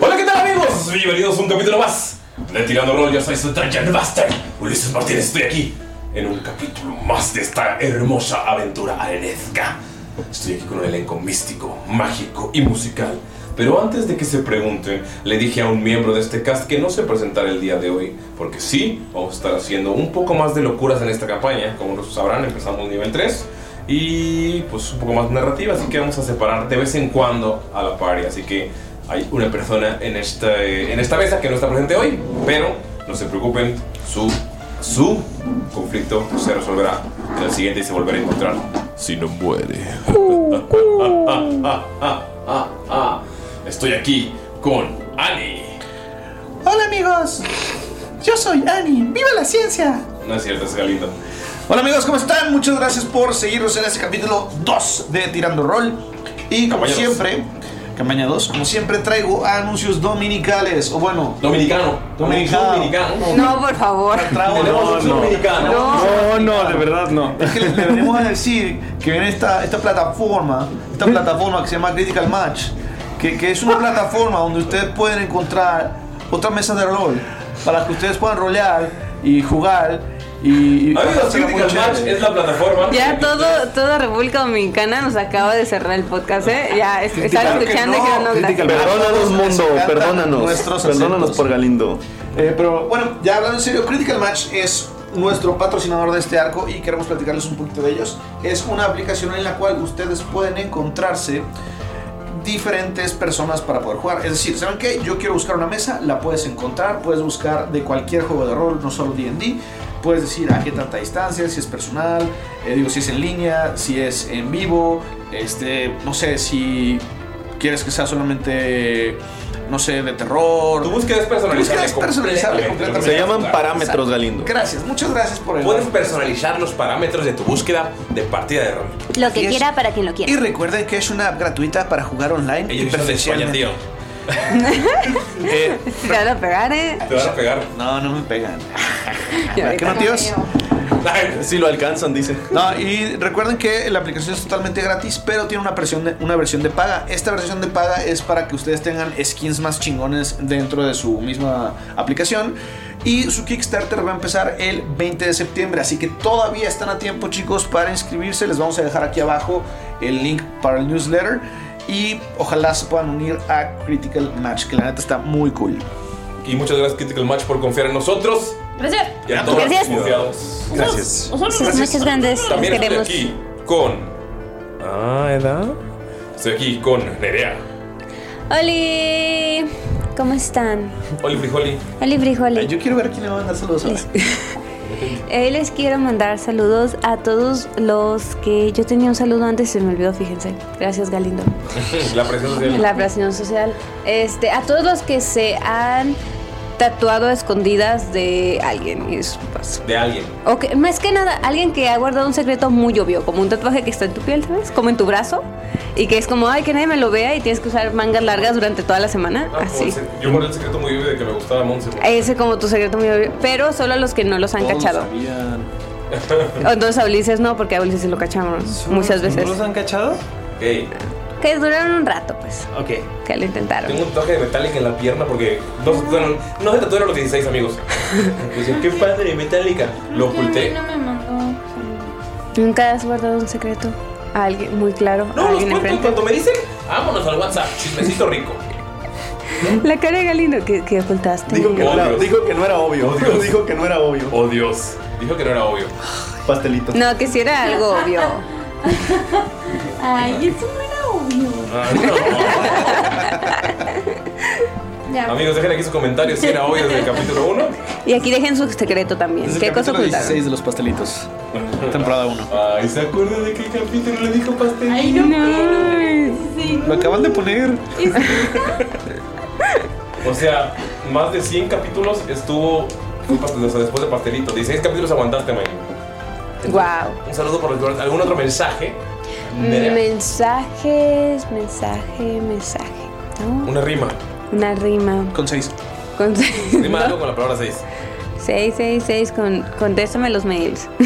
Hola, ¿qué tal amigos? Bienvenidos a un capítulo más de Tirando Rol. Yo soy su Dungeon Master, Ulises Martínez. Estoy aquí en un capítulo más de esta hermosa aventura arenezca. Estoy aquí con un elenco místico, mágico y musical. Pero antes de que se pregunten, le dije a un miembro de este cast que no se presentara el día de hoy, porque sí, vamos a estar haciendo un poco más de locuras en esta campaña. Como lo sabrán, empezamos nivel 3 y pues un poco más narrativa, así que vamos a separar de vez en cuando a la party. Así que hay una persona en, este, en esta mesa que no está presente hoy, pero no se preocupen, su, su conflicto se resolverá en el siguiente y se volverá a encontrar. Si no muere. Estoy aquí con Annie. Hola amigos, yo soy Ani, viva la ciencia. No es cierto, es Galindo. Hola amigos, ¿cómo están? Muchas gracias por seguirnos en este capítulo 2 de Tirando Rol. Y como Campaña dos. siempre, campaña 2, como siempre traigo anuncios dominicales, o bueno, Dominicano. Dominicano. Dominicano. No, por favor. Traigo Tenemos un dominicano. No, no, de verdad no. Es que le, le venimos a decir que viene esta, esta plataforma, esta plataforma que se llama Critical Match, que, que es una plataforma donde ustedes pueden encontrar otras mesas de rol para que ustedes puedan rolear y jugar. Y, y Amigos, pasársela muy Critical Match chévere. es la plataforma. Ya todo, toda República Dominicana nos acaba de cerrar el podcast, ¿eh? Ya es- están Claro que escuchando no, y quedan ondas. crítica, Perdónanos, todos les mundo, encantan perdónanos. nuestros Perdónanos acentos. por Galindo. Eh, pero bueno, ya hablando en serio, Critical Match es nuestro patrocinador de este arco y queremos platicarles un poquito de ellos. Es una aplicación en la cual ustedes pueden encontrarse diferentes personas para poder jugar. Es decir, ¿saben qué? Yo quiero buscar una mesa, la puedes encontrar, puedes buscar de cualquier juego de rol, no solo D&D. Puedes decir a qué tanta distancia, si es personal, eh, digo, si es en línea, si es en vivo, este, no sé, si quieres que sea solamente, no sé, de terror. Tu búsqueda es personalizable. Tu búsqueda es personalizable completamente. Se llaman parámetros, Exacto. Galindo. Gracias, muchas gracias por el Puedes personalizar los parámetros de tu búsqueda de partida de rol. Lo que Así es. quiera para quien lo quiera. Y recuerden que es una app gratuita para jugar online y Ellos son de España, presencialmente. tío. Eh, Te van a pegar, ¿eh? Te van a pegar. no, no me pegan. Ya, ¿Qué no, tíos? Si lo alcanzan, dice. No, y recuerden que la aplicación es totalmente gratis, pero tiene una versión, de, una versión de paga. Esta versión de paga es para que ustedes tengan skins más chingones dentro de su misma aplicación. Y su Kickstarter va a empezar el 20 de septiembre, así que todavía están a tiempo chicos para inscribirse. Les vamos a dejar aquí abajo el link para el newsletter. Y ojalá se puedan unir a Critical Match, que la neta está muy cool. Y muchas gracias Critical Match por confiar en nosotros Gracias. y a todos los Gracias. confiados. Gracias. Nosotros, muchas grandes, los También estoy queremos. aquí con... Ah, ¿edad? Estoy aquí con Nerea. ¡Holi! ¿Cómo están? Oli Frijoli. Oli Frijoli. Yo quiero ver quién le va a mandar saludos ahora. Eh, les quiero mandar saludos a todos los que yo tenía un saludo antes y se me olvidó, fíjense. Gracias, Galindo. La presión social. La abración social. Este, a todos los que se han tatuado a escondidas de alguien y de sus papás. De alguien. O que- más que nada, alguien que ha guardado un secreto muy obvio, como un tatuaje que está en tu piel, ¿sabes? Como en tu brazo. Y que es como, ay, que nadie me lo vea y tienes que usar mangas largas durante toda la semana. Ah, como Así. el se- Yo guardé el secreto muy obvio de que me gustaba Monse. Ese es como tu secreto muy obvio. Pero solo a los que no los han cachado. Entonces a Ulises no, porque a Ulises lo cachamos muchas veces. han cachado? Ey, Que duraron un rato, pues. Ok. Que lo intentaron. tengo un tatuaje de Metallica en la pierna porque no se tatuaron, no se tatuaron los 16 amigos. Dicen, qué padre, Metallica. Lo oculté. No me mandó. ¿Nunca has guardado un secreto a alguien muy claro? a No, los alguien cuento en enfrente. cuanto me dicen. Vámonos al WhatsApp, chismecito rico. La cara de Galindo que, que ocultaste. Dijo que, no era, Dios. dijo que no era obvio. dijo que no era obvio. Oh Dios, dijo que no era obvio. Pastelito. No, que si era algo obvio. Ay, eso no era obvio. Ah, no. Ya. Amigos, dejen aquí sus comentarios si era obvio desde el capítulo 1. Y aquí dejen su secreto también. ¿Qué cosa ocultaron? 16 de los pastelitos. Temporada 1. Ay, ¿se acuerdan de qué capítulo le dijo pastel? Ay, no. Sí. Lo acaban de poner. O sea, más de 100 capítulos estuvo fue pastel- o sea, después de pastelito. 16 capítulos aguantaste, man. Wow. Mm, Un saludo por los ¿Algún otro mensaje? Nerea. Mensajes, mensaje, mensaje. ¿no? Una rima. Una rima. Con 6. Con Rima algo con la palabra 6. 666, con, contéstame los mails.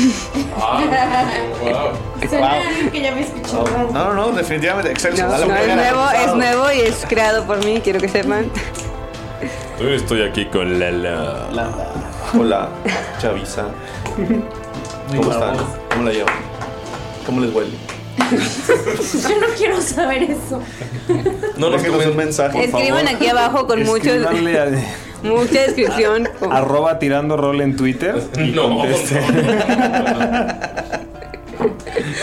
Ah, wow. Suena a alguien que ya me escuchó. No, no, no, definitivamente. Excel. No, A la no, es primera. nuevo, es nuevo y es creado por mí, quiero que sepan. Estoy aquí con Lala. La- Hola, Chavisa. ¿Cómo están? ¿Cómo la llevan? ¿Cómo les huele? Yo no quiero saber eso. No nos Déjenos un comen. mensaje, por Escriban favor. aquí abajo con mucho, Escríbanle a- mucha descripción. con- arroba tirando rol en Twitter. y No, no, contesten.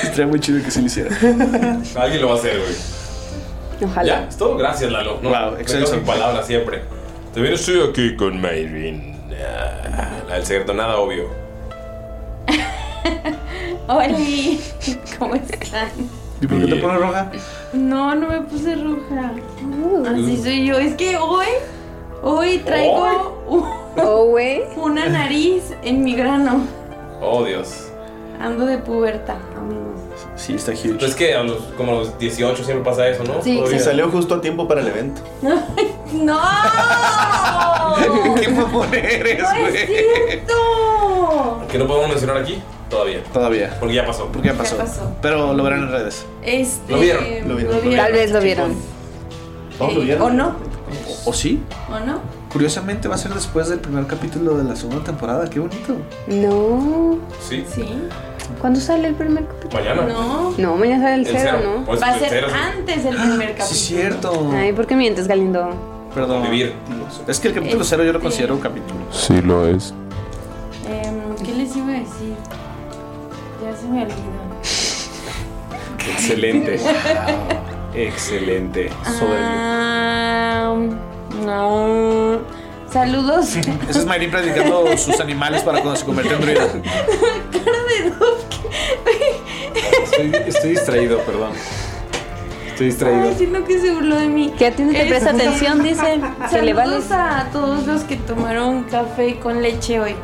Estaría muy chido que se lo hiciera. Alguien lo va a hacer, güey. Ojalá. Ya, es todo. Gracias, Lalo. No, Wow, me excelso. quedo sin palabras siempre. También estoy aquí con Mayrin. Ah, La del secreto, nada obvio. Hola, ¿cómo están? ¿Y por qué te pones roja? No, no me puse roja. Así soy yo. Es que hoy, hoy traigo Oh, güey. u- una nariz en mi grano. Oh, Dios. Ando de puberta, amigos. Sí, está Pero huge. Pues es que a los, como a los 18 siempre pasa eso, ¿no? Sí, Todavía. Y salió justo a tiempo para el evento. ¡No! ¿Qué mamón eres, ¡No es cierto! Que no podemos mencionar aquí todavía. Todavía. Porque ya pasó. Porque ya pasó. pasó. Pero lo verán en redes. Este, Lo vieron, lo vieron, lo Tal vez lo vieron. Oh, lo Eh, vieron. ¿O no? ¿O sí? ¿O no? Curiosamente va a ser después del primer capítulo de la segunda temporada. Qué bonito. No. Sí. Sí. ¿Cuándo sale el primer capítulo? Mañana. No. No, mañana sale el El cero, cero. ¿no? Pues, Va a el ser cero, sí. antes del primer capítulo. Sí, es cierto. Ay, ¿por qué mientes, Galindo? Perdón. Vivir. Es que el capítulo cero yo lo Este. considero un capítulo. Sí lo es. Em, ¿Qué les iba a decir? Ya se me olvidó. Excelente. Excelente. Ah, no. Saludos. Ese es Mayrin practicando sus animales para cuando se convierte en druida. Cara de Dove, que- Estoy, estoy distraído, perdón. Estoy distraído. Ay, siento que se burló de mí. Que a ti no te Eh, presta atención, dice. Se le vale. Saludos a todos los que tomaron café con leche hoy.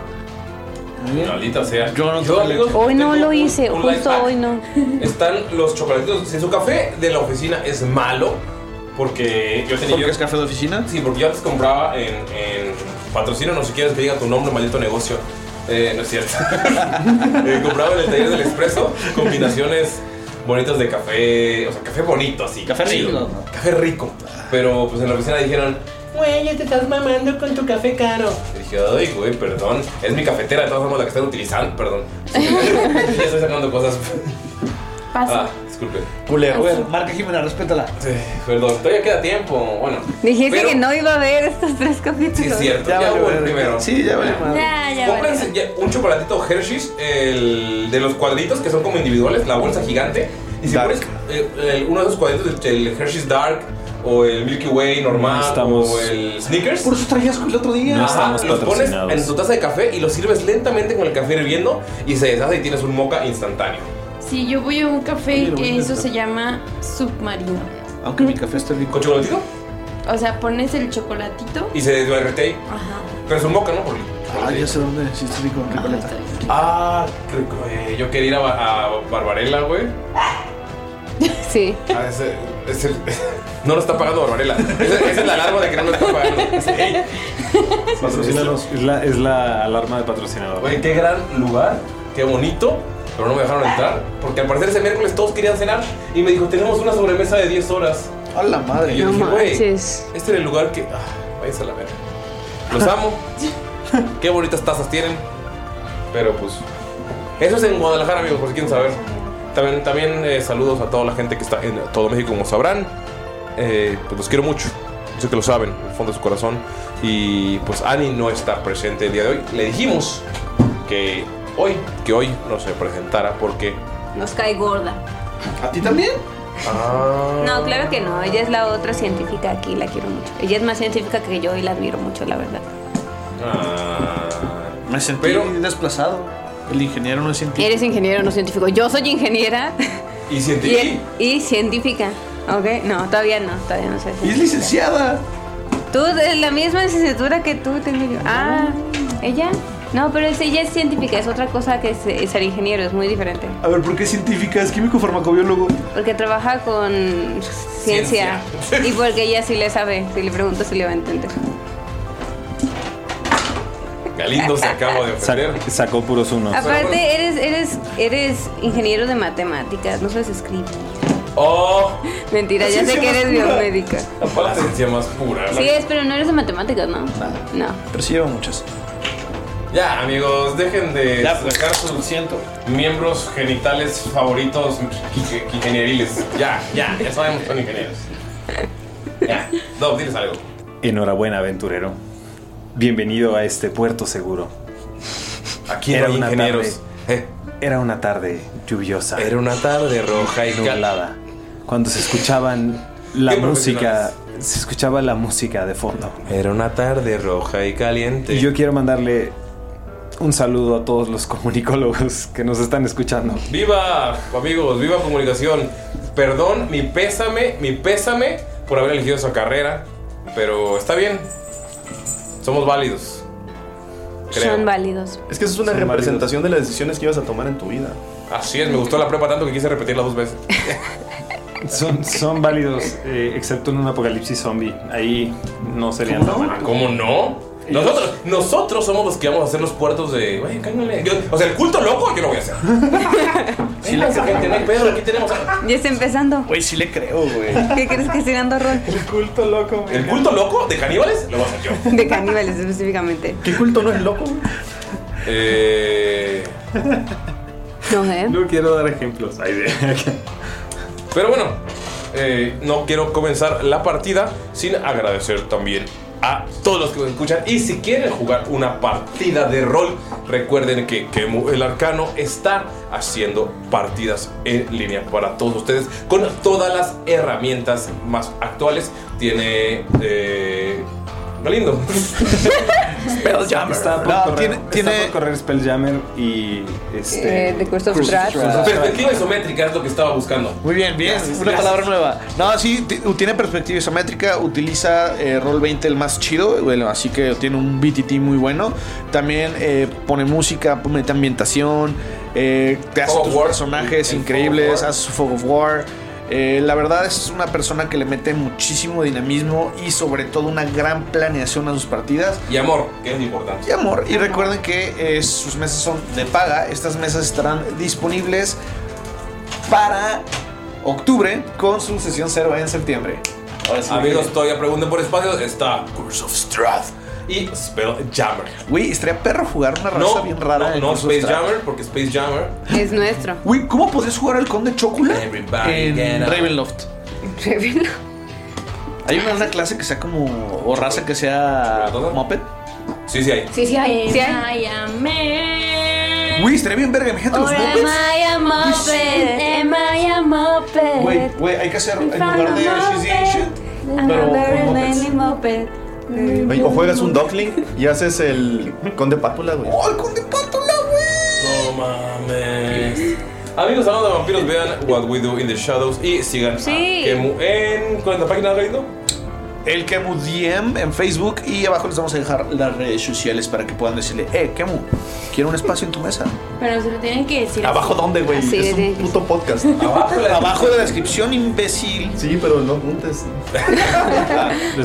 Maldita sea. Yo no tomo amigos, Hoy no tengo lo un- hice, un life hack. justo hoy no. Están los chocolatitos. Si su café de la oficina es malo, porque yo tenía. ¿Porque yo- es café de oficina? Sí, porque yo antes compraba en, en patrocinio, no sé quieres que diga tu nombre, maldito negocio. Eh, no es cierto. Eh, compraba en el taller del expreso combinaciones bonitas de café, o sea, café bonito así. Café chido. rico. Café rico. Pero pues en la oficina dijeron, güey, ya te estás mamando con tu café caro. Y dije, ay, güey, perdón. Es mi cafetera, de todas formas la que están utilizando, perdón. ya estoy sacando cosas. Paso. Ah, disculpe. Culero. Bueno, Marca Jimena, respétala. Sí, perdón. Todavía queda tiempo. Bueno, Dijiste que no iba a ver estos tres capítulos. sí es cierto. Ya, hubo el primero. Sí, ya vale Ya, ya, Cómprense ya un chocolatito Hershey's, el de los cuadritos que son como individuales, la bolsa gigante. Y si pones eh, el- uno de esos cuadritos, el, el Hershey's Dark o el Milky Way normal o el Snickers. Por eso traías el otro día. Ajá, los pones en tu taza de café y los sirves lentamente con el café hirviendo y se deshace y tienes un moca instantáneo. Sí, yo voy a un café que eso se llama submarino. Aunque mi café esté bien. ¿Con chocolatito? O sea, pones el chocolatito. Y se desvanece ahí. Ajá. Pero es un moca, ¿no? Por- Ah, ya sé dónde. Sí, estoy con Recoleta. Ah, creo que, eh, yo quería ir a, Ba- a Barbarella, güey. Sí. Ah, ese- es el- no lo está pagando Barbarella. Esa, esa es la alarma de que no lo está pagando. Patrocínanos. Es la, es la alarma de patrocinador. Güey, qué gran lugar, qué bonito, pero no me dejaron entrar. Porque al parecer ese miércoles todos querían cenar y me dijo, tenemos una sobremesa de 10 horas. A la madre. Y yo No dije, güey, manches. este era el lugar que... Ah, váyanse a la verga. Los amo. qué bonitas tazas tienen. Pero pues... Eso es en Guadalajara, amigos, por si quieren saber. También, también eh, saludos a toda la gente que está en todo México, como sabrán. Eh, pues los quiero mucho. Yo sé que lo saben, en el fondo de su corazón. Y pues Ani no está presente el día de hoy. Le dijimos que hoy, que hoy no se presentara porque... Nos cae gorda. ¿A ti también? Ah, No, claro que no. Ella es la otra científica aquí, la quiero mucho. Ella es más científica que yo y la admiro mucho, la verdad. Ah, Me sentí desplazado. El ingeniero no es científico. Eres ingeniero, no científico. Yo soy ingeniera ¿Y y, científico? y científica. ¿Ok? No, todavía no, todavía no Y soy es científica. licenciada. Tú, eh, la misma licenciatura que tú, tengo yo. Ah, ¿ella? No, pero es- ella es científica, es otra cosa que es- es ser ingeniero, es muy diferente. A ver, ¿por qué es científica? Es químico farmacobiólogo. Porque trabaja con ciencia. Y porque ella sí le sabe. Si le pregunto, sí le va a entender. Galindo se acaba de ofender. sacó puros unos. Aparte, eres, eres, eres ingeniero de matemáticas. No sabes escribir. ¡Oh! Mentira, ya sé que eres biomédica. La ciencia más pura. Sí, es, pero no eres de matemáticas, ¿no? No. Pero sí lleva muchas. Ya, amigos, dejen de sacar sus miembros genitales favoritos qui- qui- ingenieriles. Ya, ya, ya sabemos que son ingenieros. Ya, Dob, diles algo. Enhorabuena, aventurero. Bienvenido a este puerto seguro. Aquí no hay ingenieros. Tarde, Era una tarde lluviosa. Era una tarde roja y nublada. Cuando se escuchaban la Qué música, se escuchaba la música de fondo. Era una tarde roja y caliente. Y yo quiero mandarle un saludo a todos los comunicólogos que nos están escuchando. ¡Viva, amigos! ¡Viva comunicación! Perdón, mi pésame, mi pésame por haber elegido esa carrera. Pero está bien. Somos válidos. Creo. Son válidos. Es que eso es una representación de las decisiones que ibas a tomar en tu vida. Así es, me gustó la prepa tanto que quise repetirla dos veces. Son, son válidos, eh, excepto en un apocalipsis zombie. Ahí no serían tan válidos. ¿Cómo no? Nosotros, nosotros somos los que vamos a hacer los puertos de. "Güey, cáiganle". Yo- o sea, el culto loco yo lo voy a hacer. Sí, la gente, no hay pedo, aquí tenemos. Ya está empezando. Güey, sí le creo, güey. ¿Qué crees que estoy dando rol? El culto loco. ¿El culto loco de caníbales? Lo voy a hacer yo. De caníbales específicamente. ¿Qué culto no es loco? Eh. No sé. No quiero dar ejemplos. Ay, de- Pero bueno, eh, no quiero comenzar la partida sin agradecer también a todos los que nos escuchan. Y si quieren jugar una partida de rol, recuerden que Kemu el Arcano está haciendo partidas en línea para todos ustedes con todas las herramientas más actuales. Tiene. Eh, Galindo. Spelljammer. Está por, No, correr, tiene- está tiene- por correr Spelljammer y este. Eh, The Curse of Strahd. Perspectiva isométrica es lo que estaba buscando. Muy bien, bien. Gracias, una gracias. palabra nueva. No, sí, ti- tiene perspectiva isométrica, utiliza eh, Roll 20 el más chido, bueno, así que tiene un BTT muy bueno. También eh, pone música, mete ambientación, eh, te hace Fog of tus War. personajes El- el Fog of increíbles, War. hace su Fog of War. Eh, la verdad es una persona que le mete muchísimo dinamismo y sobre todo una gran planeación a sus partidas. Y amor, que es lo importante. Y amor, y recuerden que eh, sus mesas son de paga. Estas mesas estarán disponibles para octubre con su sesión cero en septiembre. Amigos, todavía pregunten por espacios. Está Curse of Strath. y Spelljammer. Güey, estaría perro jugar una raza No, bien rara. no, en no Curse of Space Strahd. Jammer, porque Space Jammer. Es nuestro. Güey, ¿cómo podrías jugar al Conde Chocula? en get up. Ravenloft. ¿Hay una, una clase que sea como. o raza que sea. Muppet? Sí, sí hay. Sí, sí hay. sí hay. Güey, estaría bien verga, imagínate los Or am Muppets. I a Muppet? Am I a Muppet? Güey, güey, hay que hacer en lugar de She's the Ancient. Pero pero very con many Muppets. Muppet. Oye, O juegas un Duckling y haces el Conde Pátula, güey. ¡Oh, el Conde Pátula, güey! No mames. Amigos, hablando de vampiros, vean What We Do in the Shadows y sigan Sí. a Kemu en. ¿Cuál es la página, Galito? El Kemu DM en Facebook y abajo les vamos a dejar las redes sociales para que puedan decirle, eh, Kemu, quiero un espacio en tu mesa. Pero se lo tienen que decir. ¿Abajo dónde, güey? Así es de- un puto podcast. Abajo de la- Abajo de la descripción, imbécil. Sí, pero no juntes.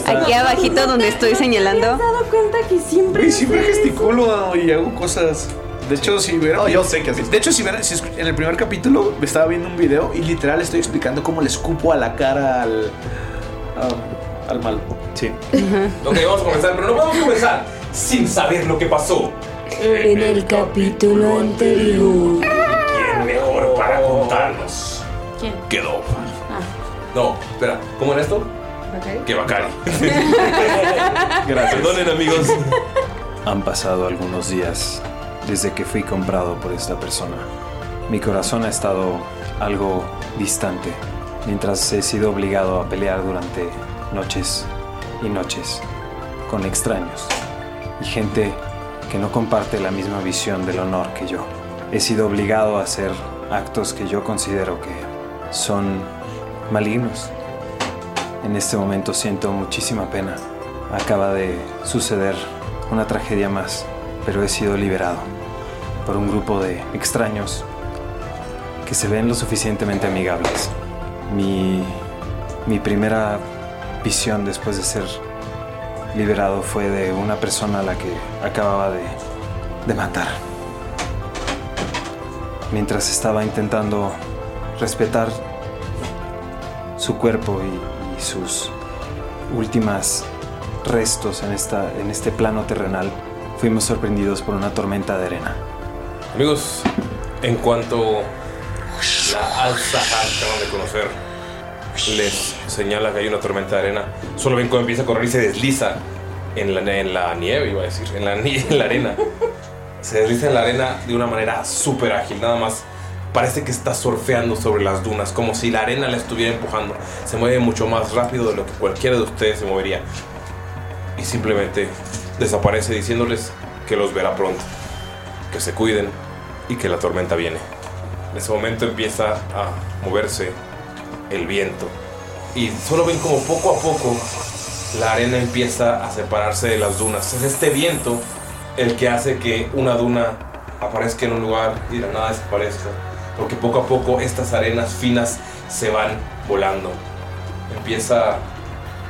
Aquí abajito donde estoy señalando. ¿Te has dado cuenta que siempre. Güey, siempre gesticulo y hago cosas. De hecho, si vieron. No, yo sé que así. De hecho, si vieron, si escu- en el primer capítulo me estaba viendo un video y literal estoy explicando cómo le escupo a la cara al. a- al malo. Sí. Ok, vamos a comenzar, pero no podemos comenzar sin saber lo que pasó. En el capítulo anterior. ¿Quién mejor para contarnos? ¿Quién? Quedó. Ah, No, espera, ¿cómo era esto? Que Bacari. Gracias. Perdonen, amigos. Han pasado algunos días desde que fui comprado por esta persona. Mi corazón ha estado algo distante mientras he sido obligado a pelear durante noches y noches con extraños y gente que no comparte la misma visión del honor que yo. He sido obligado a hacer actos que yo considero que son malignos. En este momento siento muchísima pena. Acaba de suceder una tragedia más, pero he sido liberado por un grupo de extraños que se ven lo suficientemente amigables. Mi, mi primera visión después de ser liberado fue de una persona a la que acababa de, de matar. Mientras estaba intentando respetar su cuerpo y, y sus últimas restos en, esta, en este plano terrenal, fuimos sorprendidos por una tormenta de arena. Amigos, en cuanto la alza acaban de conocer les señala que hay una tormenta de arena, solo ven cómo empieza a correr y se desliza en la, en la nieve, iba a decir, en la, nie- en la arena. Se desliza en la arena de una manera súper ágil, nada más. Parece que está surfeando sobre las dunas, como si la arena la estuviera empujando. Se mueve mucho más rápido de lo que cualquiera de ustedes se movería. Y simplemente desaparece diciéndoles que los verá pronto que se cuiden y que la tormenta viene. En ese momento empieza a moverse el viento y solo ven como poco a poco la arena empieza a separarse de las dunas. Es este viento el que hace que una duna aparezca en un lugar y de la nada desaparezca, porque poco a poco estas arenas finas se van volando. Empieza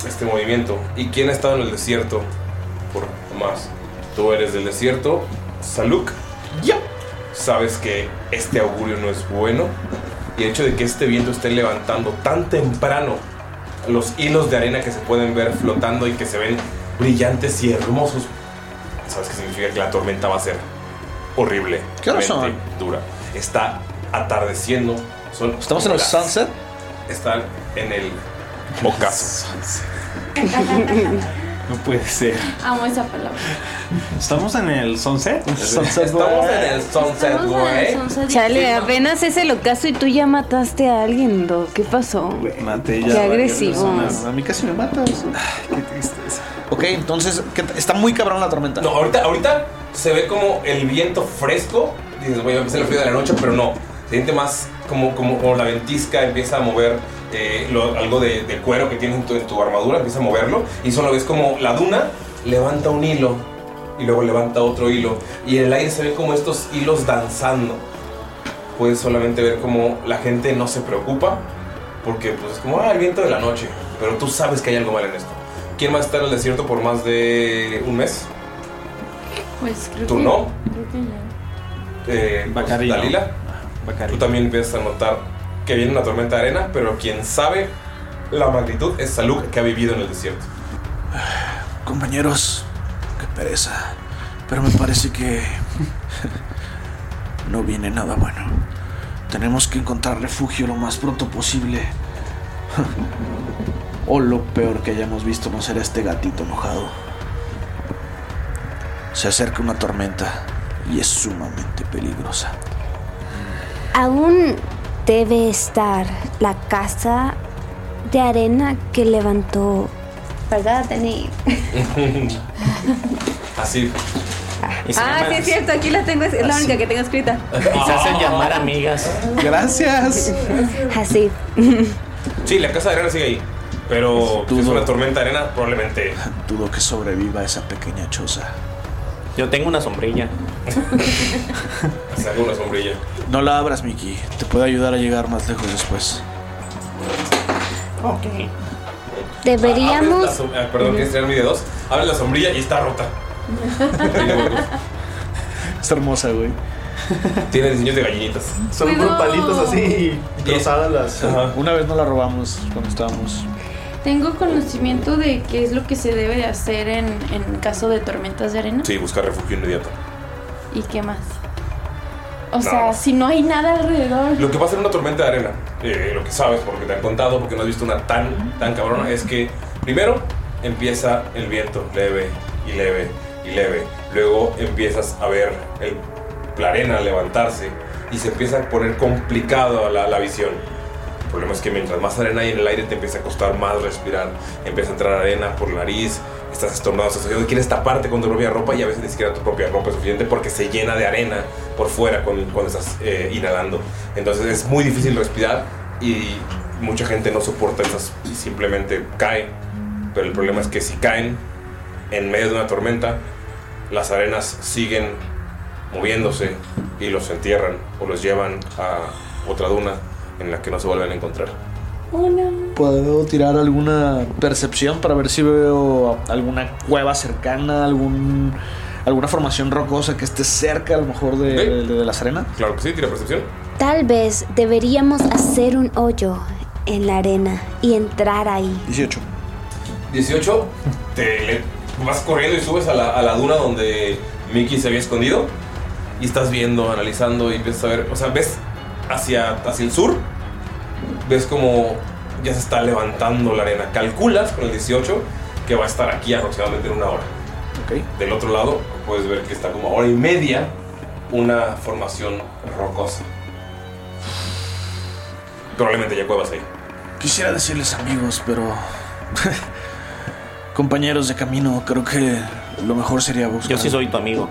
este movimiento. ¿Y quién ha estado en el desierto? Por más. Tú eres del desierto, Saluk. Ya. Sabes que este augurio no es bueno. Y el hecho de que este viento esté levantando tan temprano los hilos de arena que se pueden ver flotando y que se ven brillantes y hermosos. Sabes que significa que la tormenta va a ser horrible. ¿Qué horas son? Dura. Está atardeciendo. Son ¿Estamos en el las- sunset? Están en el ocaso. No puede ser. Amo esa palabra. ¿Estamos en el sunset? Estamos en el sunset, Estamos en el güey. sunset. Chale, apenas es el ocaso y tú ya mataste a alguien, Do. ¿Qué pasó? Maté ya Qué varias agresivo. personas. A mí casi me matas. Qué tristeza. Ok, entonces, ¿qué t- está muy cabrón la tormenta. No, ahorita, ahorita se ve como el viento fresco. Dices, bueno, empieza el frío de la noche, pero no. Se siente más como, como, como la ventisca empieza a mover eh, lo- algo de, de cuero que tienes en tu, en tu armadura, empieza a moverlo. Y solo ves como la duna levanta un hilo y luego levanta otro hilo. Y en el aire se ve como estos hilos danzando. Puedes solamente ver como la gente no se preocupa porque pues es como, ah, el viento de la noche. Pero tú sabes que hay algo mal en esto. ¿Quién va a estar en el desierto por más de un mes? Pues creo ¿Tú que. no? Creo que ya. eh, pues, Bacari, ¿no? Dalila, Bacari. tú también empiezas a notar que viene una tormenta de arena, pero quien sabe la magnitud es Saluk que ha vivido en el desierto. Compañeros, Pues, qué pereza. Pero me parece que no viene nada bueno. Tenemos que encontrar refugio lo más pronto posible. o lo peor que hayamos visto no será este gatito mojado. Se acerca una tormenta y es sumamente peligrosa. Aún debe estar la casa de arena que levantó. ¿Verdad, Dani? Así. Ah, sí, es cierto, aquí la tengo, es la única que tengo escrita. Y se hacen llamar amigas. Gracias. Así. Sí, la casa de arena sigue ahí. Pero si es una tormenta de arena, probablemente. Dudo que sobreviva esa pequeña choza. Yo tengo una sombrilla. Saco una sombrilla. No la abras, Mickey. Te puede ayudar a llegar más lejos después. Ok. Abre la Deberíamos. som- ah, perdón, que es tirar mi de dos. Abre la sombrilla y está rota. Ah, Está hermosa, güey. Tiene diseños de gallinitas. Son Cuidado. con palitos así y trozadas las. Una vez no la robamos cuando estábamos. ¿Tengo conocimiento de qué es lo que se debe de hacer en, en caso de tormentas de arena? Sí, busca refugio inmediato. ¿Y qué más? O Nada sea, más. si no hay nada alrededor. Lo que pasa en una tormenta de arena, eh, lo que sabes porque te han contado, porque no has visto una tan, tan cabrona, es que primero empieza el viento leve y leve y leve. Luego empiezas a ver el, la arena levantarse y se empieza a poner complicado la, la visión. El problema es que mientras más arena hay en el aire te empieza a costar más respirar, empieza a entrar arena por la nariz, estás estornado, estás sudando, quieres taparte con tu propia ropa y a veces ni siquiera tu propia ropa es suficiente porque se llena de arena por fuera cuando, cuando estás eh, inhalando. Entonces es muy difícil respirar y mucha gente no soporta esas y simplemente cae. Pero el problema es que si caen en medio de una tormenta, las arenas siguen moviéndose y los entierran o los llevan a otra duna en la que no se vuelven a encontrar. ¿Puedo tirar alguna percepción para ver si veo alguna cueva cercana, algún, alguna formación rocosa que esté cerca a lo mejor de, de- de las arenas? Claro que sí, tira percepción. Tal vez deberíamos hacer un hoyo en la arena y entrar ahí. 18. 18, te le- vas corriendo y subes a la, a la duna donde Mickey se había escondido. Y estás viendo, analizando y empiezas a ver. O sea, ves hacia, hacia el sur. Ves como ya se está levantando la arena. Calculas con el 18 que va a estar aquí aproximadamente en una hora. Del otro lado puedes ver que está como a hora y media una formación rocosa. Probablemente ya cuevas ahí. Quisiera decirles amigos, pero... Compañeros de camino, creo que lo mejor sería buscar... Yo sí soy tu amigo.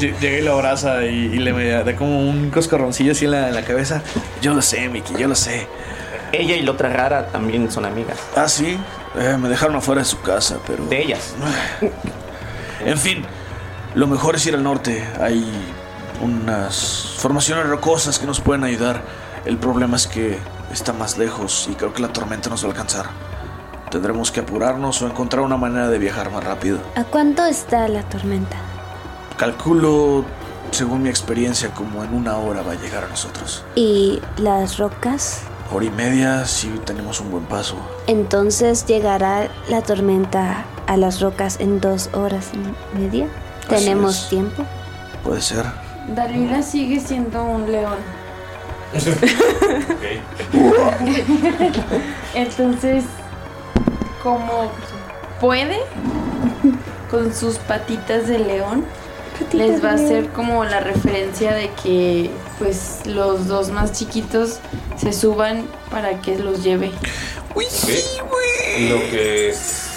Llega y lo abraza y, y le me da como un coscorroncillo así en la, en la cabeza. Yo lo sé, Mickey, yo lo sé. Ella y la otra rara también son amigas. Ah, sí. Eh, me dejaron afuera de su casa, pero... De ellas. En fin, lo mejor es ir al norte. Hay unas formaciones rocosas que nos pueden ayudar. El problema es que está más lejos y creo que la tormenta nos va a alcanzar. Tendremos que apurarnos o encontrar una manera de viajar más rápido. ¿A cuánto está la tormenta? Calculo, según mi experiencia, como en una hora va a llegar a nosotros. ¿Y las rocas? Hora y media, si tenemos un buen paso. Entonces llegará la tormenta a las rocas en dos horas y media. Así ¿Tenemos es. tiempo? Puede ser. Dalila sigue siendo un león. Entonces, como puede, con sus patitas de león, les va a de hacer como la referencia de que pues los dos más chiquitos se suban para que los lleve. Ok. Lo que es-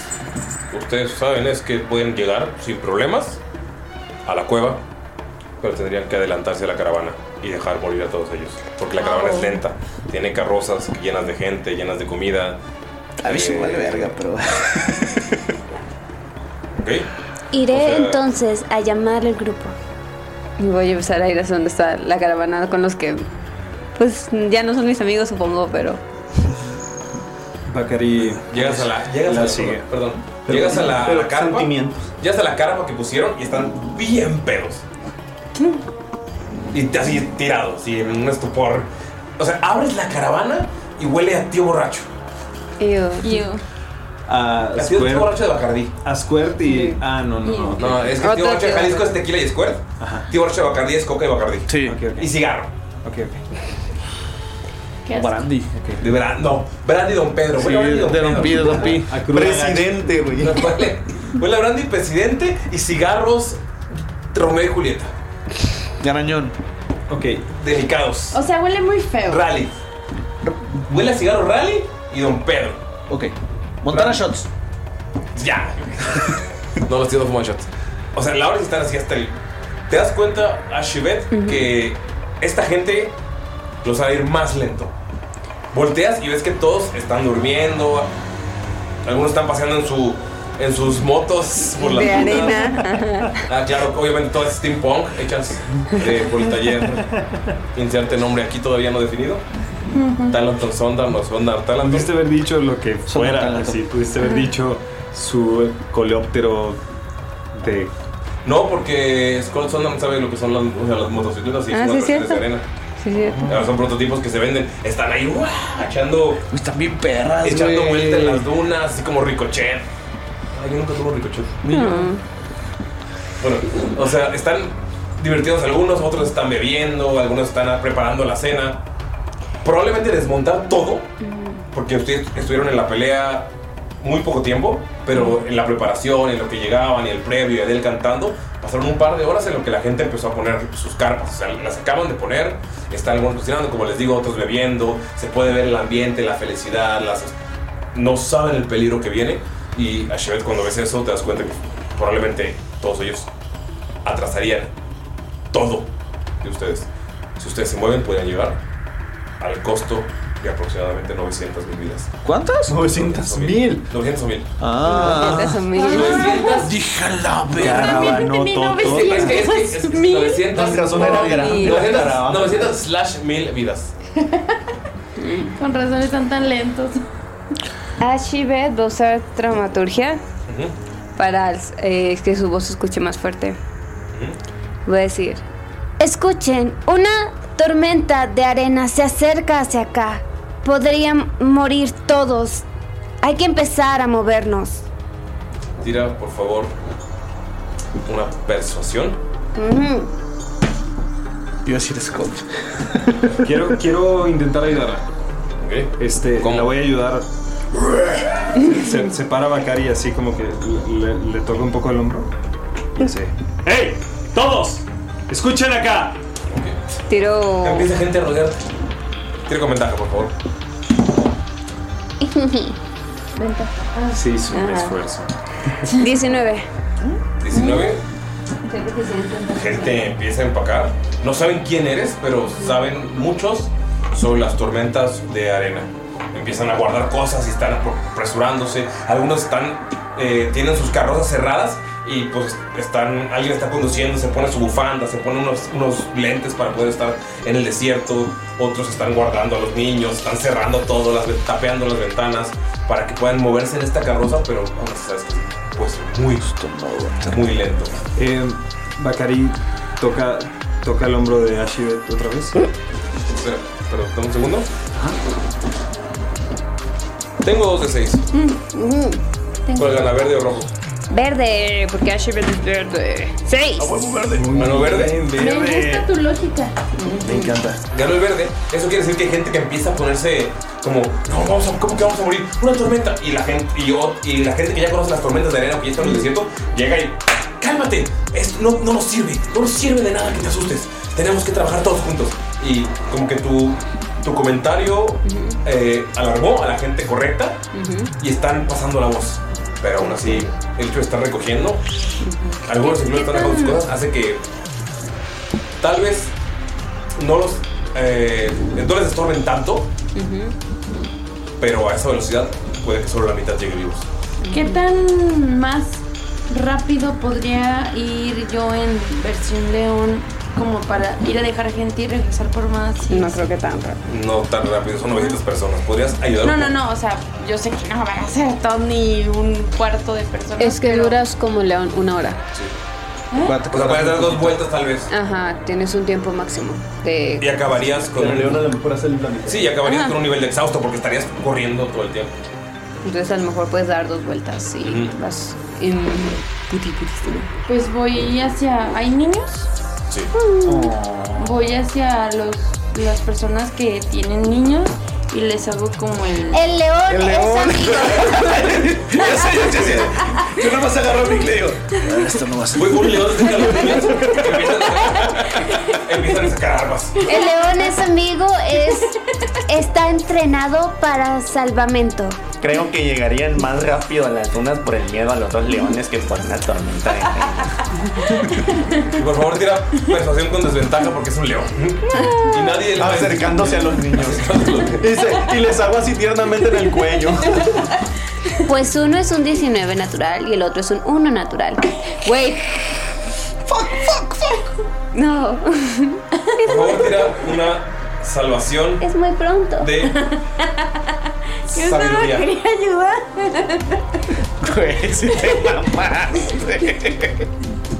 ustedes saben es que pueden llegar sin problemas a la cueva, pero tendrían que adelantarse a la caravana y dejar morir a todos ellos. Porque la caravana es lenta, tiene carrozas llenas de gente, llenas de comida. Eh, A mí se me vale verga, pero. ok. Iré O sea- entonces a llamar al grupo. Y voy a empezar a ir hacia donde está la caravana con los que, pues, ya no son mis amigos, supongo, pero. Bacari. Llegas a la. Llegas La a la sigue. Perdón. Pero- llegas a la, a pero la carpa. Llegas a la carpa que pusieron y están bien pedos. Y te- así tirados, y en un estupor. O sea, abres la caravana y huele a tío borracho. Ew. a Así es, estoy borracho de Bacardí. A Squirt y. Ah, no, no, no. No, es que el tío borracho de Jalisco es tequila y squirt. Tío borracho de Bacardí es coca y Bacardí. Sí. Y cigarro. Ok, ok. ¿Qué asco. Brandy. De Brandy. No, Brandy Don Pedro. Sí, Huele a Brandy de Don Pedro, Don Pi. Ah, A cruda. Presidente, güey. No, Huele, huele a Brandy presidente y cigarros Romeo y Julieta. De arañón. Ok. Delicados. O sea, huele muy feo. Rally. Huele a cigarro Rally y Don Pedro. Ok. Montana Shots. Ya. no, los tíos no fuman shots. O sea, la hora de estar así hasta el. ¿Te das cuenta, Ashibet, que esta gente los hará ir más lento? Volteas y ves que todos están durmiendo. Algunos están paseando en su. En sus motos por la de dunas. arena. Ah, claro, obviamente todo es steampunk, hechas de, por el taller. Inserte nombre aquí todavía no definido. Talanton Sondar, no Sondar, Talanton. Pudiste haber dicho lo que fuera. talentos. Así, pudiste haber dicho su coleóptero de. No, porque Scott Sondheim sabe lo que son las, o sea, las motocicletas y Ah, son sí, las es versiones cierto. de arena. Sí, cierto. Ahora son prototipos que se venden. Están ahí, ¡guau! echando. Están bien perras, Echando güey. vuelta en las dunas, así como Ricochet. Ay, yo nunca tuve Ricochet. Bueno, o sea, están divertidos algunos, otros están bebiendo, algunos están preparando la cena. Probablemente desmontar todo, Mm. porque ustedes estuvieron en la pelea muy poco tiempo, pero en la preparación, en lo que llegaban y el previo y Adel cantando, pasaron un par de horas en lo que la gente empezó a poner sus carpas. O sea, las acaban de poner, están algunos cocinando, como les digo, otros bebiendo, se puede ver el ambiente, la felicidad, las, no saben el peligro que viene. Y a Chevet cuando ves eso te das cuenta que probablemente todos ellos atrasarían todo de ustedes. Si ustedes se mueven, podrían llegar al costo de aproximadamente 900 mil vidas. ¿Cuántas? 900 mil. 900 mil. Ah. 900 mil. Dije la verga, no, tonto. Es que es que es que 900,000. 900 Con razón era grande. 900 900 slash mil vidas. Con razón están tan lentos. Ashibet va a usar traumaturgia para eh, que su voz se escuche más fuerte. Voy a decir. Escuchen, una tormenta de arena se acerca hacia acá. Podrían morir todos. Hay que empezar a movernos. Tira, por favor, una persuasión. Ujú. Iba a decir Scott. quiero, quiero intentar ayudarla. Este, la voy a ayudar. Se, se para Bacari así como que le, le- le toca un poco el hombro. Y así. ¡Hey! ¡Todos! ¡Escuchen acá! Tiro. Empieza gente a rodearte. Tira con ventaja, por favor. Sí, hizo un Ajá. esfuerzo. 19. 19. Gente empieza a empacar. No saben quién eres, pero saben muchos sobre las tormentas de arena. Empiezan a guardar cosas y están apresurándose. Algunos están eh, tienen sus carrozas cerradas y pues están alguien está conduciendo, se pone su bufanda, se pone unos, unos lentes para poder estar en el desierto. Otros están guardando a los niños, están cerrando todo, las, ve- tapeando las ventanas para que puedan moverse en esta carroza, pero vamos, sabes que puede ser muy, muy lento. Eh, Bacari toca, toca el hombro de Ashibet otra vez. Espera, perdón, dame un segundo. Tengo dos de seis. Ujú. ¿Cuál gana, verde o rojo? Verde, porque Ashibet es verde. 6. Verde. Mano verde. Me gusta tu lógica. Me encanta. Ganó el verde. Eso quiere decir que hay gente que empieza a ponerse como, no, vamos a, ¿cómo que vamos a morir? Una tormenta. Y la gente, y yo, y la gente que ya conoce las tormentas de arena, que ya está en el desierto, llega y, cálmate, esto no, no nos sirve, no nos sirve de nada que te asustes. Tenemos que trabajar todos juntos. Y como que tu, tu comentario eh, alarmó a la gente correcta y están pasando la voz. Pero aún así, el hecho de estar recogiendo, algunos incluso están dejando sus cosas, hace que tal vez no los, eh, no les estorben tanto, pero a esa velocidad puede que solo la mitad llegue vivos. ¿Qué tan más rápido podría ir yo en versión león como para ir a dejar gente y regresar por más? No creo que tan rápido. No tan rápido, son 900 personas. ¿Podrías ayudar? No, un no, poco? no, o sea, yo sé que no van a ser todo ni un cuarto de personas. Es que duras como león una hora. ¿Eh? O sea, puedes dar dos vueltas tal vez. Ajá, tienes un tiempo máximo. De... Y acabarías con. Pero a lo mejor Sí, y acabarías Ajá. con un nivel de exhausto porque estarías corriendo todo el tiempo. Entonces a lo mejor puedes dar dos vueltas y Ujú. vas en puti putísimo. Pues voy hacia. ¿Hay niños? Sí. Voy hacia los, las personas que tienen niños y les hago como el. El león El es león. amigo. Ya sé, ya sé, ya sé. Yo nada más agarro a mi Cleo. Esto no va a ser. un león de los niños. Empiezan a sacar armas. El león es amigo, es, está entrenado para salvamento. Creo que llegarían más rápido a las dunas por el miedo a los dos leones que por una tormenta. Y por favor, tira persuasión con desventaja porque es un león. Y nadie Acercándose a los niños. Y, se- y les hago así tiernamente en el cuello. Pues uno es un 19 natural y el otro es un 1 natural. Wait. Fuck, fuck, fuck. No. Por favor, tira una salvación Es muy pronto. de sabiduría. ayudar. Pues, si te mamaste.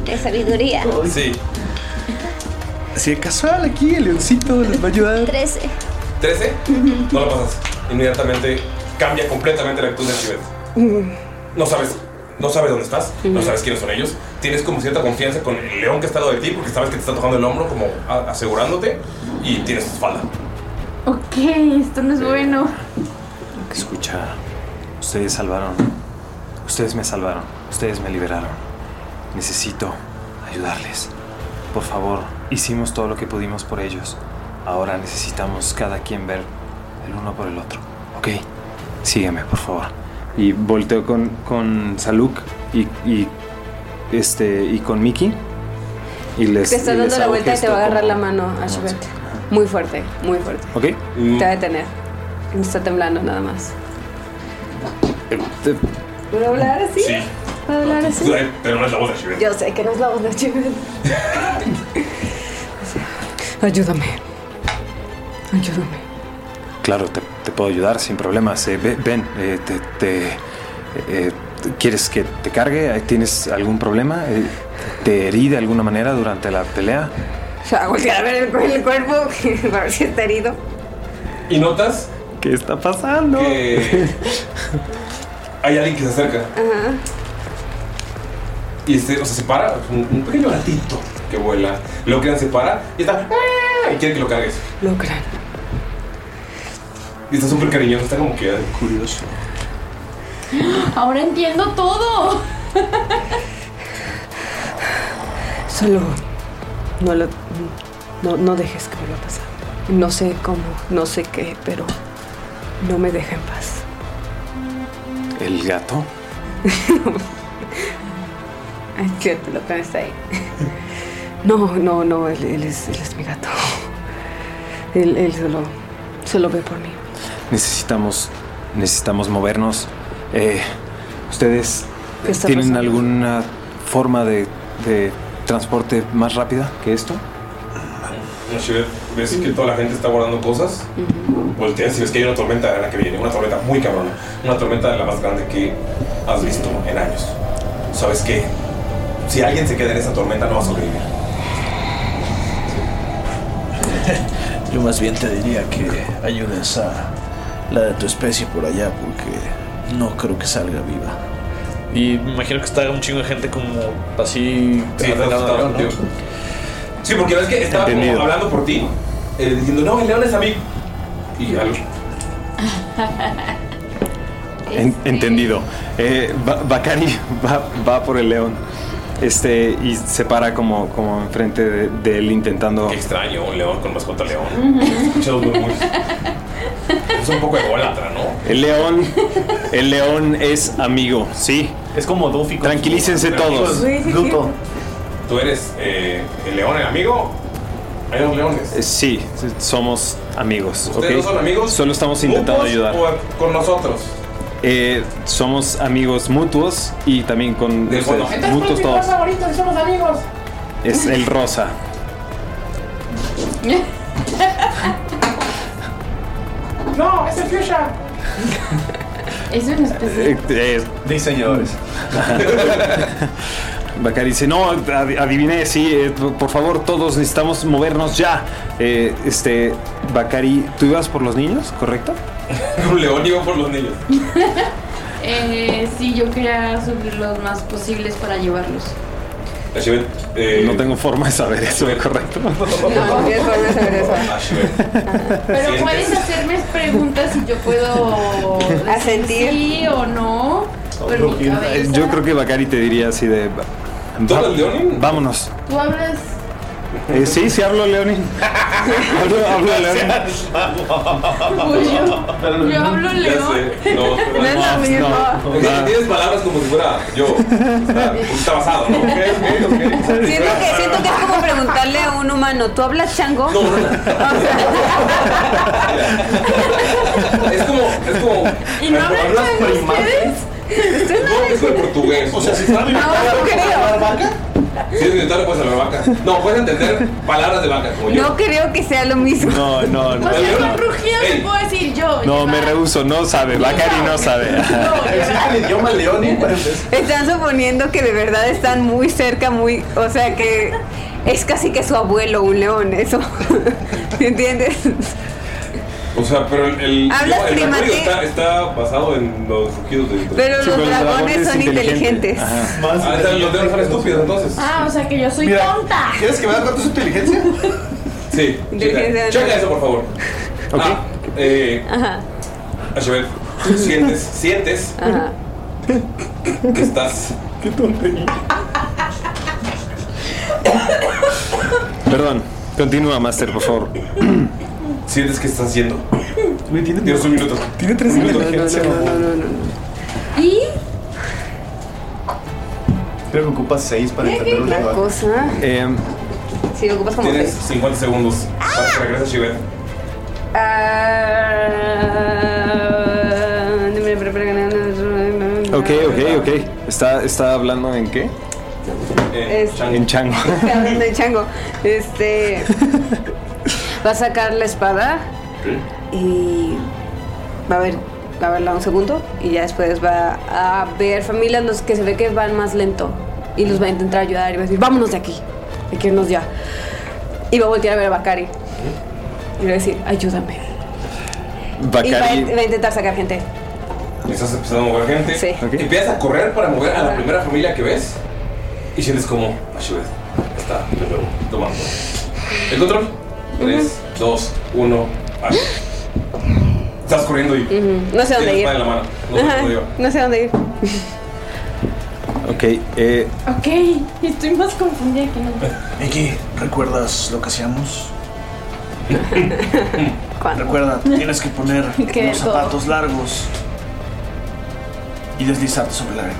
De sabiduría. Sí. Si es casual aquí, el leoncito les va a ayudar. 13. 13. No lo pasas. Inmediatamente cambia completamente la actitud de Chivet. Mm, No sabes, no sabes dónde estás, no sabes quiénes son ellos. Tienes como cierta confianza con el león que está al lado de ti porque sabes que te está tocando el hombro, como a- asegurándote, y tienes tu espalda. Ok, esto no es bueno. Escucha, ustedes salvaron. Ustedes me salvaron. Ustedes me liberaron. Necesito ayudarles. Por favor, hicimos todo lo que pudimos por ellos. Ahora necesitamos cada quien ver el uno por el otro. ¿Ok? Sígueme, por favor. Y volteo con, con Saluk y, y, este, y con Mickey. Y les, Te está y les dando la hago vuelta y te gesto va a agarrar como- la mano a Shubert. Muy fuerte, muy fuerte. ¿Ok? Mm. Te va a detener. No está temblando nada más. Te- ¿Puedo hablar así? Sí. ¿Puedo hablar así? Pero no es la voz de Chivet. Yo sé que no es la voz de Shubert. Ayúdame. Ayúdame. Claro, te, te puedo ayudar sin problemas. Eh, ve- ven, eh, te, te- eh, eh, te- ¿quieres que te cargue? Eh, ¿Tienes algún problema? Eh, ¿Te herí de alguna manera durante la pelea? O sea, voltear a ver el, cu- el cuerpo para ver si está herido. Y notas ¿Qué está pasando? que hay alguien que se acerca Ajá. y se, o sea, se para, un, un pequeño gatito que vuela. Luego que se para y está. "Ah", Y quiere que lo cargues. Logran. Y está súper cariñoso, está como que curioso. Ahora entiendo todo. Solo no lo no, no dejes que vuelva a pasar. No sé cómo, no sé qué, pero no me deja en paz. ¿El gato? Ay, cierto, lo que está ahí. No, no, no, él, él es, él es mi gato. Él, él solo, solo ve por mí. Necesitamos, necesitamos movernos. Eh, ¿Ustedes ¿Qué está tienen pasando? alguna forma de, de transporte más rápida que esto? La ciudad, ves que toda la gente está guardando cosas. Volteas y ves que hay una tormenta de arena que viene. Una tormenta muy cabrona. Una tormenta de la más grande que has visto en años. ¿Sabes qué? Si alguien se queda en esa tormenta, no va a sobrevivir. Yo más bien te diría que ayudes a la de tu especie por allá porque no creo que salga viva. Y me imagino que está un chingo de gente como así. Sí, alrededor está- del está- Sí, porque ves que estaba como Entendido. hablando por ti. eh, diciendo, no, el león es a mí. Y ya En- Este, entendido. Eh, Ba- Bacari va, va por el león. Este, y se para como, como enfrente de, de él intentando. extraño, un león con mascota león. Escuchado muy, muy. Es un poco ególatra, ¿no? El león, el león es amigo, sí. Es como Duffy. Tranquilícense todos. Pluto. ¿Tú eres eh, el león, el amigo? Hay dos leones. Eh, Sí, s- somos amigos. ¿Ustedes ¿ok? no son amigos? Solo estamos intentando ¿Grupos ayudar. o con nosotros. Eh, somos amigos mutuos y también con Del ustedes. fondo. mutuos todos. favorito, somos amigos. Es el rosa. no, es el fuchsia. Eso en especial. Diseñadores. Bacari dice, no, ad- adiviné, sí, eh, p- por favor, todos necesitamos movernos ya. Eh, este, Bacari, ¿tú ibas por los niños, correcto? Un león iba por los niños. Eh, sí, yo quería subir los más posibles para llevarlos. Ashibet, No tengo forma de saber eso, ¿correcto? No, no tienes forma de saber eso. Ashibet. Pero puedes hacerme preguntas y yo puedo decir Asentir. sí o no. Pero mi cabeza- Yo creo que Bakari te diría así de... "Va- Vámonos. Tú hablas. Eh, sí, sí hablo Leonin. hablo, hablo Leonin. Yo, yo hablo Ya león. sé, no, No es lo mismo. Ok, Tienes palabras como si fuera yo. Está, está basado, ¿no? Ok, ok, ok. Siento que, siento que es como preguntarle a un humano, ¿tú hablas chango? Es como, es como. ¿Y no hablan hablas chango primates? ustedes? No, es como el portugués. O sea, si No, no creo. Si es militar, puedes hablar vaca. No, puedes entender palabras de vaca como yo. No creo que sea lo mismo. No, no, no. O sea, con rugido se puedo decir yo. Pues No, me rehuso, no sabe, Bakari no sabe. Existe el idioma leonin para empezar. Están suponiendo que de verdad están muy cerca, muy. O sea que es casi que su abuelo, un león, eso. ¿Me entiendes? O sea, pero el, el, Hablas el primate. recorrido está, está basado en los rugidos de. Pero los dragones son inteligentes. Más ah, entonces los dragones son estúpidos entonces. Ah, o sea que yo soy Mira, tonta. ¿Quieres que me da cuenta de su inteligencia? Sí. Checa, Inteligencia. checa eso, por favor. Ah, eh, Ajá. Ashbel, sientes, sientes Ajá. que estás. Qué tontería. Perdón, continúa, Master, por favor. Sientes que estás yendo. Tienes un minuto. Tiene tres minutos. Y Creo que ocupas seis para entender un La lenguaje. cosa. Si ocupas como. Em, Tienes 50 segundos para que regrese Ashbel. Ah, Ok, ok, ok. ¿Está, está hablando en qué? Es- En chango. Hablando de chango. Este. Va a sacar la espada y. Va a ver. Va a verla un segundo y ya después va a ver familias los que se ve que van más lento y los va a intentar ayudar y va a decir, vámonos de aquí, hay que irnos ya. Y va a voltear a ver a Bakari y le va a decir, ayúdame. Y va a, Bacari. va a intentar sacar gente. Estás empezando a mover gente. Empiezas a correr para mover a la primera familia que ves. Y sientes como Ashibet está de nuevo tomando el control. 3, 2, 1, ¡ah! Estás corriendo y. No sé dónde tienes ir. la espada en la mano. No Ajá, sabes dónde iba. no sé dónde ir. Ok, eh, Ok, estoy más confundida que nunca. Miki, ¿recuerdas lo que hacíamos? Recuerda, tienes que poner Que los todo. zapatos largos y deslizarte sobre la arena.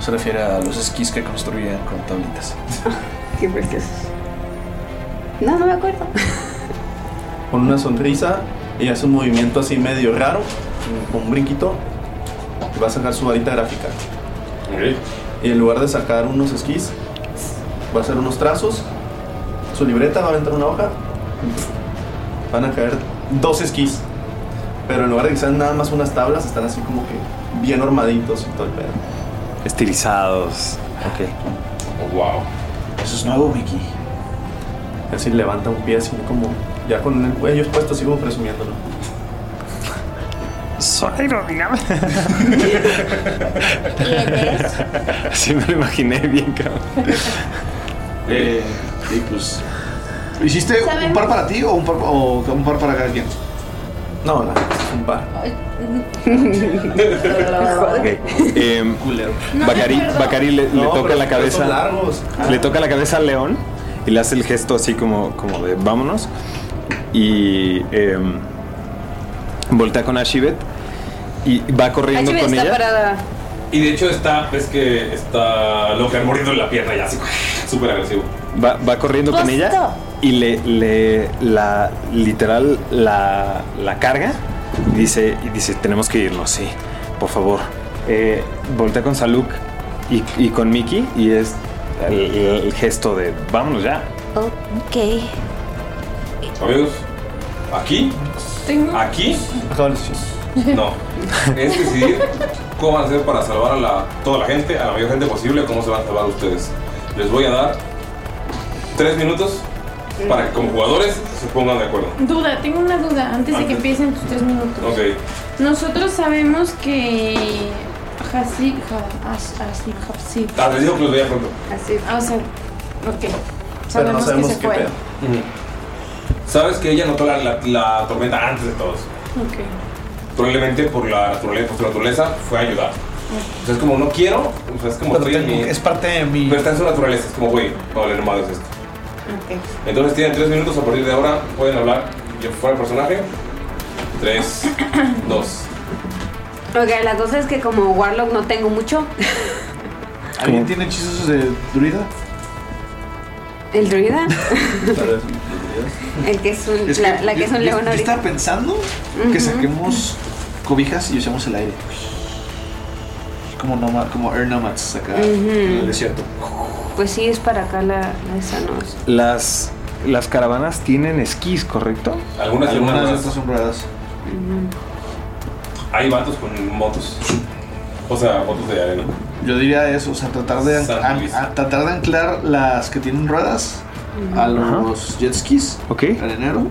Se refiere a los esquís que construían con tablitas. Qué precioso. No, no me acuerdo. Con una sonrisa y hace un movimiento así medio raro, con un brinquito, y va a sacar su varita gráfica. Y en lugar de sacar unos esquís, va a hacer unos trazos, su libreta va a aventar una hoja, van a caer dos esquís. Pero en lugar de que sean nada más unas tablas, están así como que bien armaditos y todo el pedo. estilizados. Ok. Oh, wow. Eso es nuevo, Mickey. Así levanta un pie así como ya con el cuello expuesto así como presumiéndolo. Son aerodinámicos. Así me lo imaginé bien, cabrón. Eh, y pues. ¿Hiciste un par para ti o un par, o un par para cada quien? No, no, un par. Ok, em, eh, Bacari, Bacari le, le No, toca pero la cabeza. son largos. Le toca la cabeza al león y le hace el gesto así como, como de vámonos. Y eh, voltea con Ashibet y va corriendo Ashibet con está ella. parada. Y de hecho está, ves que está lo que ha mordido en la pierna ya, así súper agresivo. Va, va corriendo con ella y le, le- la literal la, la carga y dice, y dice, tenemos que irnos, sí, por favor. Eh, voltea con Saluk y, y con Mickey y es el, el gesto de vámonos ya. Ok. Amigos, aquí, aquí, no, es decidir cómo van a hacer para salvar a la, toda la gente, a la mayor gente posible, cómo se van a salvar ustedes. Les voy a dar tres minutos para que como jugadores se pongan de acuerdo. Duda, tengo una duda antes de que Antes. empiecen tus tres minutos. Ok, Nosotros sabemos que Así, ja- as- así, así. Tal vez digo que los veía pronto. Así, ah, o sea, ok. Sabemos, que se fue. Ujú. Sabes que ella notó la, la- la tormenta antes de todos. Ok. Probablemente por la naturaleza, por su naturaleza fue a ayudar. O sea, es como no quiero, o sea, es como estoy en mi. Es parte de mi. Pero está en su naturaleza, es como, güey, va a valer madres esto. Ok. Entonces tienen tres minutos, a partir de ahora pueden hablar ya fuera del personaje. Tres, dos. Ok, la cosa es que como Warlock no tengo mucho, ¿Alguien tiene hechizos de druida? el druida, Tal vez. el que es un, la, la que es un león Yo ahorita. estaba pensando Ujú. que saquemos cobijas y usemos el aire. pues. Como, noma, como air nomads acá Ujú. en el desierto. Pues sí, es para acá la, la esa, ¿no? Las, las caravanas tienen esquís, ¿correcto? Algunas, Algunas algunas de estas son ruedas. Hay vatos con motos. O sea, motos de arena. Yo diría eso, o sea, tratar de, San an- Luis. a- tratar de anclar las que tienen ruedas Ujú. a los jet skis al enero.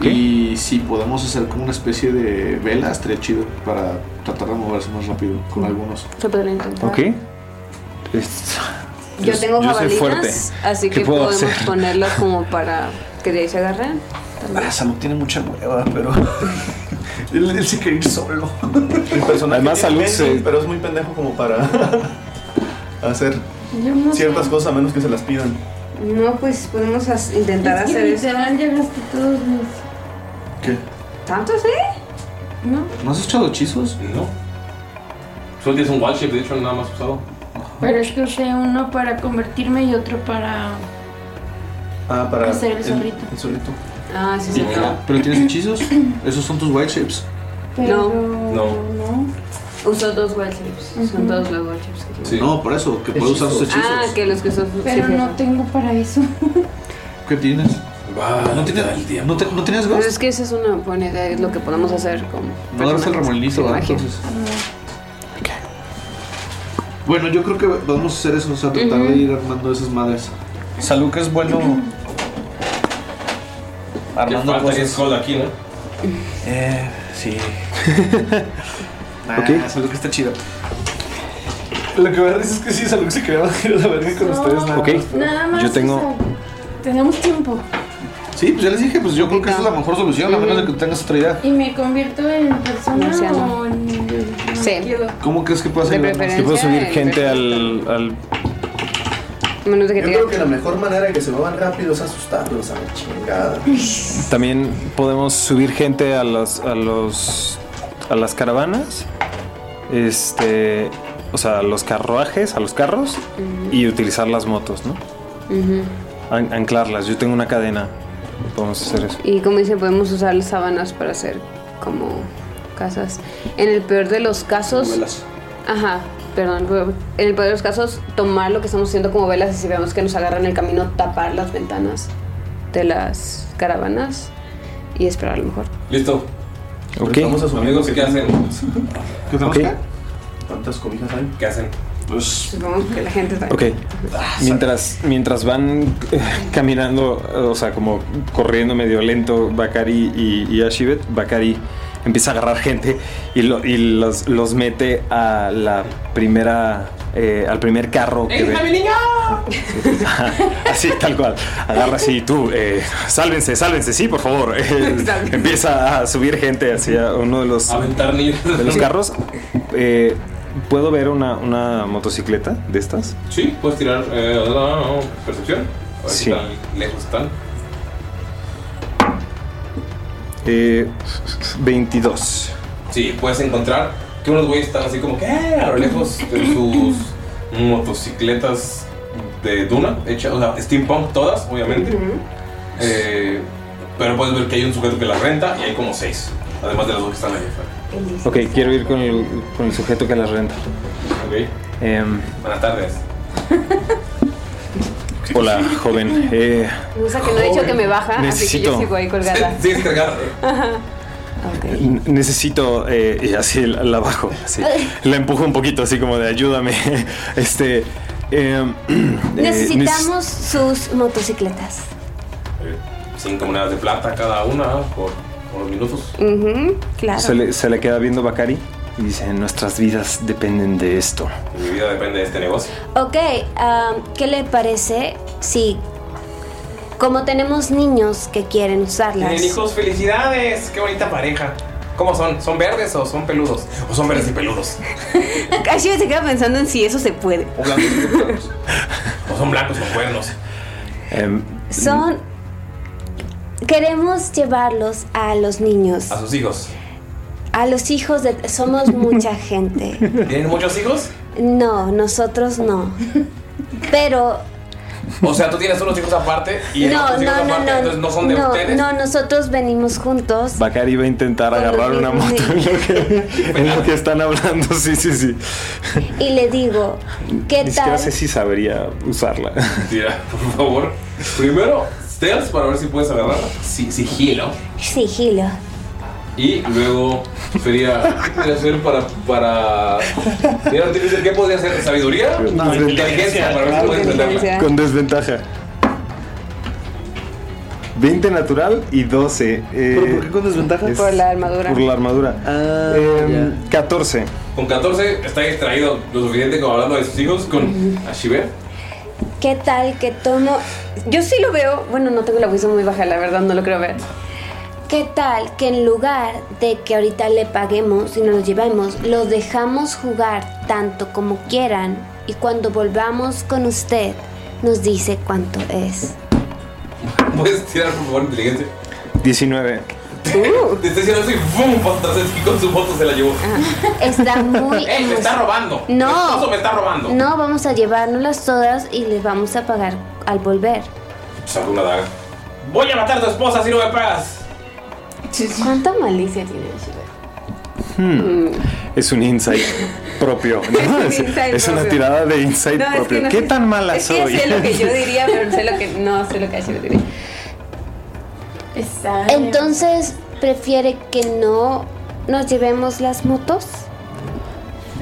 Y si podemos hacer como una especie de vela, estaría chido para tratar de moverse más rápido con algunos. Se podría intentar. Ok. Es- Yo tengo yo soy jabalinas, fuerte. así ¿Qué que puedo podemos hacer? ponerlas como para que de ahí se agarren. La salud tiene mucha hueva, pero. él, él se quiere ir solo. Además, Salud se- Pero es muy pendejo como para hacer Yo no sé. ciertas cosas a menos que se las pidan. No, pues podemos as- intentar Es que hacer eso. literal ya gasté todos mis... ¿Qué? ¿Tanto sí? No. ¿No has echado hechizos? No. Solo tienes un wall shape, de hecho, nada más usado. Pero es que usé uno para convertirme y otro para... Ah, para. Hacer el zorrito. El zorrito. Ah, sí, sí. ¿Pero tienes hechizos? Esos son tus white shapes. No. No. Uso dos wild shapes. Son dos los wild shapes que tengo. No, por eso, que puedes usar tus hechizos. Ah, que los que son Pero no tengo para eso. Ah. ¿Qué tienes? ¿No, tienes ¿no, te- ¿No tienes Pero ghost? Pues es que esa es una buena idea, es lo que podemos hacer como... No agarras el remolinizo, ¿verdad? Entonces. Bueno, yo creo que vamos a hacer eso, o sea, tratar de ir armando esas madres. Salud que es bueno. Armando falta que es cold aquí, ¿no? Eh, sí. Ok. Salud que está chido. Lo que me dice es que sí, Salud se quería bajar a la verga con ustedes. Nada Ok. más, pero- Nada más. o sea, tenemos tiempo. Sí, pues ya les dije, pues yo creo que esa es la mejor solución, a menos de que tengas otra idea. ¿Y me convierto en persona Marciano. o en.? Sí. ¿Cómo crees que puedas De ayudarnos? preferencia, puedo subir el gente al, al- Menos de que Yo creo que la mejor manera de que se muevan rápido es asustarlos a la chingada. También podemos subir gente a las, a los, a las caravanas. Este. O sea, a los carruajes, a los carros. Y utilizar las motos, ¿no? Ujú. An- anclarlas. Yo tengo una cadena. Podemos hacer eso. Y como dice, podemos usar las sábanas para hacer como casas. En el peor de los casos... Ajá, perdón. pero En el peor de los casos, tomar lo que estamos haciendo como velas y si vemos que nos agarran en el camino, tapar las ventanas de las caravanas y esperar a lo mejor. Listo. Ok. Amigos, ¿qué hacen? ¿Qué Ok. ¿Cuántas cobijas hay? ¿Qué hacen? Pues. Supongo que la gente está... Ok. Ah, Mientras, mientras van eh, caminando, eh, o sea, como corriendo medio lento, Bakari y, y Ashibet, Bakari empieza a agarrar gente y, lo- y los, los mete a la primera, eh, al primer carro que ve. niño! así, tal cual. Agarra así, tú, eh, sálvense, sálvense, sí, por favor. Eh, empieza a subir gente hacia uno de los, de los carros. Eh, ¿Puedo ver una, una motocicleta de estas? Sí, puedes tirar eh, la percepción. A ver Sí. qué tan lejos están. Eh, 22. Sí, puedes encontrar que unos güeyes están así como que "Eh", a lo lejos en sus motocicletas de duna, hechas, o sea, steampunk todas, obviamente. Eh, pero puedes ver que hay un sujeto que las renta y hay como seis, además de los dos que están ahí afuera. Ok, quiero ir con el, con el sujeto que las renta. Ok. Em, Buenas tardes. hola, joven. Eh, Me gusta que no he dicho que me baja, así que Necesito- yo sigo ahí colgada. Sí, es cargado. Ajá. n- necesito. eh, y así la la bajo. así. La empujo un poquito, así como de ayúdame. Este. em, eh, neces- Necesitamos sus motocicletas. Cinco monedas de plata cada una por, por los minutos. Ujú, se, claro. le, se le queda viendo Bakari. Y dice, nuestras vidas dependen de esto. Mi vida depende de este negocio. Ok, ah, ¿qué le parece si, como tenemos niños que quieren usarlas? Tienen hijos, felicidades. Qué bonita pareja. ¿Cómo son? ¿Son verdes o son peludos? ¿O son verdes y peludos? Ashley se queda pensando en si eso se puede. ¿O son blancos con cuernos? Em, Son... Queremos llevarlos a los niños, A sus hijos. a los hijos de... Somos mucha gente. ¿Tienen muchos hijos? No, nosotros no. Pero O sea, tú tienes unos hijos aparte y no, otros hijos no, no, aparte, no, entonces no son de no, ustedes. no, nosotros venimos juntos. Bacari va a intentar agarrar una moto en lo, que, en lo que están hablando. Sí, sí, sí. Y le digo, ¿qué Ni siquiera tal? sé si sabría usarla. Tira, por favor. Primero, stealth para ver si puedes agarrarla. Sí, sigilo. Sigilo. Y luego sería. ¿Qué podría hacer para. para. Mira, artificial, ¿Qué podría hacer? ¿Sabiduría? Desventaja. inteligencia. Para ver si puedes enfrentarla. Con desventaja. 20 natural y 12. ¿Pero por qué con desventaja? Por la armadura. Ah, Por la armadura. Em, 14. Con 14 está distraído lo suficiente como hablando de sus hijos con Ashiver. ¿Qué tal que tomo? Yo sí lo veo. Bueno, no tengo la visión muy baja, la verdad, no lo creo ver. ¿Qué tal que en lugar de que ahorita le paguemos y nos lo llevemos, lo dejamos jugar tanto como quieran y cuando volvamos con usted nos dice cuánto es? ¿Puedes tirar, por favor, inteligencia? Uh. 19. Te está diciendo así, ¡fum! Para atrás, y con su moto se la llevó. Está muy... ¡Ey, me está robando! No. Mi esposo me está robando! No, vamos a llevárnoslas todas y les vamos a pagar al volver. Saca una daga. Voy a matar a tu esposa si no me pagas. ¿Cuánta malicia tiene Shira? Hmm. Es un insight propio. ¿no? Es Es, un insight es una propio. tirada de insight No, es que propio. no ¿Qué sé- tan mala es soy? Que sé lo que yo diría, pero sé lo que no sé lo que Ashley diría. Entonces, ¿prefiere que no nos llevemos las motos?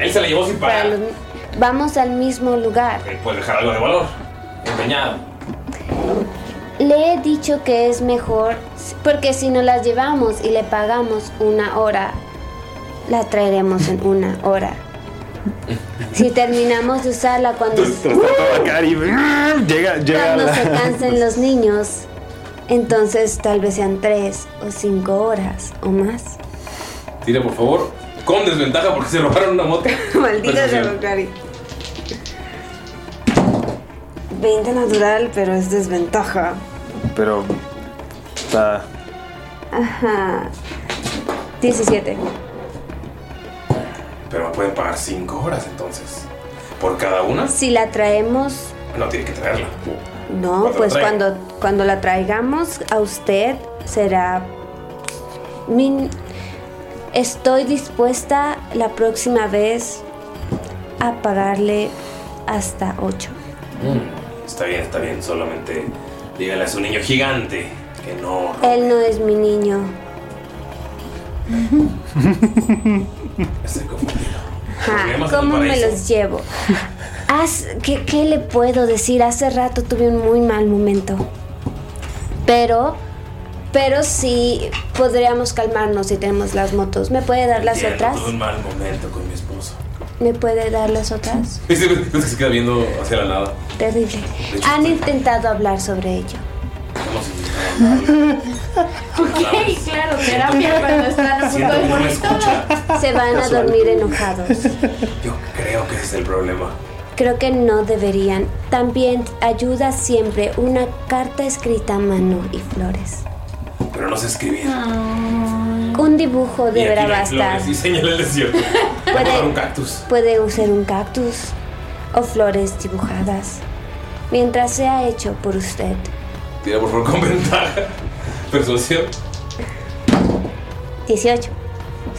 Él se la llevó sin Para pagar. los- Vamos al mismo lugar. Él puede dejar algo de valor. Empeñado. Le he dicho que es mejor porque si no las llevamos y le pagamos una hora, la traeremos en una hora. Si terminamos de usarla cuando, Pues, Bacari. Llega, llega a cuando se la- cansen los niños, entonces tal vez sean tres o cinco horas o más. Tira, por favor. Con desventaja porque se robaron una moto. Pues, Maldita de Percepción. Rocari. 20 natural, pero es desventaja. Pero está Ajá. 17. Pero me pueden pagar 5 horas entonces. ¿Por cada una? Si la traemos, No tiene que traerla. no, Cuando la pues traiga. cuando, cuando la traigamos a usted será... min- Estoy dispuesta la próxima vez a pagarle hasta 8. Está bien, está bien. Solamente dígale a su niño gigante que no. Él no es mi niño. Estoy confundido. Ja, Problemas en el ¿Cómo me paraíso. los llevo? Haz- ¿qué, qué le puedo decir? Hace rato tuve un muy mal momento. Pero, pero sí podríamos calmarnos si tenemos las motos. ¿Me puede dar las Entiendo, otras? Tuve un mal momento con mi esposo. ¿Me puede dar las otras? Es que pues, se queda viendo hacia la nada. Terrible. Han intentado hablar sobre ello. Vamos a Ok, claro, terapia cuando están a punto Siento de que no me morir escucha. Se van a dormir enojados. Creo que ese es el problema. Creo que no deberían. También ayuda siempre una carta escrita a mano y flores. Pero no sé escribir. Un dibujo Y deberá aquí no hay bastar. flores, Y señala el desierto. Voy a Puede- poner un cactus. Puede usar un cactus o flores dibujadas. Mientras sea hecho por usted. Tira por favor con ventaja. Persuasión. 18.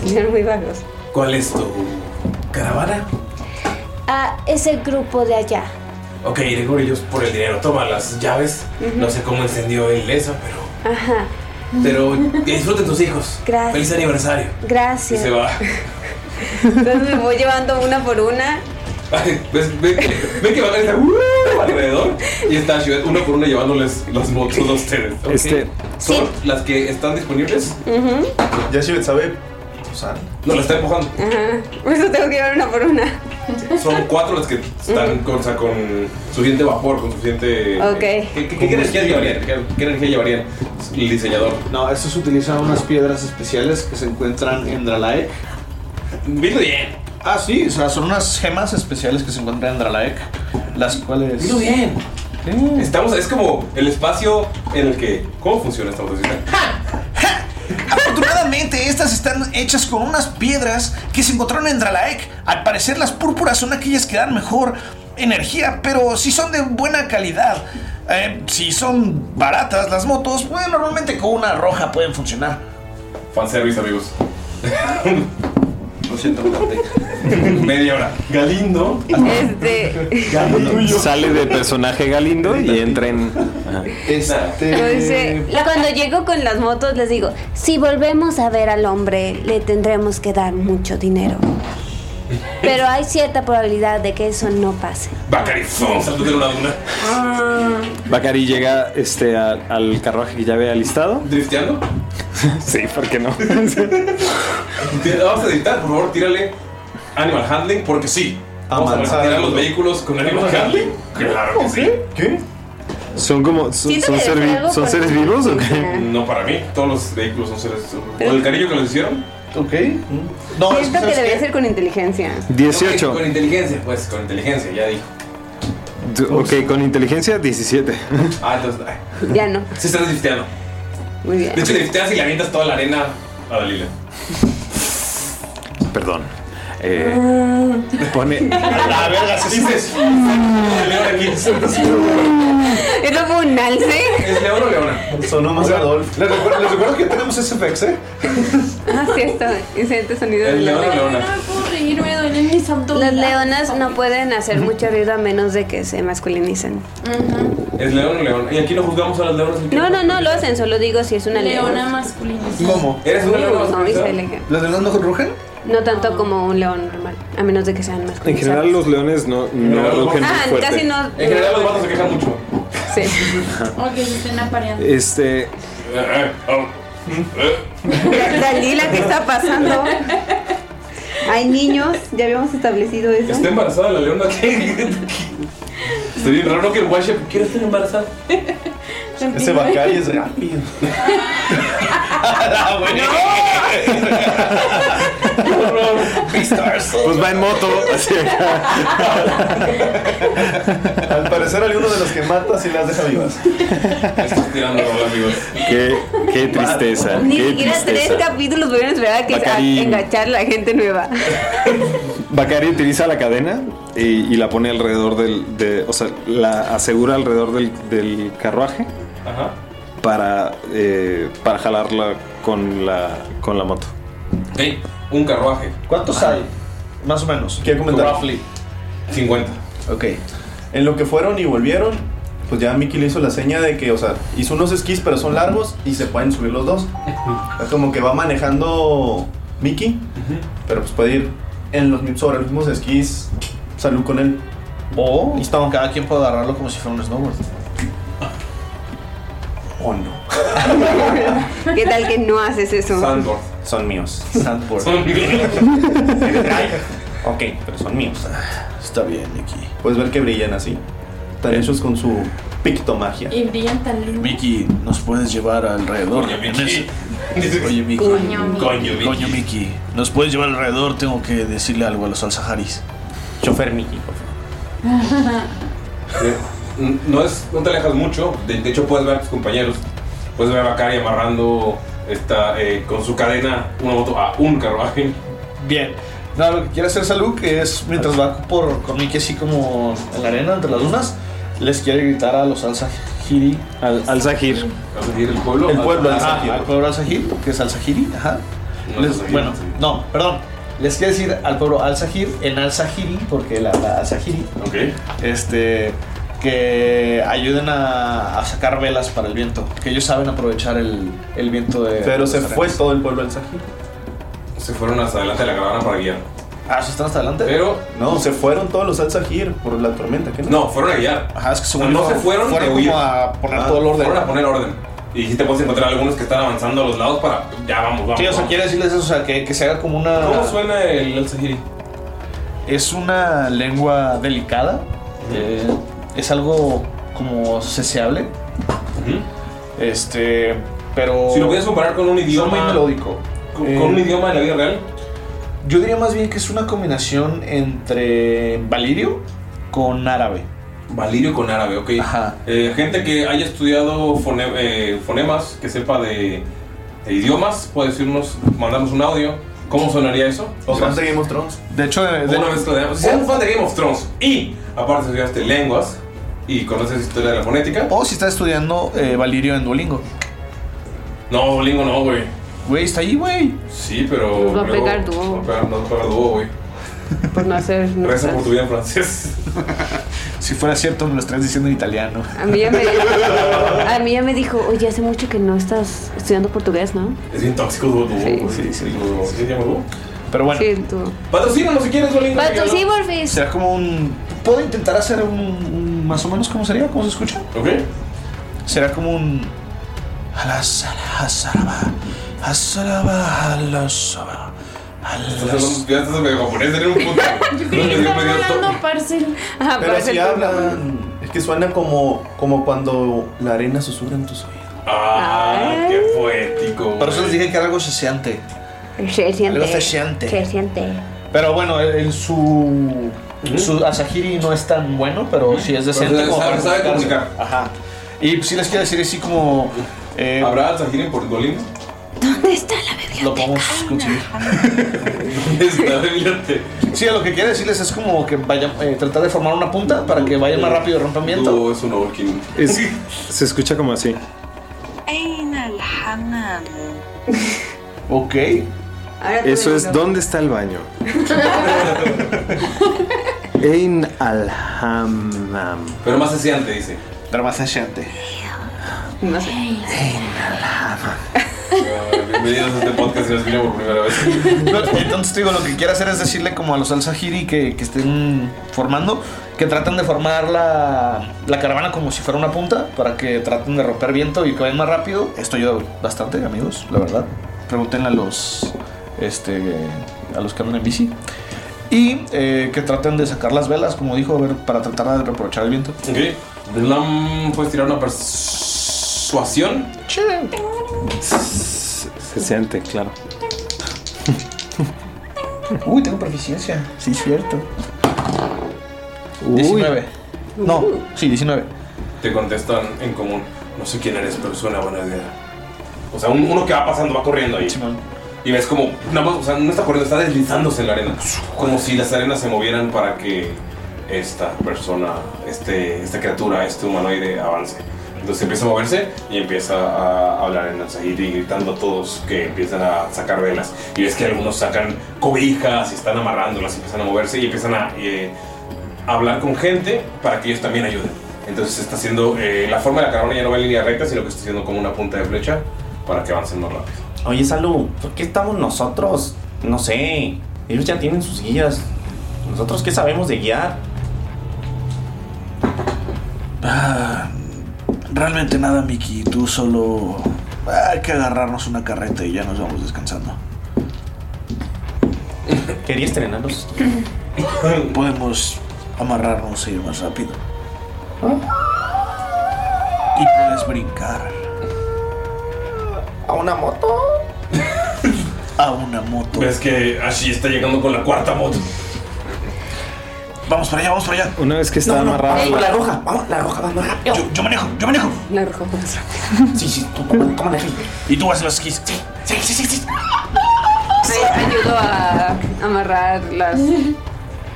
Son muy vagos. ¿Cuál es tu caravana? Ah, es el grupo de allá. Ok, iré con ellos por el dinero. Toma las llaves. Ujú. No sé cómo encendió él eso, pero. Ajá. Pero que disfruten tus hijos. Gracias. Feliz aniversario. Y Gracias. se va. Entonces me voy llevando una por una. Ay, ¿Ves, ve, ve que va a estar uh, alrededor y está Shivet uno por uno llevándoles las motos a ustedes. ok. Este- Son las que están disponibles. Ujú. Ya Shivet sabe Susan. No, la está empujando. Ajá. Por eso tengo que llevar una por una. Son cuatro las que están con, o sea, con suficiente vapor, con suficiente. Ok. ¿Qué, qué- qué energía llevarían? ¿Qué, qué energía llevarían el diseñador? No, estos utilizan unas piedras especiales que se encuentran en Dralaek. Vino bien. Ah, sí, o sea, son unas gemas especiales que se encuentran en Dralaek, las cuales. Vino bien. Estamos, es como el espacio en el que. ¿Cómo funciona esta motocicleta? Afortunadamente, estas están hechas con unas piedras que se encontraron en Dralaek. Al parecer, las púrpuras son aquellas que dan mejor energía, pero si son de buena calidad. Eh, si son baratas las motos, bueno, normalmente con una roja pueden funcionar. Fanservice, amigos. Lo siento, Media hora. Galindo. Este. Sale de personaje Galindo y entra en. Ajá. Este. Entonces, cuando llego con las motos les digo, si volvemos a ver al hombre, le tendremos que dar mucho dinero. Pero hay cierta probabilidad de que eso no pase. Bacari, ¡fum! saltó de una luna. Bacari llega este, al- al carruaje que ya había listado. ¿Drifteando? sí, ¿por qué no? Tira- Vamos a editar, por favor, tírale Animal Handling, porque sí. Vamos a Avanzar. tirar los vehículos con Animal Handling. Claro que sí. ¿Qué? ¿Son como. ¿Son, Siento son que ser dejé vi- algo son por seres ahí. vivos o qué? No para mí, todos los vehículos son seres. ¿O el cariño que les hicieron? Ok. No, es que, Mm. Siento que ¿sabes debería qué? ser con inteligencia. 18. Ok, Con inteligencia, pues, con inteligencia, ya dijo. Du- Ok, con inteligencia 17. Ah, entonces. ay, Ya no. Sí, estás drifteando. Muy bien. De hecho, drifteas y le avientas toda la arena a Dalila. Perdón. Eh, Ah. pone. la verga, se dices. Eso fue un alce. ¿Es león o leona? Sonó más Adolf. Les recuerdo, les recuerdo que tenemos SFX, ¿eh? Ah, sí, está. Excelente sonido. El león o leona. puedo reír, me duelen mis Las leonas no pueden hacer mucho ruido a menos de que se masculinicen. Es león o leona. Y aquí no juzgamos a los leones. No, no, no lo hacen, solo digo si es una leona. Leona masculina. ¿Cómo? ¿Eres una leona? No, viste, le- ¿Las leonas no rugen? No tanto como un león normal, a menos de que sean En masculinos. general, los leones no, no rugen muy Ah, fuerte. casi no. En general, los vatos se quejan mucho. Sí. O que se estén apareando. Este. Ah, Oh, Dalila, ¿qué está pasando? Hay niños, ya habíamos establecido eso. ¿Está embarazada la leona? ¿Qué? Estoy bien raro que el guache quiere estar embarazada. Ese Bacari es rápido. Pues va en moto. así. Al parecer alguno de los que matas y las deja vivas. Estás tirando rol, amigos. Qué, qué tristeza. Ni qué siquiera tres tristeza. capítulos pudieron esperar a que a Bacari. engachar la gente nueva. Bacari utiliza la cadena y, y la pone alrededor del. de- o sea, la asegura alrededor del, del carruaje Ajá. para, eh, para jalarla con la, con la moto. Ok, un carruaje. ¿Cuántos hay? Más o menos. Quiero comentar. Roughly. 50. Ok. En lo que fueron y volvieron, pues ya Mickey le hizo la seña de que, o sea, hizo unos esquís, pero son largos y se pueden subir los dos. Es como que va manejando Mickey, pero pues puede ir en los, mi- sobre los mismos esquís. Salud con él. O cada quien puede agarrarlo como si fuera un snowboard. O no. ¿Qué tal que no haces eso? Son míos. Sandboard. Son ok, pero son míos. Está bien, Mickey. Puedes ver que brillan así. Están Eh. hechos con su pictomagia. Y brillan tan lindo. Mickey, ¿nos puedes llevar alrededor? Coño, en Mickey. ese- Oye, Mickey. Coño, Mickey. Coño, Mickey. Coño, Mickey. ¿Nos puedes llevar alrededor? Tengo que decirle algo a los alzajaris. Chofer Mickey, por N- No, es, no te alejas mucho. De, de hecho, puedes ver a tus compañeros. Puedes ver a Bacari amarrando esta, eh, con su cadena una moto a un carruaje. Bien. No, lo que quiere hacer Saluk es, mientras va por, con Mickey así como en la arena, entre las dunas, les quiere gritar a los Alzahiri. Al, Alzahir. el pueblo. El pueblo Al- Alzahiri. ah, Al pueblo Alzahir, que es Alzahiri. Ajá. No, Les- Alzahiri, bueno, no, perdón. Les quiere decir al pueblo Alzahir en Alzahiri, porque la, la Alzahiri. Este. Que ayuden a, a sacar velas para el viento. Que ellos saben aprovechar el, el viento de. Pero se fue todo el pueblo Alzahiri. Se fueron hasta adelante de la caravana para guiar. Ah, ¿se están hasta adelante? Pero. pues, No, se fueron todos los Alzahir por la tormenta. ¿qué No, fueron a guiar. Ajá, es que No se fueron de huir. a poner Ah, Fueron a poner orden. Y si te puedes encontrar algunos que están avanzando a los lados para. Ya vamos, vamos. Sí, o sea, vamos. quiere decirles eso, o sea, que, que se haga como una. ¿Cómo suena el, el sahiri? Es una lengua delicada. eh, es algo como ceseable. Este. Pero. Si lo puedes comparar con un idioma- Es muy melódico. Eh, con- Eh, con un idioma de la vida real? Yo diría más bien que es una combinación entre valirio con árabe. Valirio con árabe, ok. Eh, gente que haya estudiado fone- eh, fonemas, que sepa de, de idiomas, puede decirnos, mandarnos un audio. ¿Cómo sonaría eso? O fan de Game of Thrones. De hecho, eh, de, Una mezcla de ambos. Si eres un fan de Game of Thrones y aparte estudiaste lenguas y conoces historia de la fonética. O si estás estudiando eh, valirio en Duolingo. No, Duolingo no, güey. Güey, está ahí, güey. Sí, pero. Nos Pues va a luego- pegar Duo. Nos va a pegar- nos va a pegar dúo, güey. Por no hacer. Gracias nuestras- por tu vida en francés. si fuera cierto, me lo estás diciendo en italiano. A mí, ya me, a mí ya me dijo, oye, hace mucho que no estás estudiando portugués, ¿no? Es bien tóxico Duo, Duo. Sí, sí, sí. Duo. ¿Sí se llama Duo? Pero bueno. Sí, tú. Pues Patrocínanos Pues si quieres, Duolingo. Patrocín, porfis. Será como un. Puedo intentar hacer un, un- Más o menos cómo sería, cómo se escucha. Ok. Será como un. Alasara, asaraba, asaraba, alasaba, Estás hablando- Ya estás medio japonés, tener un punto. Yo creí que estaba hablando parcel. Ah, Pero si hablan. Es que suena como, como cuando la arena susurra en tus oídos. Ah, qué poético. Por eso les dije que era algo seseante. Se siente. Algo se siente. Se siente. Pero bueno, el, el- su. Su asahiri no es tan bueno, pero sí es decente. Pero como sabe- para sabe comunicarse. Ajá. Y pues, sí les quiero decir así como. eh, ¿Habrá asahiri en Duolingo? ¿Dónde está la Lo podemos conseguir. Sí, lo que quiero decirles es como que vayan, eh, tratar de formar una punta para que vayan más rápido y rompan viento. No, es un overkill. Es- se escucha como así. Ok. Eso es ¿dónde está el baño? en Alhamam. Pero más seseante, dice. Pero más seseante. No sé. Bienvenidos a este podcast si nos vino por primera vez. Entonces, digo, lo que quiero hacer es decirle como a los al-Sahiri que, que estén formando, que traten de formar la, la caravana como si fuera una punta, para que traten de romper viento y que vayan más rápido. Esto ayuda bastante, amigos, la verdad. Pregúntenle a los, este, a los que andan en bici. Y eh, que traten de sacar las velas, como dijo, a ver, para tratar de reprochar el viento. Ok. Blam, puedes tirar una persuasión. Chévere. Se siente, claro. Uy, tengo proficiencia. Sí, cierto. 19. No, sí, 19. Te contestan en común. No sé quién eres, pero suena buena idea. O sea, un- uno que va pasando, va corriendo ahí. Y ves como, nada más, o sea, no está corriendo, está deslizándose en la arena. Como si las arenas se movieran para que esta persona, este, esta criatura, este humanoide avance. Entonces empieza a moverse y empieza a hablar en Al-Zahiri gritando a todos que empiezan a sacar velas. Y ves que algunos sacan cobijas y están amarrándolas, empiezan a moverse y empiezan a eh, hablar con gente para que ellos también ayuden. Entonces está haciendo, eh, la forma de la caravana ya no va en línea recta, sino que está haciendo como una punta de flecha para que avancen más rápido. Oye, Salu, ¿por qué estamos nosotros? No sé. Ellos ya tienen sus guías. ¿Nosotros qué sabemos de guiar? Ah, realmente nada, Miki. Tú solo. ah, Hay que agarrarnos una carreta y ya nos vamos descansando. Quería estrenarlos. Podemos amarrarnos e ir más rápido. Y puedes brincar. ¿A una moto? A una moto. Ves que Ashi está llegando con la cuarta moto. Vamos para allá, vamos para allá. Una vez que está No, no, amarrado. vamos por la roja, vamos, la roja, vamos rápido. Yo, yo manejo, yo manejo. La roja Sí, sí, tú, tú, tú manejas. Y tú vas a los esquís. Sí, sí, sí, sí. Sí, ayudo a amarrar las.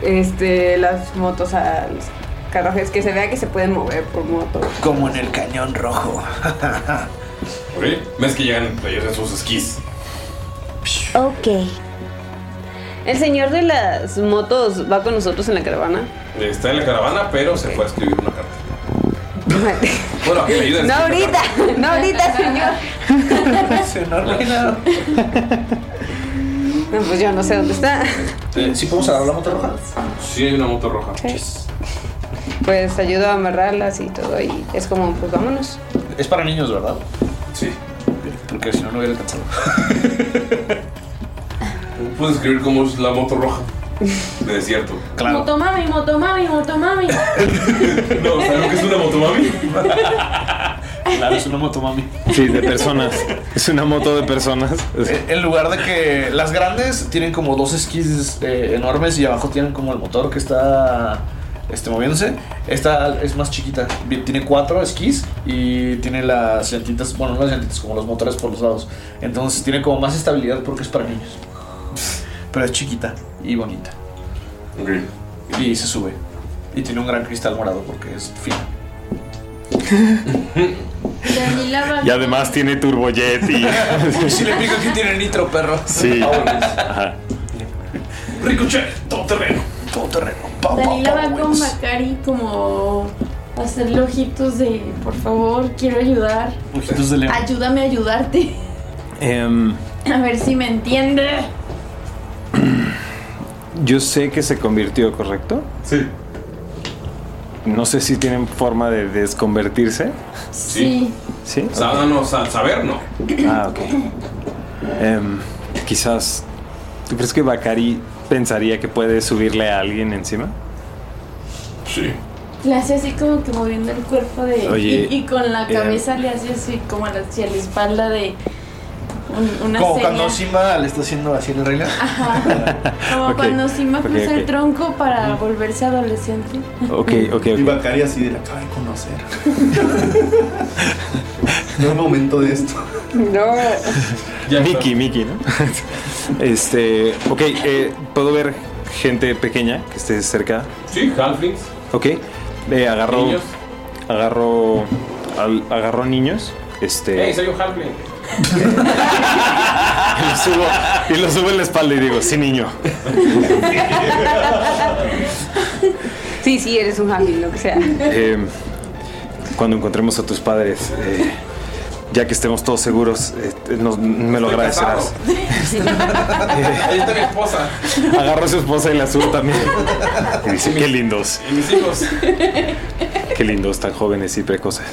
Este, las motos a los carruajes. Que se vea que se pueden mover por moto. Como en el cañón rojo. ¿Ok? Ves que llegan ellos en sus esquís. Ok. El señor de las motos va con nosotros en la caravana. Está en la caravana, pero se fue a escribir una carta. Bueno, aquí le ayudan. No ahorita, no ahorita, señor. No, pues yo no sé dónde está. Eh, ¿Sí podemos agarrar la moto roja? Sí, hay una moto roja. Pues ayudo a amarrarlas y todo y es como, pues vámonos. Es para niños, ¿verdad? Sí. Porque si no, no hubiera alcanzado. Puedes escribir cómo es la moto roja de desierto. Motomami, motomami, motomami. No, ¿sabes lo que es una motomami? Claro, es una moto mami. Sí, de personas. Es una moto de personas. Eh, En- En lugar de que las grandes tienen como dos esquís eh, enormes y abajo tienen como el motor que está este, moviéndose. Esta es más chiquita. vi- Tiene cuatro esquís y tiene las llantitas, bueno, no las llantitas, como los motores por los lados. Entonces tiene como más estabilidad porque es para niños. Pero es chiquita y bonita. Y se sube. Y tiene un gran cristal morado porque es fina. Dalila va- Y además tiene turbojet y. si Pues le pico que tiene nitro, perro. Sí. Ajá. Ricochet, todo terreno. Todo terreno. Dalila va con Bakari como a hacerle ojitos de por favor, quiero ayudar. Ojitos de león. Ayúdame a ayudarte. Em, A ver si me entiende. yo sé que se convirtió, ¿correcto? Sí. No sé si tienen forma de desconvertirse. Sí. ¿Sí? O sea, no, no, o sea, saber no. Ah, ok. Em, quizás. ¿Tú crees que Bakari pensaría que puede subirle a alguien encima? Sí. Le hace así como que moviendo el cuerpo de. Oye, y, y con la eh, cabeza le hace así como hacia la espalda de. un- una Como seña. cuando Simba le está haciendo así en el reino. Como Ok, cuando Simba ok, cruza el ok. tronco para volverse adolescente. Ok, ok, ok. Y Bacari así de la acaba de conocer. no es momento de esto. No. Mickey, Mickey, ¿no? este. Ok, eh, ¿puedo ver gente pequeña que esté cerca? Sí, halflings. Ok. Eh, agarro. Niños. Agarro. al- agarro niños. Este. Ey, soy un halfling. y, lo subo, y lo subo en la espalda y digo, sí, niño. Sí, sí, eres un happy, lo que sea. Eh, cuando encontremos a tus padres, eh, ya que estemos todos seguros, eh, nos- me lo agradecerás. Ahí está mi esposa. Agarro a su esposa y la subo también. Y dice, qué lindos, Y mis hijos. qué lindos, tan jóvenes y precoces.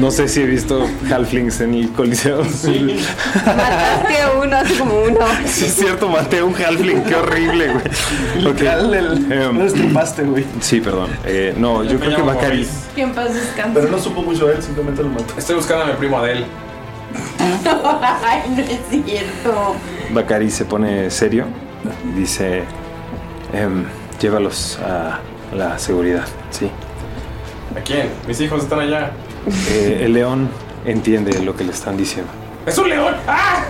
No sé si he visto halflings en el coliseo. Mataste a uno hace como uno. Sí, es cierto, maté a un halfling, qué horrible, güey. Local lo estripaste, güey. Sí, perdón. Eh, no, yo creo que Empeñado por Bacari. mis- Que en paz descanse. supo mucho de él, simplemente lo mató. Estoy buscando a mi primo Adel. Ay, no es cierto. Bacari se pone serio y dice: em, Llévalos a la seguridad, sí. ¿A quién? Mis hijos están allá. Eh, el león entiende lo que le están diciendo. ¡Es un león! ¡Ah!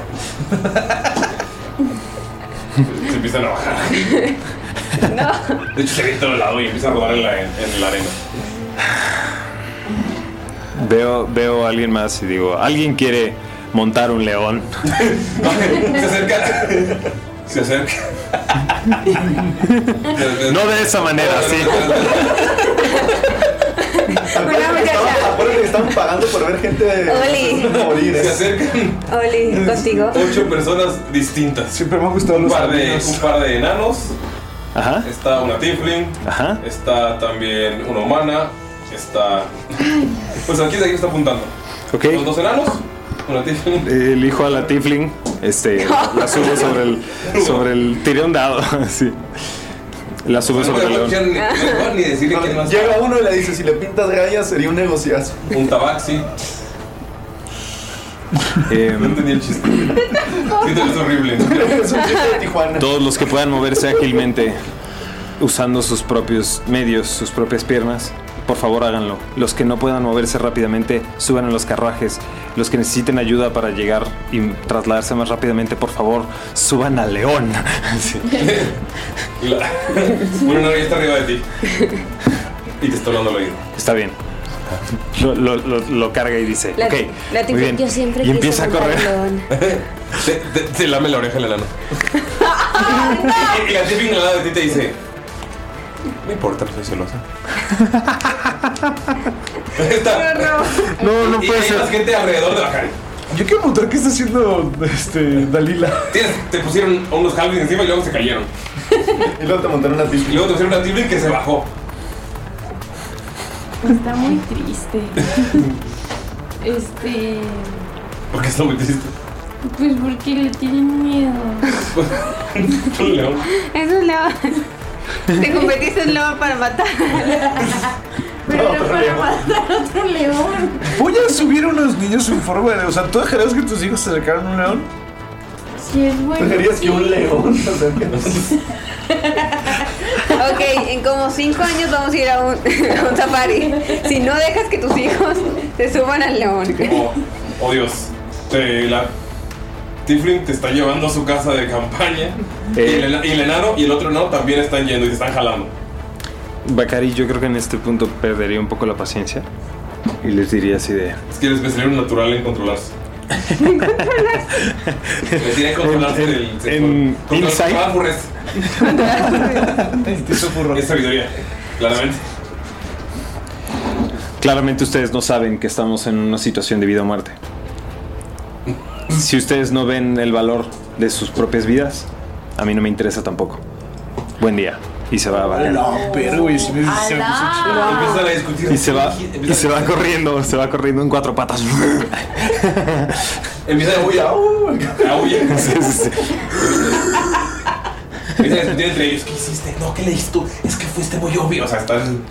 se empiezan a bajar. No. De hecho, se viene todo el lado y empieza a rodar en la, en la arena. Veo, veo a alguien más y digo: ¿Alguien quiere montar un león? se acerca. Se acerca. No de esa manera, sí. Acuérdate que estaban pagando por ver gente Oli. morir. ¿eh? Se acercan Oli, contigo. ocho personas distintas. Siempre me han gustado los un par, de, un par de enanos. Ajá. Está una tiefling. Ajá. Está también una humana. Está. Pues aquí de aquí está apuntando. Ok. Los dos enanos. Una tiefling. Elijo a la Tifling, este, la subo sobre el, sobre el tiré un dado, sí. La subo sobre el león. ni decirle quién más. Llega uno y le dice, si le pintas gallas sería un negociazo. Un tabaxi. Em, el chiste. es horrible. es un chiste de Tijuana. Todos los que puedan moverse ágilmente usando sus propios medios, sus propias piernas, por favor háganlo. Los que no puedan moverse rápidamente, suban a los carruajes. Los que necesiten ayuda para llegar y trasladarse más rápidamente, por favor, suban al león. Sí. La- Una novia está arriba de ti. Y te está hablando al oído. Está bien. Lo, lo- lo- lo carga y dice, La- ok, la muy bien. yo siempre y quise empieza a montar correr. león. Te, te- te lame la oreja el enano. Y la tiefling al lado de ti te dice: No importa, pues, soy celosa. No, no puede ser. Hay más gente alrededor de la cara. Yo quiero preguntar qué está haciendo este, Dalila. Tienes- te pusieron a unos halflings encima y luego se cayeron. Y luego te montaron una tiefling. Y luego te pusieron una tiefling que se bajó. Está muy triste. Este. ¿Por qué está muy triste? Pues porque le tienen miedo. Es un león. Es un león. Te convertiste en león para matar. Pero no para matar a otro león. Voy a subir a unos niños en forma de. O sea, ¿tú dejarías que tus hijos se acercaran a un león? Sí, es bueno. ¿Dejarías que un león se Ok, en como cinco años vamos a ir a un, a un safari. Si no dejas que tus hijos se suban al león. Oh Dios, te, la Tiflin te está llevando a su casa de campaña. Y, el, ena- y el enano y el otro enano también están yendo y te están jalando. Bacari, yo creo que en este punto perdería un poco la paciencia y les diría así de. Es que les me salió un natural en controlarse. Me tienen que controlarse del. En insight. Es sabiduría, claramente. Claramente ustedes no saben que estamos en una situación de vida o muerte. Si ustedes no ven el valor de sus propias vidas, a mí no me interesa tampoco. Buen día. Y se va a Bacari. No, pero, güey, si me se me puso chido. Empiezan a discutir. Y se va, y se va corriendo, se va corriendo en cuatro patas. Empiezan a huir. A huir. Empiezan a discutir entre ellos. ¿Qué hiciste? No, ¿qué le diste tú? Es que fuiste muy obvio. O sea, están.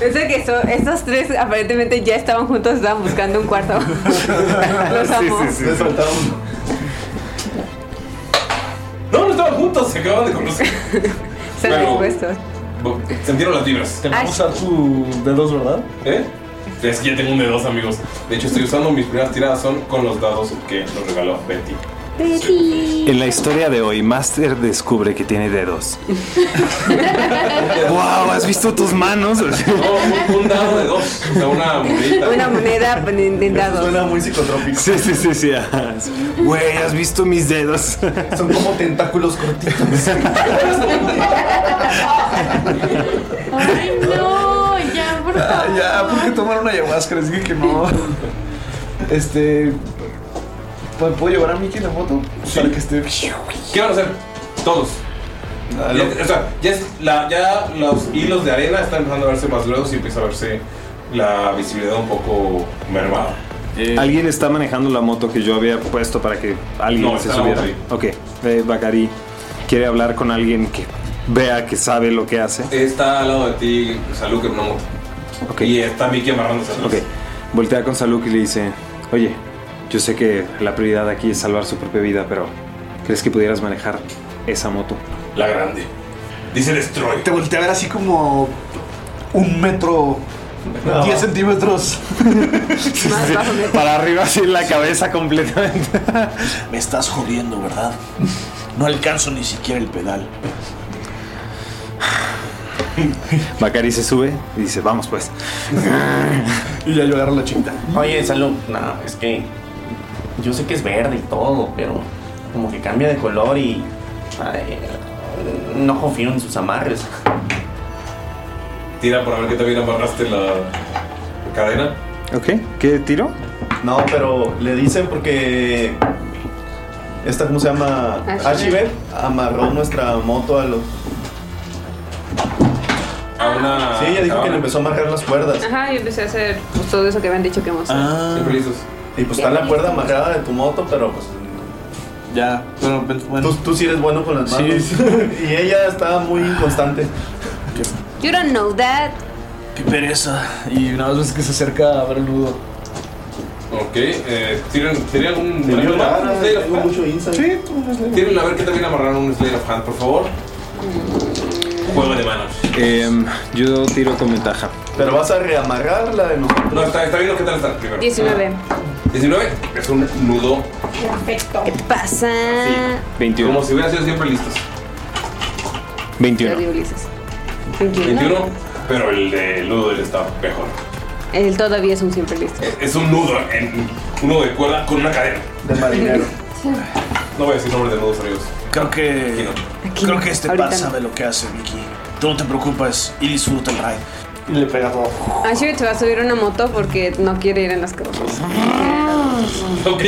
Pensé que so- estos tres aparentemente ya estaban juntos, estaban buscando un cuarto. Los amo. Les faltaba uno. No, no estaban juntos, se acaban de conocer. Están Bueno. dispuestos. Bo- Sentieron las vibras. Te va a usar tu dedos, ¿verdad? ¿Eh? Es que ya tengo un de dos, amigos. De hecho, estoy usando mis primeras tiradas son con los dados que nos regaló Betty. Pues En la historia de hoy, Master descubre que tiene dedos. ¡Wow! ¿Has visto tus manos? No, un dado de dos. O sea, una monedita. Una moneda de de dados. muy psicotrópico. Sí, sí, sí, sí. ajá. Güey, ¿has visto mis dedos? Son como tentáculos cortitos. Ay, no, ya, por Ah, favor. ya, ¿por qué tomar una ayahuasca? Les dije que no. Este. ¿Puedo puedo llevar a Mickey la foto? Para que esté. ¿Qué van a hacer? Todos. Ya- o sea, ya, es la- ya los hilos de arena están empezando a verse más gruesos y empieza a verse la visibilidad un poco mermada. Eh. ¿Alguien está manejando la moto que yo había puesto para que alguien No, se está la subiera? moto ahí. Ok, eh, Bacari quiere hablar con alguien que vea que sabe lo que hace. Está al lado de ti Salud que una moto. Y está Mickey amarrándose. a Ok, voltea con Saluk y le dice, oye, yo sé que la prioridad aquí es salvar su propia vida, pero ¿crees que pudieras manejar esa moto? La grande. Dice Destroy. Te volteé a ver así como. Un metro. 10 centímetros. Para arriba así la cabeza completamente. Me estás jodiendo, ¿verdad? No alcanzo ni siquiera el pedal. Bacari se sube y dice, vamos pues. Y ya yo agarro la chinta. Oye, salud. No, es que. Yo sé que es verde y todo, pero. Como que cambia de color y. ay, no confío en sus amarres. Tira para ver que también amarraste la cadena. Ok, ¿qué tiro? No, pero le dicen porque. Esta, ¿cómo se llama? Ashibet. Ashibet amarró nuestra moto a los. A una. Sí, ella dijo que cabana. le empezó a amarrar las cuerdas. Ajá, y empecé a hacer pues, todo eso que habían dicho que hemos Ah. Ah. Siempre listos. Y pues está la cuerda amarrada de tu moto, pero pues. Ya, pero bueno. Tú, tú sí eres bueno con las manos. y ella está muy inconstante. You don't know that. Qué pereza. Y una vez ves que se acerca a ver el nudo. Ok, eh, tiren, tiren algún. Tenía ¿algún- ganas, un Slayer of tengo Hand? mucho insight. Sí, Tiren a ver que también amarraron un Slayer of Hand, por favor. Mm. Juego de manos. Em, yo tiro con ventaja. Pero vas a reamarrar la de nosotros. No, está, está bien lo que tal está primero. 19. 19 es un nudo. Perfecto. ¿Qué te pasa? 21. Como si hubieran sido siempre listos. 21. Lo de Ulises. 21. 21, pero el de nudo del está mejor. Él todavía es un siempre listo. Es- Es un nudo, en, un nudo de cuerda con una cadena. De marinero. No voy a decir nombre de nudos, amigos. Creo que. Creo que este ahorita par no. sabe lo que hace, Vicky. Tú no te preocupes y disfruta el ride. Y le pega todo. Ashibet Ah, se va a subir una moto porque no quiere ir en las cosas. Ok,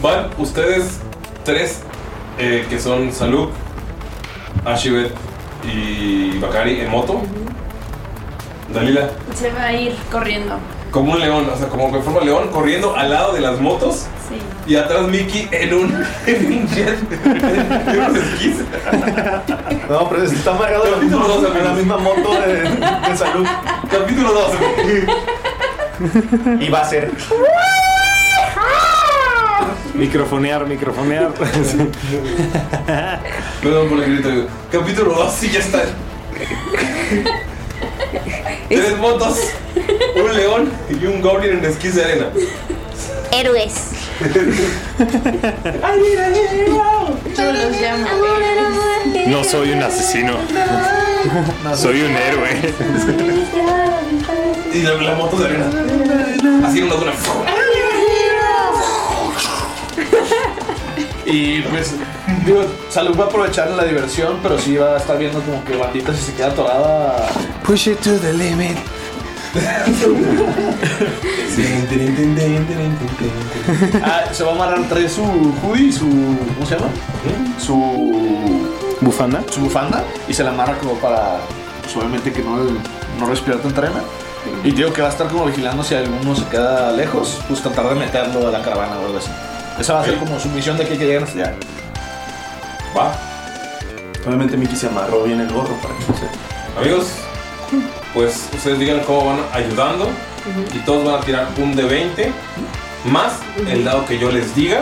van ustedes tres, eh, que son Saluk, Ashibet y Bakari en moto. Dalila, Se va a ir corriendo. como un león, o sea, como que forma león corriendo al lado de las motos Sí. y atrás Mickey en un, en un jet. en unos esquís. No, pero está amarrado en la, misma- en la misma moto de, de salud. Capítulo 2. Y va a ser. Microfonear, microfonear. Perdón por el grito. Capítulo 2, sí, ya está. Tres motos, un león y un goblin en esquís de arena. Héroes. Yo los llamo. No soy un asesino. Soy un héroe. Y la, la moto de arena. Así en una duna. Y pues, digo, Salud va a aprovechar la diversión, pero sí va a estar viendo como que bandita si se queda atorada. Push it to the limit. Ah, se va a amarrar, trae su hoodie, su. ¿Cómo se llama? Su. Bufanda. Su bufanda y se la amarra como para. Pues obviamente que no, no respirar tan arena. Y digo que va a estar como vigilando si alguno se queda lejos, pues tratar de meterlo a la caravana o algo así. Esa va a ser como su misión de que lleguen hasta allá. Va. Obviamente Mickey se amarró bien el gorro para que no se. Amigos, pues ustedes digan cómo van ayudando. Y todos van a tirar un de 20 más el dado que yo les diga,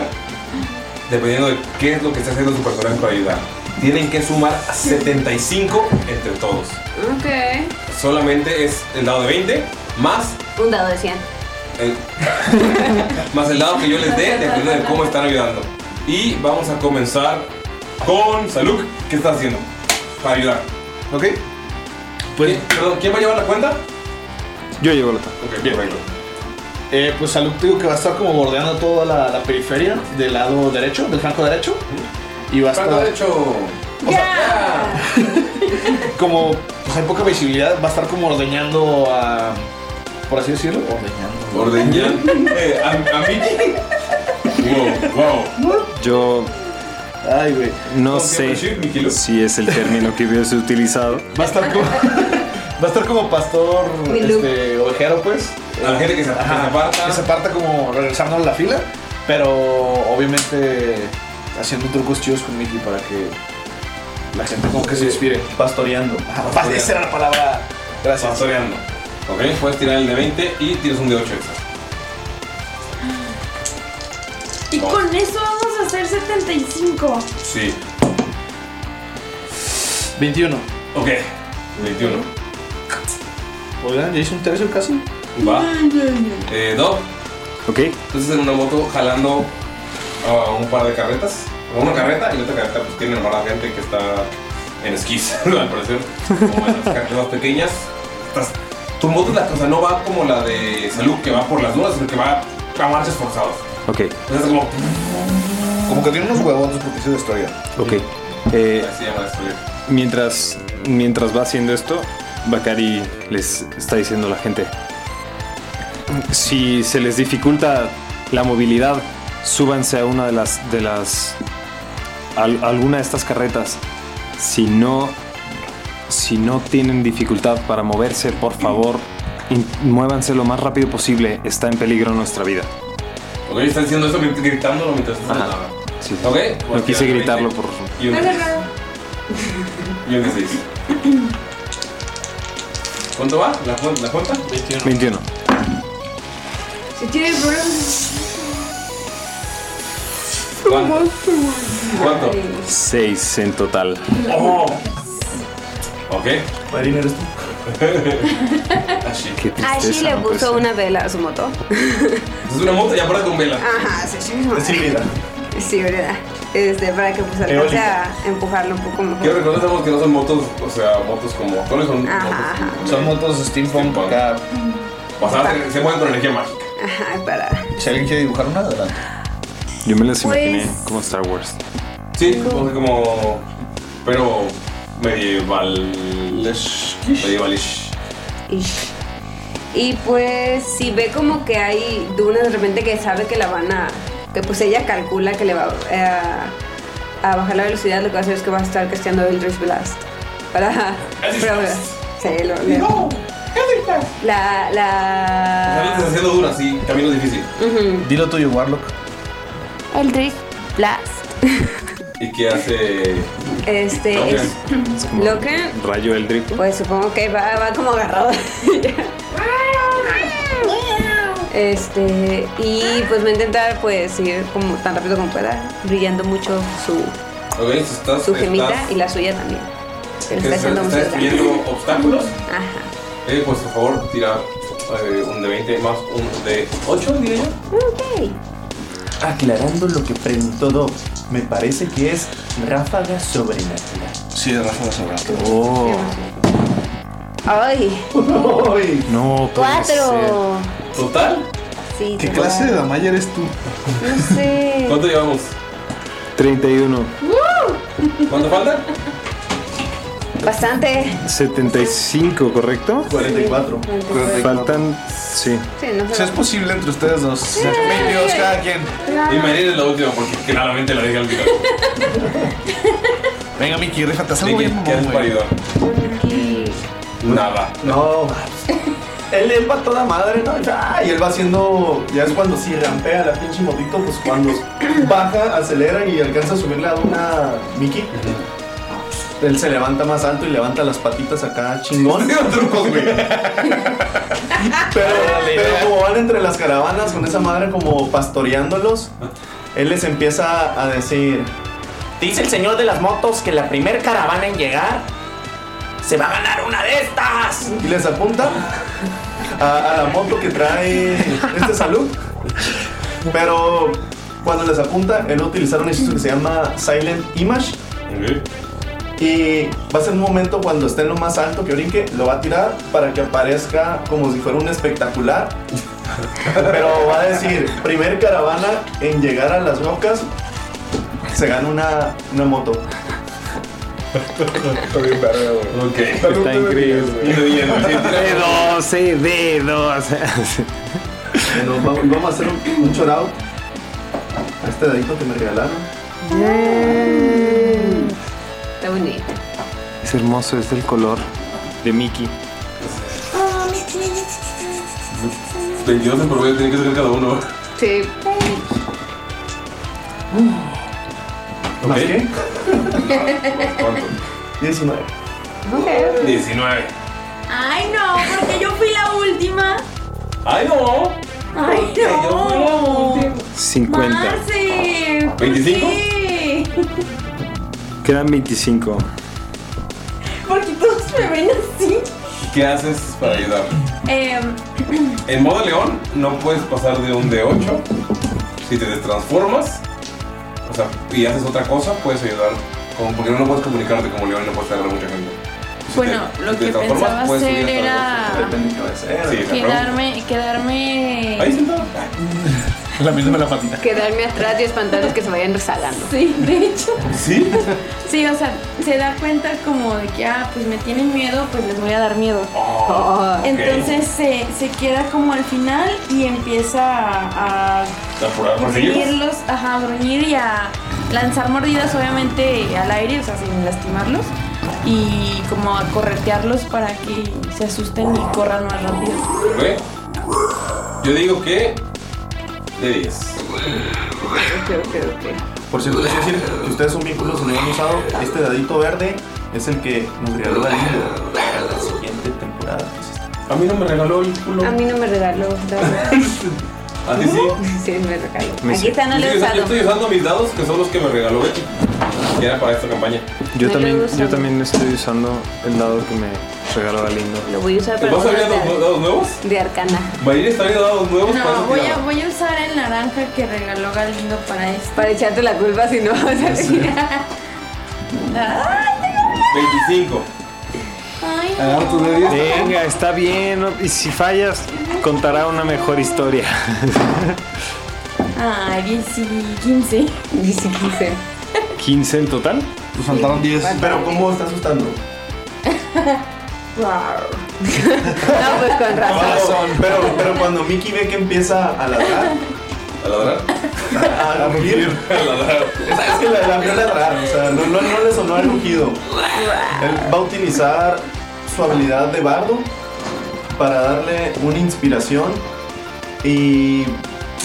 dependiendo de qué es lo que está haciendo su personaje para ayudar. Tienen que sumar 75 entre todos. Ok. Solamente es el dado de 20 más Un dado de 100. el, Eh, más el dado que yo les dé, dependiendo de cómo están ayudando. Y vamos a comenzar con Saluk. ¿Qué está haciendo para ayudar? ¿Ok? Pues, perdón, ¿quién va a llevar la cuenta? Yo llevo la Eh, pues Salud digo que va a estar como bordeando toda la, la periferia del lado derecho, del flanco derecho. Y va a estar. Flanco derecho. como pues, hay poca visibilidad, va a estar como ordeñando a. Por así decirlo, ordeñando. Ordeñando. Eh, a, a Mickey. Wow, wow. Yo. Ay, güey. No sé si es el término que hubiese utilizado. Va a estar como. Va a estar como pastor Mi look. este, ovejero, pues. A la gente que se, aparta. Que se aparta como regresando a la fila. Pero obviamente haciendo trucos chidos con Mickey para que la gente como que se inspire. Pastoreando. Pastoreando. Esa era la palabra. Gracias. Pastoreando. Ok, puedes tirar el de 20 y tienes un de 8 extra. Y con eso vamos a hacer 75. Sí. 21. Ok, 21. Oigan, ya hice un tercio casi. Va. Eh, Doc. Ok. Entonces en una moto jalando a un par de carretas. Una carreta y la otra carreta pues tiene la gente que está en esquís, al parecer. Como en las carretas más pequeñas. Estás- tu moto es la cosa no va como la de salud que va por las dunas, sino que va a marchas forzadas. Ok, Entonces es como... Como que tiene unos huevones porque se destruye. ok. Eh, Así llama destruir. mientras, mientras va haciendo esto, Bakari les está diciendo a la gente. Si se les dificulta la movilidad, súbanse a una de las. de las. al- alguna de estas carretas. Si no. Si no tienen dificultad para moverse, por favor, in- muévanse lo más rápido posible. Está en peligro nuestra vida. Ok, está diciendo eso mient- gritándolo mientras estás Ajá. hablando. Sí, sí. Ok. No quise gritarlo por. Y un de seis. Y un de seis. ¿Cuánto va? ¿La, cu- la cuenta? 21. 21. Si tiene problemas. ¿Cuánto? ¿Cuánto? 6 en total. Oh. Ok. Marín, eres tú. Qué Ashi tristeza. Ah, le ¿no? Pues, puso una vela a su moto. Es una moto y aparte con vela. Ajá, sí, sí. Ah. Ah, Sí, mira. Sí, verdad. Este, para que pues alcance Eólica. a empujarlo un poco mejor. Quiero recordar que no son motos, o sea, motos como motores, son Ajá, motos. Son motos steampunk. O sea, se- se mueven con energía mágica. Ajá, para. Si alguien quiere dibujar una, adelante. Yo me las Pues- imaginé como Star Wars. Sí, como, como pero medieval. Medievalish. Y, y, pues si ve como que hay dunas de repente que sabe que la van a... Que pues ella calcula que le va eh, a, a bajar la velocidad, lo que va a hacer es que va a estar casteando Eldritch Blast. Para... para sí, lo, le- La, la... Estás haciendo duras y camino difícil. Ujú. Dilo tuyo, Warlock. Eldritch Blast. ¿Y qué hace? Este Loken? es... Loken, Rayo el drip. pues supongo que va, va como agarrado. este, y pues va a intentar pues ir como tan rápido como pueda, brillando mucho su, Ok, estás. su gemita estás- y la suya también. Se le está estás- haciendo mucho estás daño. destruyendo obstáculos. Ajá. Eh, pues por favor, tira eh, un de 20 más un de 8, diría yo. Ok. Aclarando lo que preguntó Doc, me parece que es ráfaga sobrenatural. Sí, ráfaga sobrenatural. Ay. No, Cuatro. ¿Total? Sí, ¿Qué total. clase de damaya eres tú? No sé. ¿Cuánto llevamos? 31. ¿Cuánto falta? Bastante. 75, ¿correcto? 44. Faltan, sí. Sí, no Si es posible entre ustedes dos. 22 cada quien. Y María es la última porque claramente la dejé al final. Venga, Miki, rífate, haz Así algo que, bien mamón, ¿qué haces, güey. paridor? Nada. No, él le va a toda madre, ¿no? Ya, y él va haciendo. Ya es cuando si rampea la pinche motito, pues cuando baja, acelera y alcanza a subirle a una Mickey. Él se levanta más alto y levanta las patitas acá chingón. pero, pero como van entre las caravanas con esa madre como pastoreándolos, él les empieza a decir. Dice el señor de las motos que la primer caravana en llegar se va a ganar una de estas. Y les apunta a, a la moto que trae este salud. Pero cuando les apunta, él va a utilizar un hechizo que se llama Silent Image. Y va a ser un momento cuando esté en lo más alto que brinque, lo va a tirar para que aparezca como si fuera un espectacular. Pero va a decir, primer caravana en llegar a las rocas, se gana una, una moto. ok, está increíble. Dedos, eh, dedos. Bueno, va- vamos a hacer un, un chorado a este dedito que me regalaron. Está bonito. Es hermoso, es del color de Mickey. 22 de por medio tiene que sacar cada uno. Sí. ¿Más qué? 19. 19. Ay, no, porque yo fui la última. ¡Ay, no! Ay, no. no. 50. Ah, Marce, ¿por 25? qué? Quedan 25. Porque todos me ven así. ¿Qué haces para ayudar? Em, En modo león no puedes pasar de un D8. Si te transformas, o sea, y haces otra cosa, puedes ayudar. Como, porque no puedes comunicarte como león y no puedes hablar a mucha gente. bueno, lo que pensaba hacer era Depende de qué va a ser. Sí, la pregunta. quedarme, quedarme. Ahí sentado. La misma la patina. Quedarme atrás y espantarles que se vayan rezagando. Sí, de hecho. ¿Sí? Sí, o sea, se da cuenta como de que, ah, pues me tienen miedo, pues les voy a dar miedo. ok. Entonces se, se queda como al final y empieza a, a ¿Apurar por seguirlos? gruñirlos, ajá, a gruñir y a lanzar mordidas, obviamente al aire, o sea, sin lastimarlos. Y como a corretearlos para que se asusten y corran más rápido. Ok. Yo digo que de 10. Por cierto, quiero decir que ustedes son vínculos y no lo han usado. Este dadito verde es el que nos regaló la para la siguiente temporada. A mí no me regaló el culo. A mí no me regaló. ¿A ti sí? Uh, Sí, me regaló. Me Aquí está, no lo he Yo estoy- Yo usado. estoy usando mis dados que son los que me regaló Betty. Que era para esta campaña. Yo No también, lo uso. yo también estoy usando el dado que me regaló Galindo. Lo voy a usar ¿Te para vas a abrir cosas dados, dados nuevos? de, de arcana. María está abriendo dados nuevos para No, esa voy a, tirada. voy a usar el naranja que regaló Galindo para esto. Para echarte la culpa si no vas a tirar. 25. Agarra tus medios. Venga, está bien. no- Y si fallas, contará una mejor historia. Ay, 10 y 15. 10 y 15. 15 en total. Pues faltaron 10. Pero ¿cómo está asustando? No, pues con razón. Pero, pero cuando Mickey ve que empieza a ladrar. ¿A ladrar? A rugir. A ladrar. Es que la, la vio ladrar, o sea, no, no, no le sonó el rugido. Él va a utilizar su habilidad de bardo para darle una inspiración y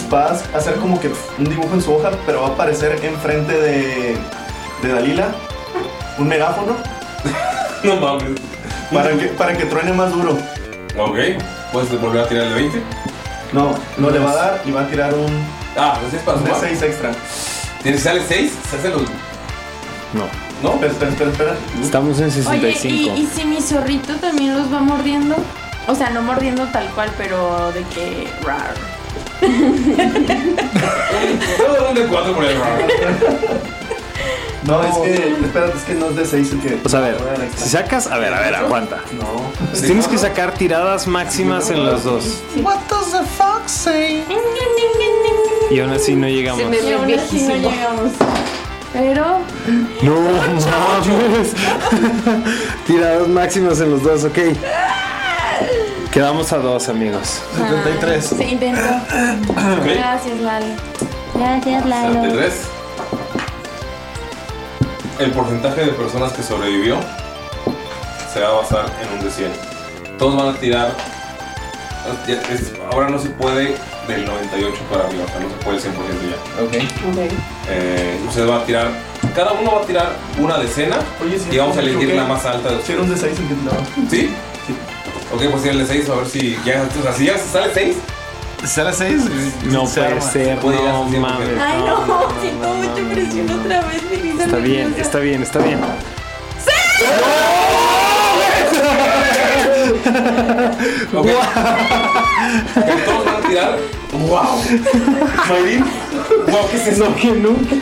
vas a hacer como que un dibujo en su hoja, pero va a aparecer enfrente de, de Dalila un megáfono. no mames. Para que, para que truene más duro. Ok, puedes volver a tirar el 20. No, no le va a dar y va a tirar un. Ah, pues es para un sumar. D6 extra. ¿Tienes sale 6? Se hace los. No. No, espera, espera, espera, espera. Estamos en Oye, 65. ¿y, ¿y si mi zorrito también los va mordiendo? O sea, no mordiendo tal cual, pero de que... rar. Puedo dar un de 4 por el No, es que. Espérate, es que no es de 6 el que. Pues a ver, si sacas, a ver, a ver, aguanta. Pues No. Tienes que sacar tiradas máximas en los dos. What does the fox say? Y aún así no llegamos. Se me ve aún así no viejísimo. Pero... No mames. Tiradas máximas en los dos, ok. Quedamos a dos, amigos. Ah, Se intentó. Gracias, Lalo. Gracias, Lalo. 73. El porcentaje de personas que sobrevivió se va a basar en un de 100. Todos van a tirar. ya es- Ahora no se puede del 98 para arriba, o sea, no se puede el 100% ya. Ok. Eh, ustedes van a tirar. Cada uno va a tirar una decena y vamos a elegir la más alta de ustedes. Si era un D6 el que te daba. ¿Sí? Ok, pues tira el de 6 a ver si ya, o sea, si ya sale 6. ¿Sale 6? No puede ser, no mames. Ay, no. no, siento mucha presión otra vez, mi vida. Está bien, está bien, está bien. Ok. Ok, Todos van a tirar. ¡Wow! Mayrin. ¡Wow! ¿Qué es eso? No, que nunca.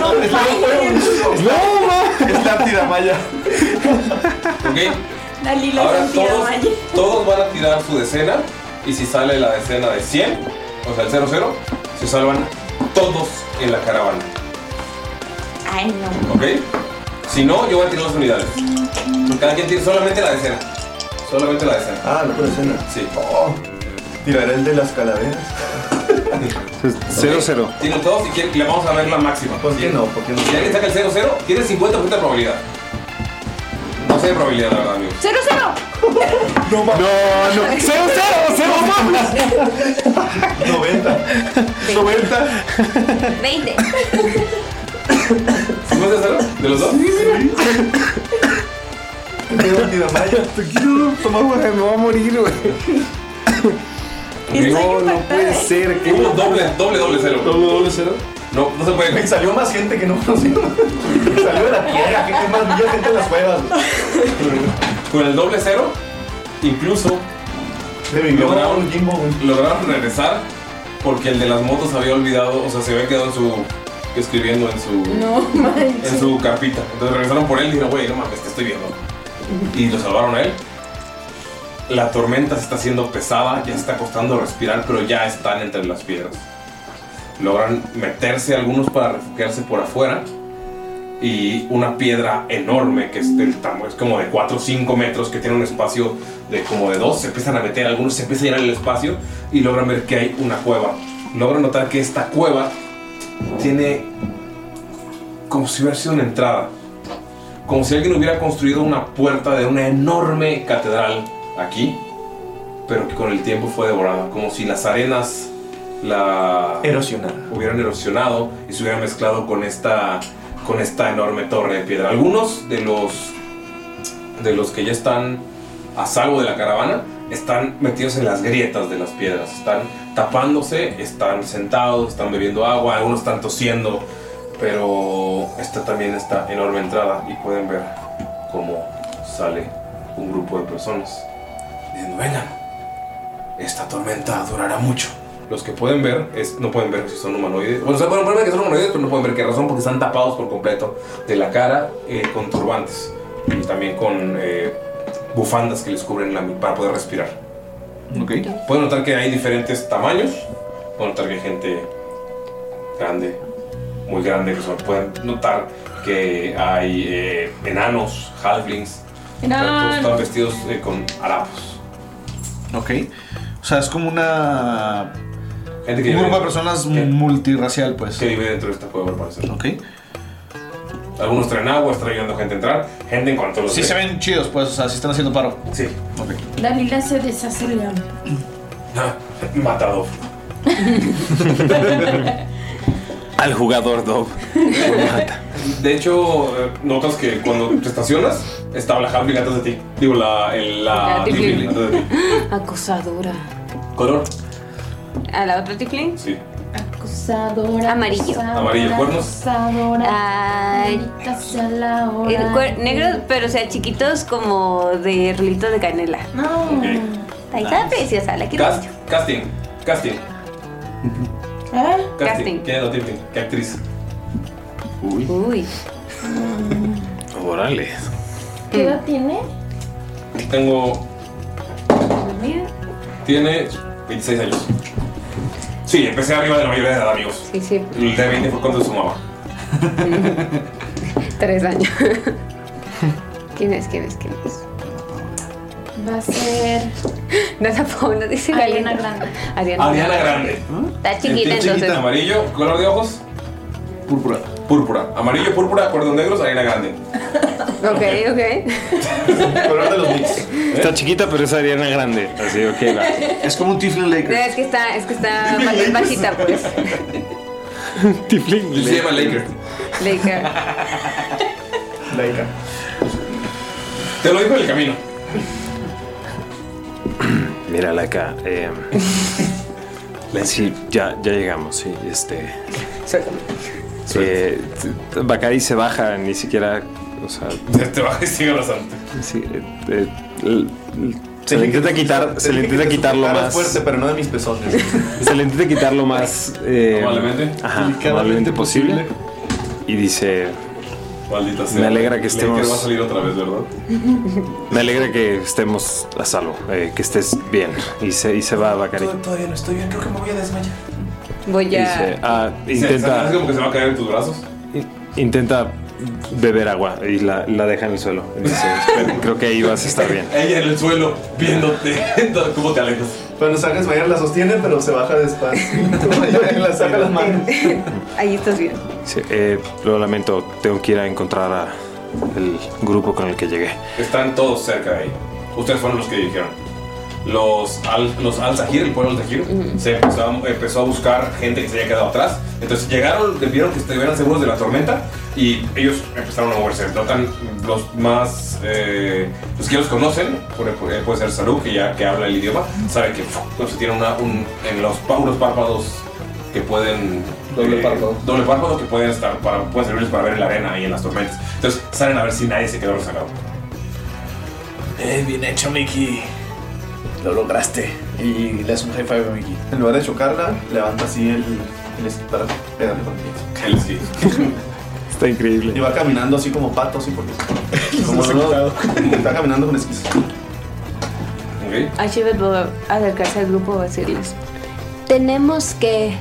No, no, Es la tiramaya. Ok, Dalila Ahora es un todos, tiramalle. todos van a tirar su decena y si sale la decena de 100, o sea, el 00, se salvan todos en la caravana, Ay, no. ¿ok? Si no, yo voy a tirar las unidades. Cada quien tira solamente la decena. Solamente la decena. Ah, la otra decena. Oh. Sí. Tiraré el de las calaveras. Cero, cero. Tienen todos y quiere- le vamos a ver la máxima. ¿Por qué no? ¿Por qué no? Si alguien saca el 00, tiene 50% de probabilidad. No sé de probabilidad, la verdad, amigos. ¡Cero, cero! No, no, no. ¡Cero, cero! ¡Cero, cero! 90. 20. ¿Cómo es cero? ¿De los dos? Quiero tiramaya. Te quiero tomar agua. Me voy a morir, güey. No, no puede ser. Hubo doble, doble, doble cero. ¿Doble, doble cero? No, no se puede. Me salió más gente que no conocimos. Me salió de la tierra, que qué más vio gente en las cuevas. Con el doble cero, incluso lograron, lograron regresar porque el de las motos había olvidado, o sea, se había quedado en su escribiendo en su No manches. en su carpita. Entonces regresaron por él y dijeron, güey, no mames, te estoy viendo. Y lo salvaron a él. La tormenta se está haciendo pesada, ya está costando respirar, pero ya están entre las piedras. Logran meterse algunos para refugiarse por afuera. Y una piedra enorme que es, del tamo- es como de 4 o 5 metros, que tiene un espacio de como de 2. Se empiezan a meter, algunos se empiezan a llenar el espacio y logran ver que hay una cueva. Logran notar que esta cueva tiene como si hubiera sido una entrada. Como si alguien hubiera construido una puerta de una enorme catedral aquí, pero que con el tiempo fue devorada. Como si las arenas la Erosionada. hubieran erosionado y se hubieran mezclado con esta, con esta enorme torre de piedra. Algunos de los, de los que ya están a salvo de la caravana están metidos en las grietas de las piedras. Están tapándose, están sentados, están bebiendo agua, algunos están tosiendo. Pero esta también está enorme entrada y pueden ver cómo sale un grupo de personas. Diciendo, vengan, esta tormenta durará mucho. Los que pueden ver, es, no pueden ver si son humanoides. Bueno, o sea, bueno, pueden ver que son humanoides, pero no pueden ver qué razón, porque están tapados por completo de la cara eh, con turbantes y también con eh, bufandas que les cubren la mitad para poder respirar. Mm. Pueden notar que hay diferentes tamaños. Pueden notar que hay gente grande, muy grande. que son- Pueden notar que hay eh, enanos, halflings. Enanos. Todos están vestidos eh, con harapos. Ok. O sea, es como una. Gente que un vive- grupo de personas multirracial, pues. este Que vive dentro de esta cueva, al parecer. Ok. Algunos traen agua, están ayudando gente a entrar. Gente en cuanto los Sí, ve. se ven chidos, pues, o sea, sí están haciendo paro. Sí. Dalila se desacelera. Matado. Al jugador Dob. De hecho, eh, notas que cuando te estacionas, estaba la Harley antes de ti. Digo, la, el- la La Tiffany. Tiffany antes de ti. Acosadora. Color ¿A la otra tiefling? Sí. Acosadora. Amarillo. Amarillo, cuernos. Acosadora. maldita sea la Eh, hora. cuer- Negros, pero o sea, chiquitos como de rilitos de canela. No. Ahí está preciosa, la quiero Cast- casting. Casting. ¿Eh? Casting. ¿Quién es la Tiffany? ¿Qué actriz? Uy. Uy. Órale. Mm. ¿Qué edad tiene? Tengo. Tiene 26 años. Sí, empecé arriba de la mayoría de edad, amigos. Sí, sí, El de 20 fue cuando sumaba. tres años. ¿Quién es? ¿Quién es? ¿Quién es? Va a ser. Nada, no dice Ariana Galindo. Grande. Ariana, Ariana Grande. Está chiquita Tiene entonces. Amarillo, color de ojos. Púrpura. Púrpura. Amarillo, púrpura, cuernos negros, Ariana Grande. Ok, ok. color de los mix. Está chiquita, pero es Ariana Grande. Así, ok, va. Es como un Tiflin No, es que está, es que está ba- bajita, pues. Tiflin. Se llama Laker. Laker. Laker. Te lo digo en el camino. Mírala acá. Eh, sí, ya, ya llegamos, sí. Este. Eh, t- t- Bacari se baja, ni siquiera. O sea. Te baja y sigue abrazando. Sí, eh, eh, l- l- se le intenta quitar, se le intenta quitar lo más. fuerte, pero no de mis pezones. Se le intenta quitar lo más. Eh, Amablemente. Ajá, Delicadamente amablemente posible. Y dice. Maldita Me alegra que estemos. Laker va a salir otra vez, ¿verdad? Me alegra que estemos a salvo, eh, que estés bien. Y se, y se va Bacari. Todavía no estoy bien, creo que me voy a desmayar. Voy Dice, ah, intenta. Es como que se va a caer en tus brazos. Intenta beber agua y la, la deja en el suelo. Dice, "Espera, creo que ahí vas a estar bien. Ella en el suelo, viéndote. ¿Cómo te alejas? Cuando se haga desmayar la sostiene, pero se baja despacio. Y la saca las manos. Ahí estás bien. Dice, "Eh, lo lamento, tengo que ir a encontrar a el grupo con el que llegué. Están todos cerca de ahí. Ustedes fueron los que dijeron. Los al, los al Zahir, el pueblo al Zahir, se empezó a, empezó a buscar gente que se había quedado atrás. Entonces llegaron, vieron que estuvieran seguros de la tormenta y ellos empezaron a moverse. Tratan los más, eh, los que los conocen, por- eh, puede ser Saru, que ya que habla el idioma, sabe que ¡fu! entonces tiene una, un- en los, pa- unos párpados que pueden... Doble párpado. Doble párpado que pueden, estar para, pueden servirles para ver en la arena y en las tormentas. Entonces salen a ver si nadie se quedó rezagado. Eh, bien hecho, Mickey. Lo lograste. Y le hace un high five a Mickey. En lugar de chocarla, levanta así el, el esquí para pegarle con el pie. Está increíble. Y va caminando así como pato, así porque. Como no, Está caminando con esquís. A Chivet va a acercarse al grupo va a decirles. Tenemos que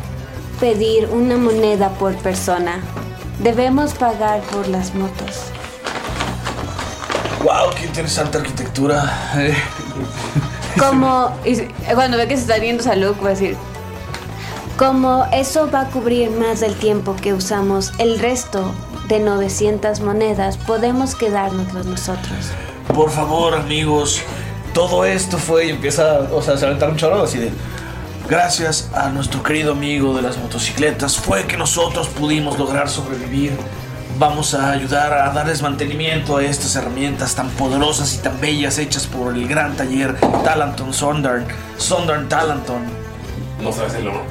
pedir una moneda por persona. Debemos pagar por las motos. ¡Wow! ¡Qué interesante arquitectura! Eh, Como, Y se- cuando ve que se está viendo Salud, va a decir, como eso va a cubrir más del tiempo que usamos el resto de 900 monedas, podemos quedárnoslos nosotros. por favor, amigos, todo esto fue y empieza, o sea, se va a aventar un chorro así de. Gracias a nuestro querido amigo de las motocicletas, fue que nosotros pudimos lograr sobrevivir. Vamos a ayudar a darles mantenimiento a estas herramientas tan poderosas y tan bellas hechas por el gran taller Talanton Sondern. Sondern Talanton. No sabes el nombre.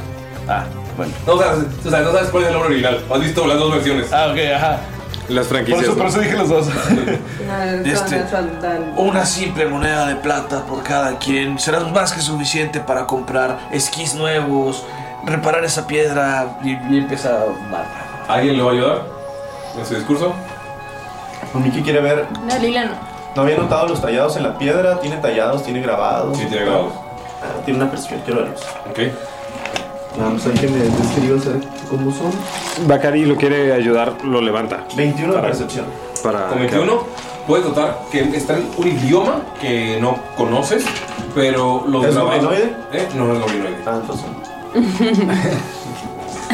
Ah, bueno. No sabes, o sea, no sabes cuál es el nombre original. Has visto las dos versiones. Ah, ok, ajá. Las franquicias, Ah, Por eso- por eso dije los dos. Este, Sondern. Una simple moneda de plata por cada quien será más que suficiente para comprar esquís nuevos, reparar esa piedra y, y empieza a fumar. ¿Alguien lo va a ayudar en su discurso? Pues Mickey quiere ver. Dalila no. No había notado los tallados en la piedra. Tiene tallados, tiene grabados. Sí, tiene grabados. Ah, tiene una perspectiva, quiero verlos. Ok. Vamos a ver que me describas eh, cómo son. Bacari lo quiere ayudar, lo levanta. 21 de percepción. Para Con 21 puedes notar que está en un idioma que no conoces, pero los ¿Es grabados. goblinoide? ¿Eh? No, no es goblinoide. Ah, entonces.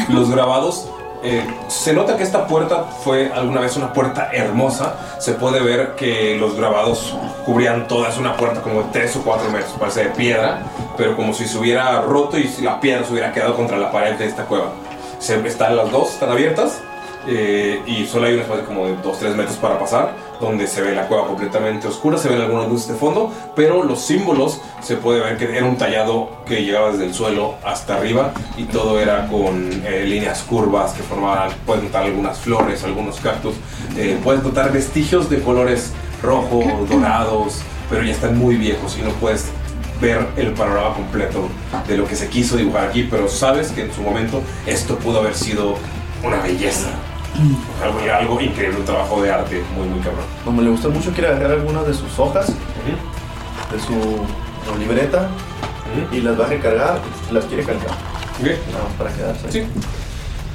los grabados Eh, se nota que esta puerta fue alguna vez una puerta hermosa. Se puede ver que los grabados cubrían toda. Es una puerta como de 3 o 4 metros, parece de piedra, pero como si se hubiera roto y si la piedra se hubiera quedado contra la pared de esta cueva. Se, están las dos, están abiertas. eh, y solo hay un espacio como de 2-3 metros para pasar, donde se ve la cueva completamente oscura, se ven algunas luces de fondo, pero los símbolos se puede ver que era un tallado que llegaba desde el suelo hasta arriba y todo era con eh, líneas curvas que formaban, puedes notar algunas flores, algunos cactus, eh, puedes notar vestigios de colores rojo, dorados, pero ya están muy viejos y no puedes ver el panorama completo de lo que se quiso dibujar aquí, pero sabes que en su momento esto pudo haber sido una belleza. Algo, algo increíble, un trabajo de arte muy, muy cabrón. Como le gusta mucho, quiere agarrar algunas de sus hojas, de su libreta, y las va a recargar, las quiere calcar. ¿Qué? para quedarse. Sí.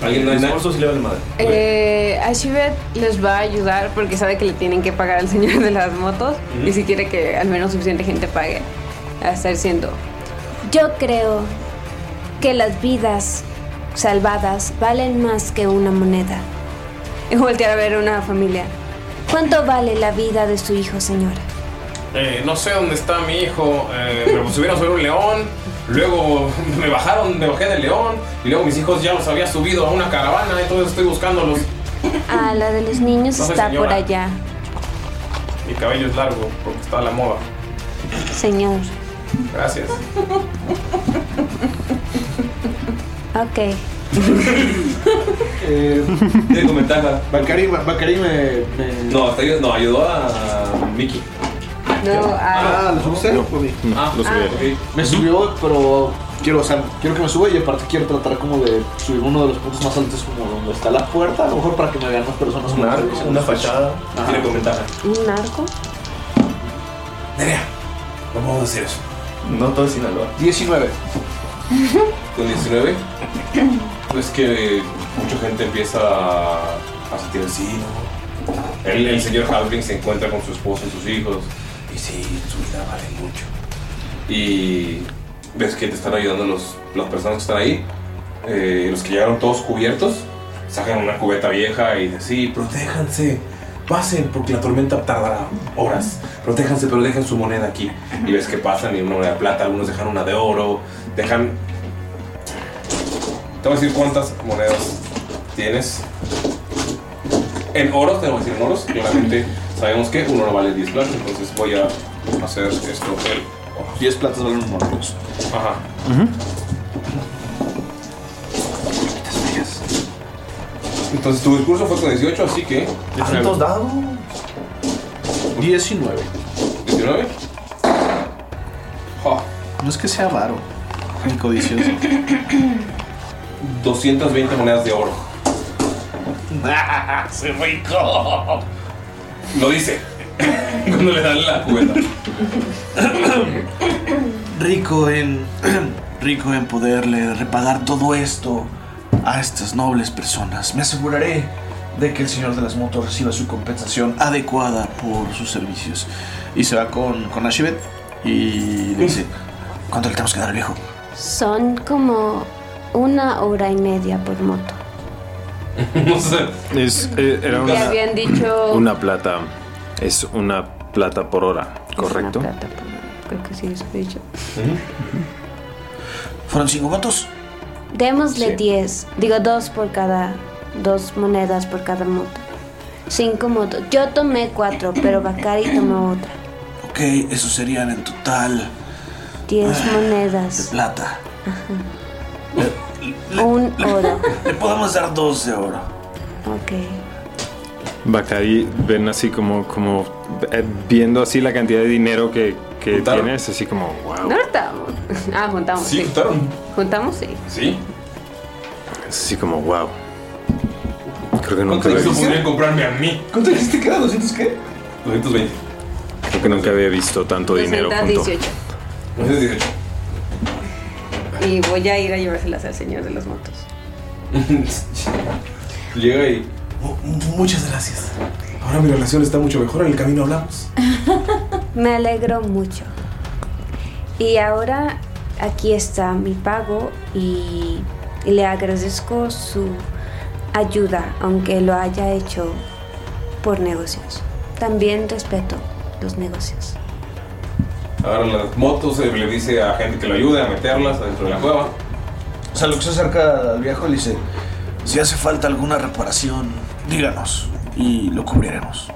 ¿Alguien el esfuerzo sí le vale madre. Eh, a Shivet les va a ayudar porque sabe que le tienen que pagar al señor de las motos Ujú. y si quiere que al menos suficiente gente pague a estar siendo. Yo creo que las vidas salvadas valen más que una moneda. Y voltear a ver una familia. ¿Cuánto vale la vida de su hijo, señora? Eh, no sé dónde está mi hijo. eh, me subieron sobre un león. Luego me bajaron, me bajé del león. Y luego mis hijos ya los había subido a una caravana. Entonces estoy buscándolos. Ah, la de los niños No sé, está por señora. allá, Mi cabello es largo porque está a la moda. señor. Gracias. Ok. Eh, Tiene ventaja. Bacari, Bacari me, me- No, hasta ahí- no, ayudó a Mickey. No, a- Ah, ¿lo subiste? Ah, lo subí. Me subió, pero quiero, o sea, quiero que me suba y aparte quiero tratar como de subir uno de los puntos más altos como donde está la puerta, a lo mejor para que me vean más personas. Un arco, una fachada. Tiene comentario. un arco. No puedo decir eso. No todo es Sinaloa. 19. Con 19, pues que mucha gente empieza a a sentir el sí, ¿no? El, el señor Halbring se encuentra con su esposo y sus hijos. Y sí, su vida vale mucho. Y ves que te están ayudando los, las personas que están ahí. Eh, los que llegaron todos cubiertos, sacan una cubeta vieja y dicen, sí, protéjanse. Pasen, porque la tormenta tardará horas. Protéjanse, pero dejen su moneda aquí. Y ves que pasan y una moneda de plata, algunos dejan una de oro, dejan te voy a decir cuántas monedas tienes. En oros, te voy a decir en oros. Claramente sabemos que un oro vale 10 platas, entonces voy a hacer esto. El 10 platas valen un oro. Ajá. Entonces tu discurso fue con 18, así que. ¿Cuántos dados? 19. 19. No es que sea raro, ni codicioso. 220 monedas de oro. ¡Soy rico! Lo dice. Cuando le dan la cubeta. Rico en. rico en poderle repagar todo esto a estas nobles personas. Me aseguraré de que el señor de las motos reciba su compensación adecuada por sus servicios. Y se va con, con Ashibet y le dice, ¿cuánto le tenemos que dar al viejo? Son como una hora y media por moto. No sé. Es, eh, era Le una, habían dicho. una plata. Es una plata por hora, ¿correcto? Creo que sí, eso he dicho. ¿Fueron cinco motos? Démosle Sí. 10, digo dos por cada, dos monedas por cada moto. Cinco motos. Yo tomé cuatro, pero Bacari tomó otra. Ok, eso serían en total Diez de monedas. plata. Ajá. Un oro. Le podemos dar dos de oro. Ok. Bacari ven así como, como eh, viendo así la cantidad de dinero que, que tienes, así como, wow. No juntamos. Ah, juntamos. Sí, juntaron. Juntamos, sí. Sí. Es así como, wow. Creo que nunca había Eso visto. podrían comprarme a mí. ¿Cuánto dijiste que era? ¿200 qué? 220. Creo que nunca había visto tanto dinero Presenta junto. 18. Y voy a ir a llevárselas al señor de las motos. Llega y. Oh, Muchas gracias. Ahora mi relación está mucho mejor, en el camino hablamos. Me alegro mucho. Y ahora aquí está mi pago y le agradezco su ayuda, aunque lo haya hecho por negocios. También respeto los negocios. Agarra las motos, eh, le dice a gente que lo ayude a meterlas dentro de la cueva. Saluk se acerca al viejo y le dice: Si hace falta alguna reparación, díganos y lo cubriremos.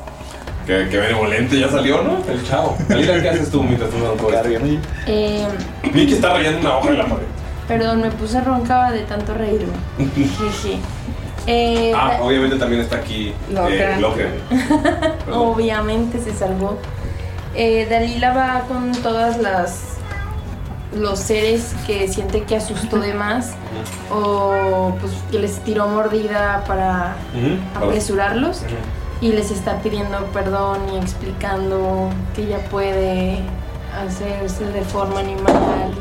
Que, que benevolente, ya salió, ¿no? El chavo. Dalila, ¿qué haces tú mientras tú no todo esto? Eh, Vicky está rayando una hoja en la pared. perdón, me puse roncaba de tanto reírme. Jeje. Eh, ah, da- obviamente también está aquí eh, Locke. Locke. Obviamente se salvó. Eh, Dalila va con todas las los seres que siente que asustó de más o pues que les tiró mordida para apresurarlos y les está pidiendo perdón y explicando que ya puede hacerse de forma animal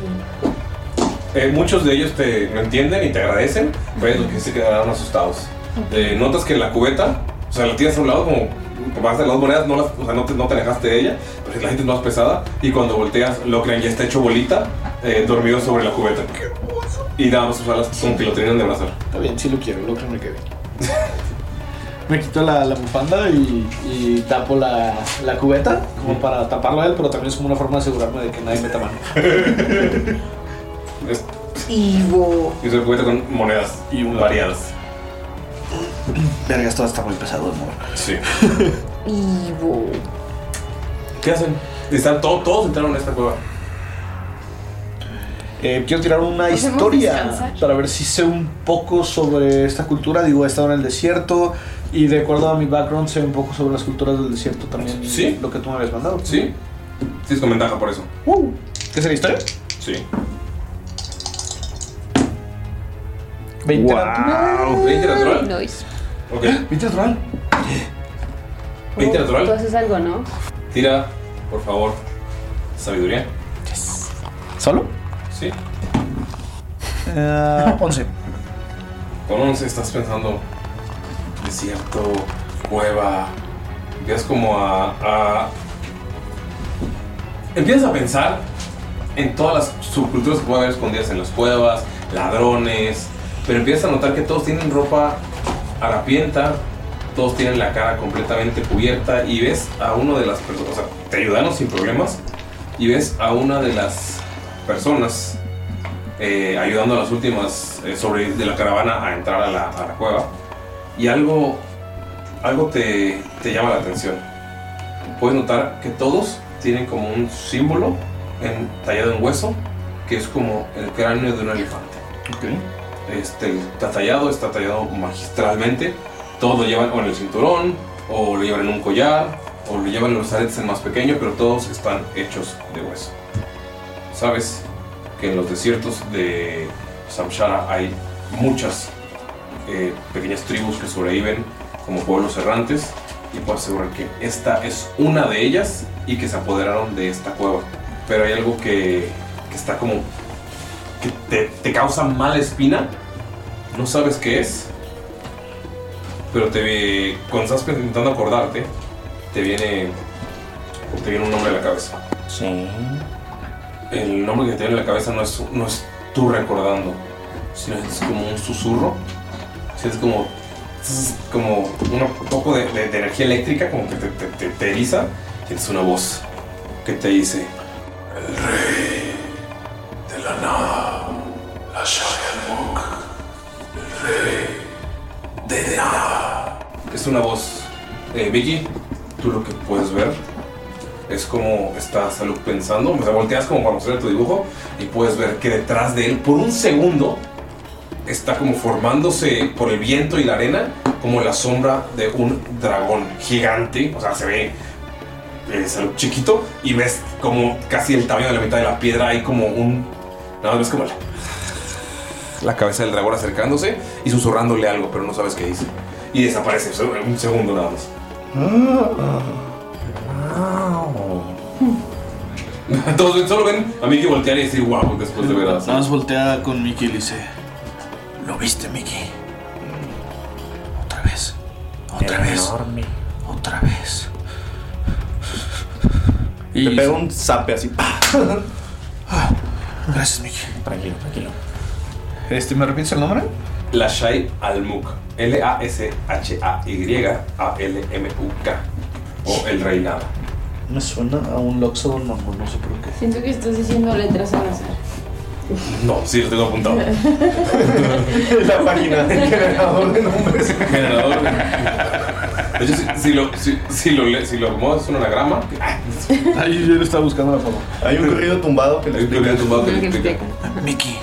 Eh, muchos de ellos te no entienden y te agradecen, pero es lo que se quedaron asustados. Eh, notas que en la cubeta, o sea, la tienes a un lado como te vas de las monedas, no, las, o sea, no, te, no te alejaste de ella, pero es la gente es más pesada. Y cuando volteas, lo creen ya está hecho bolita, eh, dormido sobre la cubeta. Y nada más usar las como que lo tenían de brazar. Está bien, sí lo quiero, lo creo me quedé. me quito la, la bufanda y, y tapo la, la cubeta como para taparlo a él, pero también es como una forma de asegurarme de que nadie meta mano. Es- Ivo. Y se cubeta con monedas y variadas. Vergas, todo está muy pesado, amor. Sí. Ivo. ¿Qué hacen? Están todo- todos entraron en esta cueva. Eh, quiero tirar una ¿Podemos historia descansar? para ver si sé un poco sobre esta cultura. Digo, he estado en el desierto y de acuerdo a mi background sé un poco sobre las culturas del desierto también. Sí. Lo que tú me habías mandado. Sí. Tienes con ventaja por eso. ¿Qué sería historia? Sí. 20 Wow. natural. 20 natural. Nice. Ok. 20 natural. 20 uh, Tú natural. haces algo, ¿no? Tira, por favor, sabiduría. ¿Solo? Sí. Eh, 11. Con 11 estás pensando desierto, cueva. Empiezas como a, a- Empiezas a pensar en todas las subculturas que puede haber escondidas en las cuevas, ladrones. Pero empiezas a notar que todos tienen ropa harapienta, todos tienen la cara completamente cubierta. Y ves a uno de las personas. O sea, te ayudaron sin problemas. Y ves a una de las personas eh, ayudando a las últimas eh, sobre de la caravana a entrar a la, a la cueva. Y algo, algo te, te llama la atención. Puedes notar que todos tienen como un símbolo en- tallado en hueso, que es como el cráneo de un elefante. Este, está tallado, está tallado magistralmente. Todos lo llevan o en el cinturón, o lo llevan en un collar, o lo llevan en los aretes el más pequeño, pero todos están hechos de hueso. Sabes que en los desiertos de Samshara hay muchas eh, pequeñas tribus que sobreviven como pueblos errantes y puedo asegurar que esta es una de ellas y que se apoderaron de esta cueva. Pero hay algo que, que está como que te, te causa mala espina, no sabes qué es, pero te ve- cuando estás intentando acordarte, te viene te viene un nombre a la cabeza. Sí. El nombre que te viene a la cabeza no es, no es tú recordando, sino es como un susurro. Es como, tss, como un poco de, de- de energía eléctrica, como que te, te, te, te eriza. Tienes una voz que te dice: El rey de la nada, la Shadowmuk, el rey de nada. Es una voz. Eh, Vicky, tú lo que puedes ver es como está Salud pensando. O sea, volteas como para mostrar tu dibujo y puedes ver que detrás de él, por un segundo, está como formándose por el viento y la arena como la sombra de un dragón gigante. O sea, se ve eh, Salud chiquito y ves como casi el tamaño de la mitad de la piedra. Hay como un. Nada más ves como la, la cabeza del dragón acercándose y susurrándole algo, pero no sabes qué dice. Y desaparece, o sea, un segundo nada más. Todos ven- solo ven a Mickey voltear y decir wow después de ver a Nada más voltea con Mickey y le dice: ¿Lo viste, Mickey? Mm. Otra vez. Otra vez. Otra vez. Y te pega un zape así. ¡pah! Gracias, Mickey. Tranquilo, tranquilo. Este, ¿Me repites el nombre? Lashai Almuk. L-A-S-H-A-Y-A-L-M-U-K. O el rey nada. Me suena a un Loxodon mamón, no sé por qué. Siento que estás diciendo letras al azar. No, sí, lo tengo apuntado. La página del generador de nombres. Generador. De hecho, si, si lo, si, si lo, le- si lo acomodas es un anagrama. Ahí yo lo estaba buscando la forma. Hay un corrido tumbado que le explica. corrido tumbado que le explica. Mickey,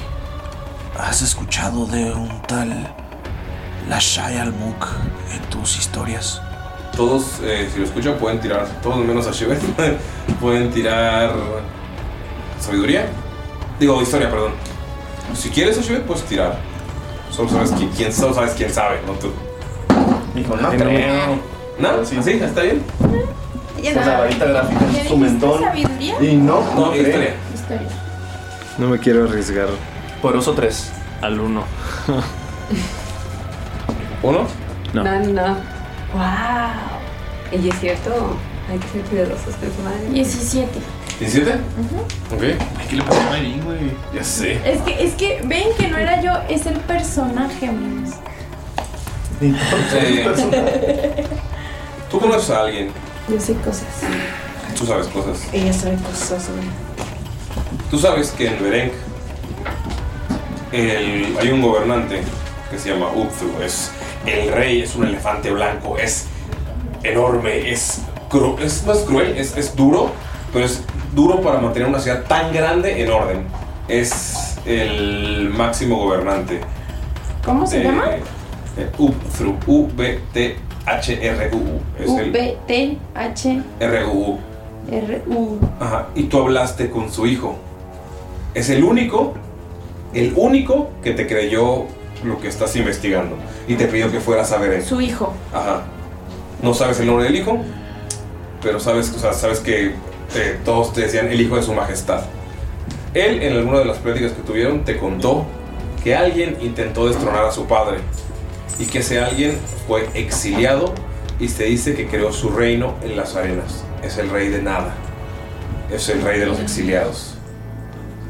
¿has escuchado de un tal Lashai Almuk en tus historias? Todos, eh, si lo escuchan, pueden tirar, todos menos a Shiver, pueden tirar sabiduría. Digo, historia, perdón. Si quieres a Shiver, puedes tirar. Solo sabes quién, quién- solo sabes quién sabe, no tú. Dijo, no creo. ¿No? Sí, sí, está bien. Ya Con la nada. varita gráfica ¿Qué en su dijiste? mentón. ¿Sabiduría? Y no, No, cree. historia. Historia. No me quiero arriesgar. Poroso 3. Al 1. ¿Uno? No. No, no, no. ¡Wow! Y es cierto, hay que ser cuidadosos con su madre. 17. ¿17? Ok. ¿Qué le pasó a Mayrin, güey? Ya sé. Es que, es que ven que no era yo, es el personaje, amigos. Eh, tú conoces a alguien, Yo sé cosas. tú sabes cosas. Ella sabe cosas sobre Tú sabes que en Bereng el- hay un gobernante que se llama Upzu. Es el rey, es un elefante blanco, es enorme, es, cru- es más cruel, es, es duro, pero es duro para mantener una ciudad tan grande en orden. Es el máximo gobernante. ¿Cómo se llama? Upthru, U-B-T-H-R-U. Es el U-B-T-H-R-U. R-U. Ajá, y tú hablaste con su hijo. Es el único, el único que te creyó lo que estás investigando y te pidió que fueras a ver eso. Su hijo. Ajá. No sabes el nombre del hijo, pero sabes, o sea, sabes que eh, todos te decían el hijo de su majestad. Él en alguna de las pláticas que tuvieron te contó que alguien intentó destronar a su padre y que ese alguien fue exiliado y se dice que creó su reino en las arenas. Es el rey de nada. Es el rey de los exiliados.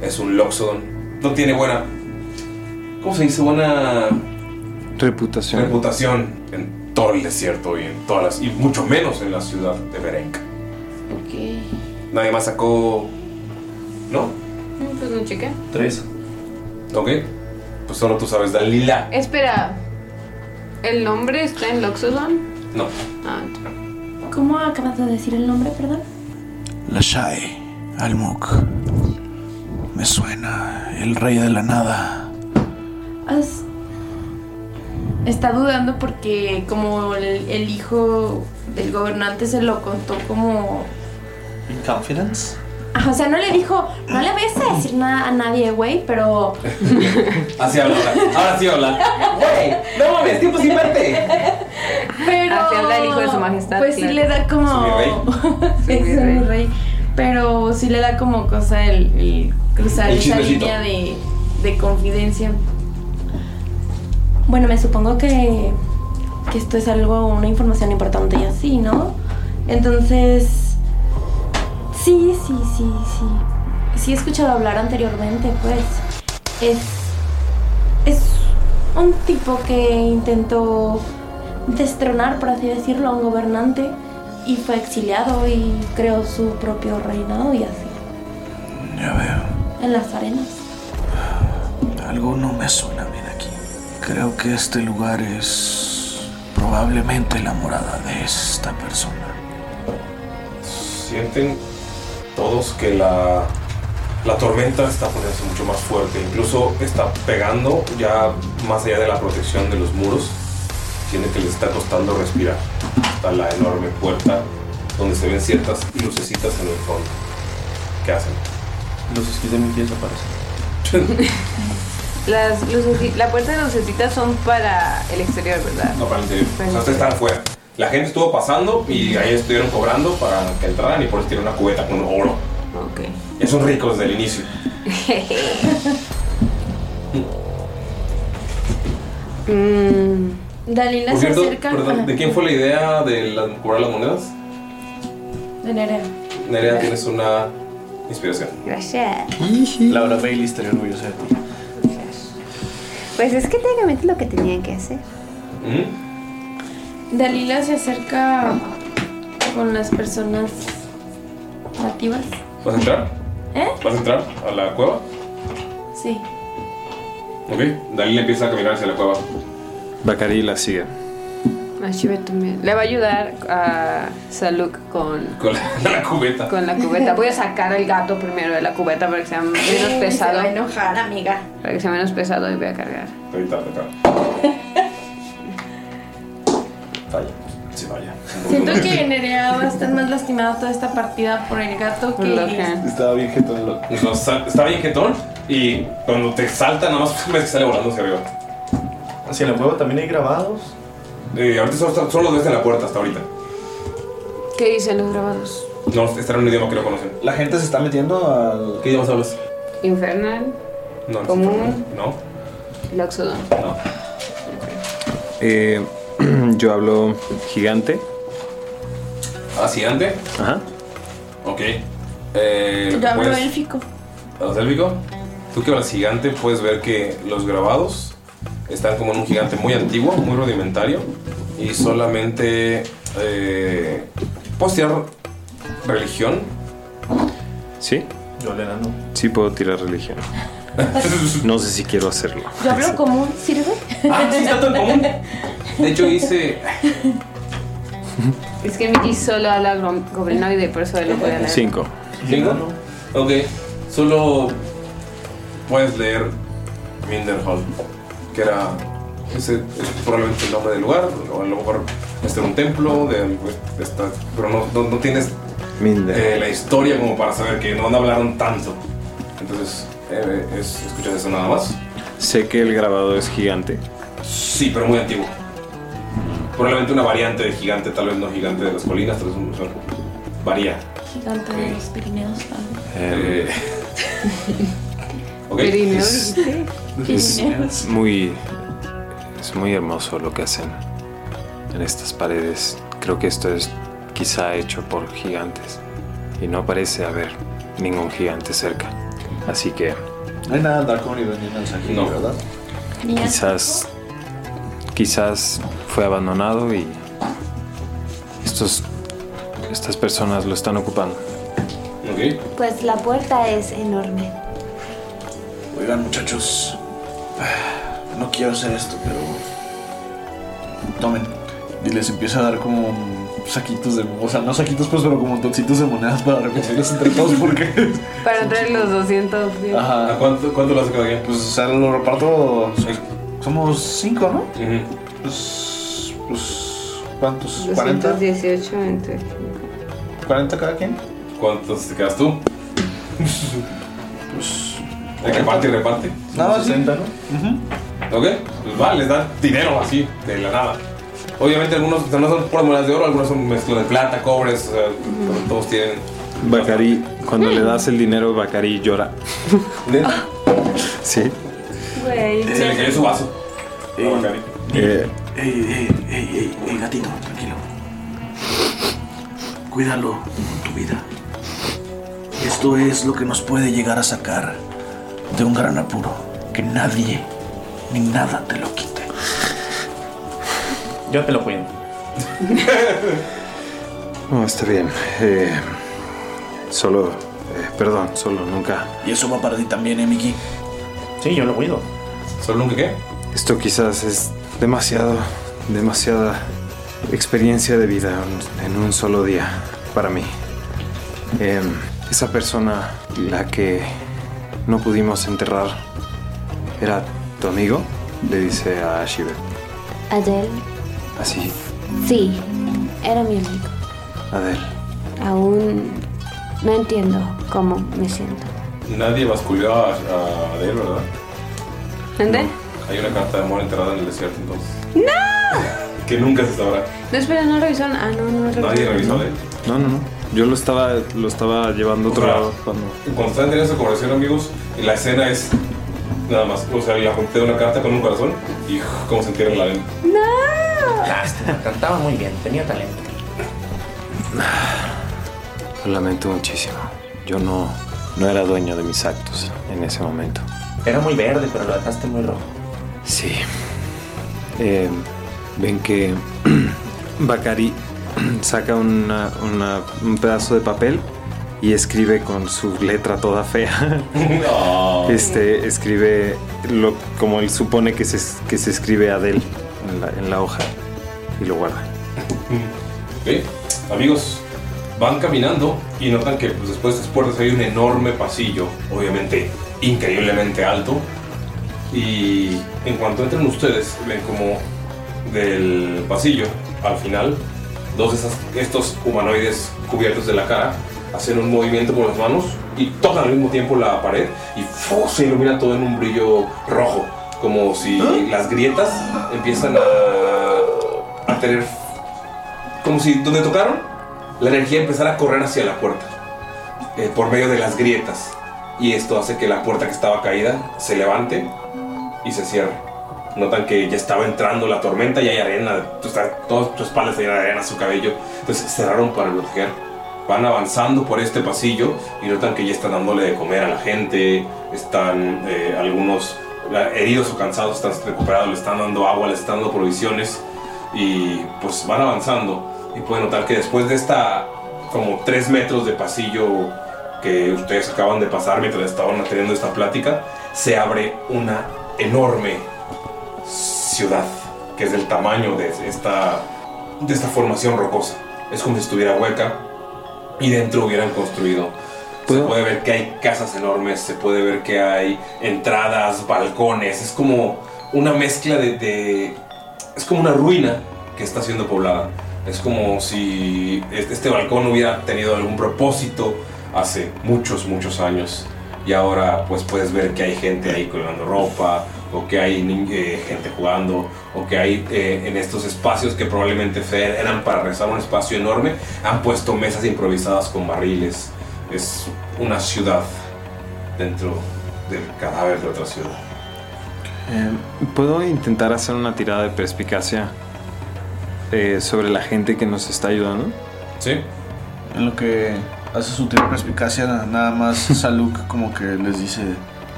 Es un Loxodon. No tiene buena... ¿Cómo se dice? Buena Reputación. reputación en todo el desierto y en todas las, y mucho menos en la ciudad de Berenca. Ok. Nadie más sacó, ¿no? Pues no chequé. Tres. Ok. Pues solo tú sabes, Dalila. Espera, ¿el nombre está en Loxodon? No. Ah, ¿Cómo acabas de decir el nombre, perdón? Lashai Almuk. Me suena el rey de la nada. Has- Está dudando porque como el, el hijo del gobernante se lo contó como... ¿In confidence? Ajá, o sea, no le dijo, no le vayas a decir nada a nadie, güey, pero... Así habla. ahora. Ahora sí habla. Güey, no mames, tiempo sin verte. Pero... Así habla el hijo de su majestad, Pues claro. sí le da como... mi rey. Es mi rey. Pero sí le da como cosa el, el cruzar El esa chismecito. línea de, de confidencia. Bueno, me supongo que, que esto es algo, una información importante y así, ¿no? Entonces, sí, sí, sí, sí. Sí he escuchado hablar anteriormente, pues. Es, es un tipo que intentó destronar, por así decirlo, a un gobernante y fue exiliado y creó su propio reinado y así. En las arenas. Algo no me suena bien aquí. Creo que este lugar es probablemente la morada de esta persona. Sienten todos que la, la tormenta está poniéndose mucho más fuerte. Incluso está pegando ya más allá de la protección de los muros. Tiene que les está costando respirar. Está la enorme puerta donde se ven ciertas lucecitas en el fondo. ¿Qué hacen? Los esquís de mi pie desaparecen. Las luceci- la puerta de lucecitas son para el exterior, ¿verdad? No, para el interior. O sea, ustedes están afuera. La gente estuvo pasando y ahí estuvieron cobrando para que entraran y por eso tienen una cubeta con oro. Ya son ricos desde el inicio. Mm. Dalila Por se cierto, acerca. perdón, Ajá. ¿de quién fue la idea de la- cobrar las monedas? De Nerea. Nerea, tienes una inspiración. Gracias. Laura Bailey estaría orgullosa de ti. Pues es que técnicamente lo que tenían que hacer. ¿Mm? Dalila se acerca con las personas nativas. ¿Vas a entrar? ¿Eh? ¿Vas a entrar a la cueva? Sí. Ok. Dalila empieza a caminar hacia la cueva. Bacari la sigue. A Shiver también. Le va a ayudar a Saluk con, Con la, la cubeta. con la cubeta. Voy a sacar al gato primero de la cubeta para que sea menos pesado. Se va a enojar, amiga. Para que sea menos pesado y voy a cargar. Ahorita, acá. Falla. Sí, vaya. Siento que Nerea va a estar más lastimada toda esta partida por el gato que. Estaba bien jetón. Estaba bien jetón y cuando te salta nada más ves que sale volando hacia arriba. ¿Hacia la cueva también hay grabados? Eh, ahorita solo, solo desde la puerta hasta ahorita. ¿Qué dicen los grabados? No, está en un idioma que no conocen. La gente se está metiendo al. ¿Qué idiomas hablas? Infernal, No, no. común, No. loxodon. Eh, yo hablo gigante. ¿Hablas Ah, gigante? Ajá. Ok. Eh, Yo hablo puedes- élfico. ¿Hablas élfico? Tú que hablas gigante puedes ver que los grabados están como en un gigante muy antiguo, muy rudimentario. Y solamente. Eh, ¿Puedes tirar religión? ¿Sí? Yo le no. Sí puedo tirar religión. No sé si quiero hacerlo. Yo hablo común, ¿sirve? Ah, sí, está tan común. De hecho hice... Es que Mickey solo habla go- goblinoide, por eso lo voy a leer. Cinco. ¿Cinco? Ok. Solo puedes leer Minderhall, que era. Ese es probablemente el nombre del lugar, o a lo mejor este era un templo, de, de esta- pero no, no- no tienes eh, la historia como para saber que no, no hablaron tanto. Entonces, eh, es- escuchas eso nada más. Sé que el grabado es gigante. Sí, pero muy antiguo. Probablemente una variante de gigante, tal vez no gigante de las colinas, tal vez un, un- varía. Gigante de los Pirineos también. Eh, ok. Pirineos, Es, Pirineos. es muy, es muy hermoso lo que hacen en estas paredes. Creo que esto es quizá hecho por gigantes y no parece haber ningún gigante cerca. Así que No hay nada de Darkon ni Vengeance aquí, No. ¿verdad? pues, quizás, quizás fue abandonado y estos, estas personas lo están ocupando. Pues la puerta es enorme. Oigan, muchachos. No quiero hacer esto, pero. Tomen. Y les empieza a dar como saquitos de. O sea, no saquitos, pues, pero como toncitos de monedas para repartirlos entre todos porque. Para entrar en los 200. sí. Ajá. ¿Cuánto, cuánto lo hace cada día? Pues, o sea, lo reparto. Somos cinco, ¿no? Pues. Pues. ¿Cuántos? ¿40? 218 entre. ¿40 cada quien? ¿Cuántos te quedas tú? pues. ¿De que parte y reparte? Nada, 60, ¿no? ¿Ok? Pues va, les dan dinero así, de la nada. Obviamente algunos o sea, no son puras monedas de oro, algunos son mezclas de plata, cobres, o sea, todos tienen. Bacari, cuando le das el dinero, Bacari llora. Sí. Güey. Se le cayó su vaso. Eh, Ey, ey, ey, ey, ey, gatito, tranquilo. Cuídalo con tu vida. Esto es lo que nos puede llegar a sacar de un gran apuro. Que nadie ni nada te lo quite. Yo te lo cuido. No, está bien. Eh, solo, eh, perdón, solo nunca. Y eso va para ti también, ¿eh, Miki? Sí, yo lo cuido. ¿Solo nunca qué? Esto quizás es demasiado, demasiada experiencia de vida en- en un solo día para mí. Eh, esa persona, la que no pudimos enterrar, era tu amigo, le dice a Shiver. Adel, Así, sí, era mi amigo. Adel. Aún no entiendo cómo me siento. Nadie basculió a, a Adele, ¿verdad? ¿Dónde? Hay una carta de amor enterrada en el desierto, entonces. ¡No! Que nunca se sabrá. No, espera, no revisaron. Ah, no, no revisaron. Nadie revisó ¿eh? ¿eh? Adele. No, no, no. Yo lo estaba, lo estaba llevando a otro lado cuando. Cuando están teniendo esa conversación, amigos, y la escena es nada más. O sea, le apunté una carta con un corazón y uf, cómo se entierra la arena. Ah, Cantaba muy bien, tenía talento. Lo lamento muchísimo. Yo no, no era dueño de mis actos en ese momento. Era muy verde, pero lo ataste muy rojo. Sí. Eh, Ven que Bakari saca una- una- un pedazo de papel y escribe con su letra toda fea. No. Este escribe lo, como él supone que se, que se escribe Adel en la, en la hoja y lo guarda. Ok, Amigos, van caminando y notan que pues, después de estas puertas hay un enorme pasillo, obviamente increíblemente alto. Y en cuanto entran ustedes, ven como del pasillo, al final, dos de esas- estos humanoides cubiertos de la cara hacen un movimiento con las manos y tocan al mismo tiempo la pared y ¡fu! se ilumina todo en un brillo rojo, como si las grietas empiezan a, a tener como si donde tocaron, la energía empezara a correr hacia la puerta, eh, por medio de las grietas. Y esto hace que la puerta que estaba caída se levante y se cierre. Notan que ya estaba entrando la tormenta y hay arena, tú estás- toda tu espalda está llena de arena, su cabello. Entonces cerraron para bloquear. Van avanzando por este pasillo y notan que ya están dándole de comer a la gente, están eh, algunos la- heridos o cansados, están recuperados, le están dando agua, le están dando provisiones y pues van avanzando y pueden notar que después de esta como 3 metros de pasillo que ustedes acaban de pasar mientras estaban teniendo esta plática, se abre una enorme ciudad que es del tamaño de esta, de esta formación rocosa. Es como si estuviera hueca y dentro hubieran construido. Se puede ver que hay casas enormes, se puede ver que hay entradas, balcones, es como una mezcla de- de es como una ruina que está siendo poblada. Es como si este este balcón hubiera tenido algún propósito hace muchos, muchos años. Y ahora pues puedes ver que hay gente ahí colgando ropa, o que hay ni- eh, gente jugando, o que hay eh, en estos espacios que probablemente fe- eran para rezar un espacio enorme, han puesto mesas improvisadas con barriles. Es una ciudad dentro del cadáver de otra ciudad. Eh, ¿Puedo intentar hacer una tirada de perspicacia eh, sobre la gente que nos está ayudando? Sí. En lo que hace su tiro de perspicacia, nada más Saluk como que les dice...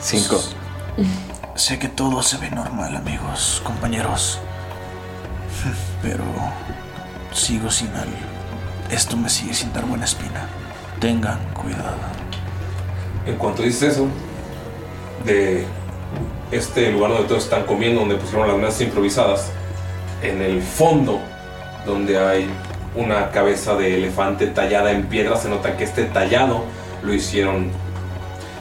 Cinco. Sé que todo se ve normal, amigos, compañeros. Pero sigo sin al... Esto me sigue sin dar buena espina. Tengan cuidado. En cuanto dices eso, de este lugar donde todos están comiendo, donde pusieron las mesas improvisadas, en el fondo, donde hay una cabeza de elefante tallada en piedra, se nota que este tallado lo hicieron.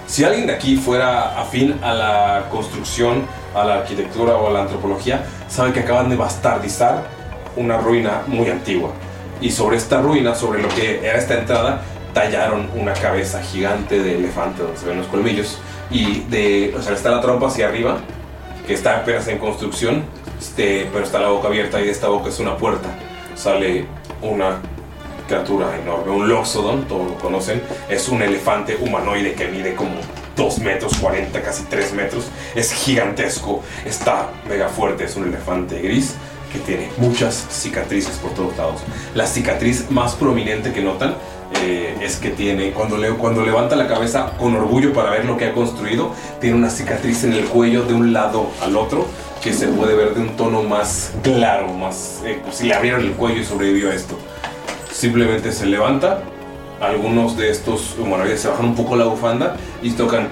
Si alguien de aquí fuera afín a la construcción, a la arquitectura o a la antropología, sabe que acaban de bastardizar una ruina muy antigua. Y sobre esta ruina, sobre lo que era esta entrada, tallaron una cabeza gigante de elefante donde se ven los colmillos. Y de, o sea, está la trompa hacia arriba, que está apenas en construcción, este, pero está la boca abierta y de esta boca es una puerta. Sale una criatura enorme, un loxodon, todos lo conocen. Es un elefante humanoide que mide como 2 metros 40, casi 3 metros. Es gigantesco, está mega fuerte, es un elefante gris que tiene muchas cicatrices por todos lados. La cicatriz más prominente que notan eh, es que tiene, cuando, le- cuando levanta la cabeza con orgullo para ver lo que ha construido, tiene una cicatriz en el cuello de un lado al otro que se puede ver de un tono más claro, más eh, como si le abrieron el cuello y sobrevivió a esto. Simplemente se levanta, algunos de estos humanoides se bajan un poco la bufanda y tocan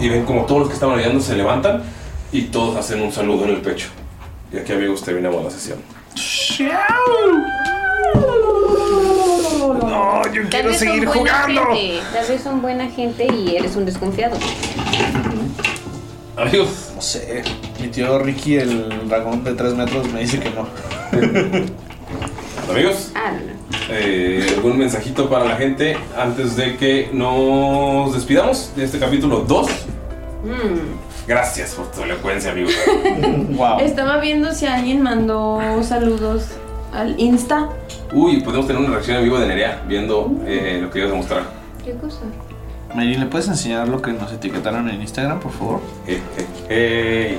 y ven como todos los que estaban ayudando se levantan y todos hacen un saludo en el pecho. Y aquí amigos terminamos la sesión. No, yo quiero seguir jugando. Tal vez son buena gente y eres un desconfiado. Amigos. No sé. Mi tío Ricky, el dragón de 3 metros, me dice que no. Amigos, Ah, no, no. eh, ¿algún mensajito para la gente antes de que nos despidamos de este capítulo 2? Mm. Gracias por tu elocuencia, amigos. Estaba viendo si alguien mandó saludos al Insta. Uy, podemos tener una reacción en vivo de Nerea viendo eh, lo que ibas a mostrar. ¿Qué cosa? Mary, ¿le puedes enseñar lo que nos etiquetaron en Instagram, por favor? Eh, eh, eh.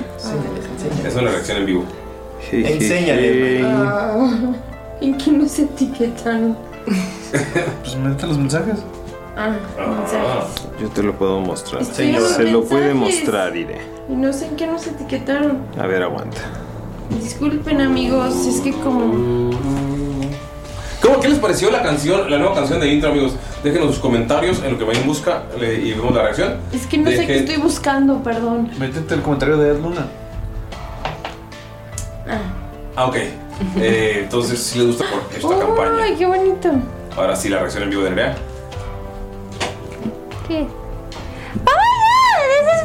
Es una reacción en vivo. Enséñale. Ah, ¿En qué nos etiquetaron? Pues métete los mensajes. Ah, mensajes. Yo te lo puedo mostrar. Estoy en los Se lo mensajes. puede mostrar, Iré. Y no sé en qué nos etiquetaron. A ver, aguanta. Disculpen, amigos, es que como. ¿Cómo? ¿Qué les pareció la canción, la nueva canción de intro, amigos? Déjenos sus comentarios en lo que vayan en busca le- y vemos la reacción. Es que no sé qué Dejen- estoy buscando, perdón. Métete el comentario de Ed Luna. Ah. Ah, ok. Eh, entonces, si les gusta por Oh. esta campaña. ¡Ay, qué bonito! Ahora sí, la reacción en vivo de Nerea. ¿Qué? ¡Oh my god! ¡Esa es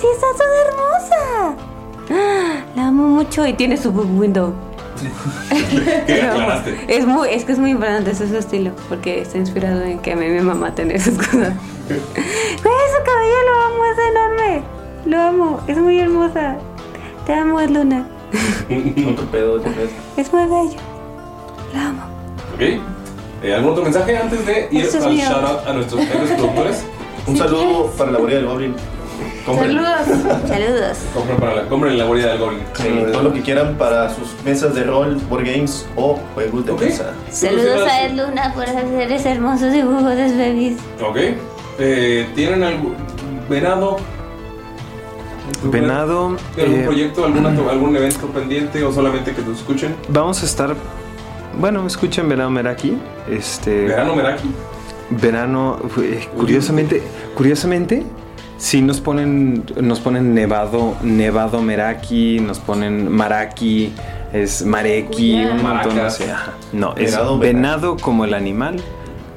Face! ¡Está toda hermosa! ¡Ah! La amo mucho y tiene su book window. ¿Qué aclaraste? Es, muy, es que es muy importante ese es su estilo, porque está inspirado en que a mí mi mamá tener esas cosas. ¡Güey, su cabello lo amo! ¡Es enorme! Lo amo, es muy hermosa. Te amo, es Luna. Otro pedo, otro pedo. Es muy bello. Lo amo. Ok. Eh, ¿Algún otro mensaje antes de ir Eso Este es al mío. shoutout a nuestros héroes productores? Un saludo para la guarida del Goblin. Saludos. Saludos. Compren, para la, compren la guarida del Goblin. todo lo que quieran para sus mesas de rol, board games o juegos de mesa. Saludos a Ed Luna por hacer esos hermosos dibujos de bebés. Ok. Eh, ¿Tienen algún venado? Venado. ¿Algún eh, proyecto, alguna- algún evento pendiente o solamente que nos escuchen? Vamos a estar. Bueno, escuchen Verano Meraki. Este. ¿Verano Meraki? Verano. eh, curiosamente. Curiosamente. Sí nos ponen. Nos ponen Nevado. Nevado Meraki. Nos ponen Maraki. Es Mareki. Cuidado. Un montón Maracas. así, ajá. No, es Venado venado, Meraki. como el animal.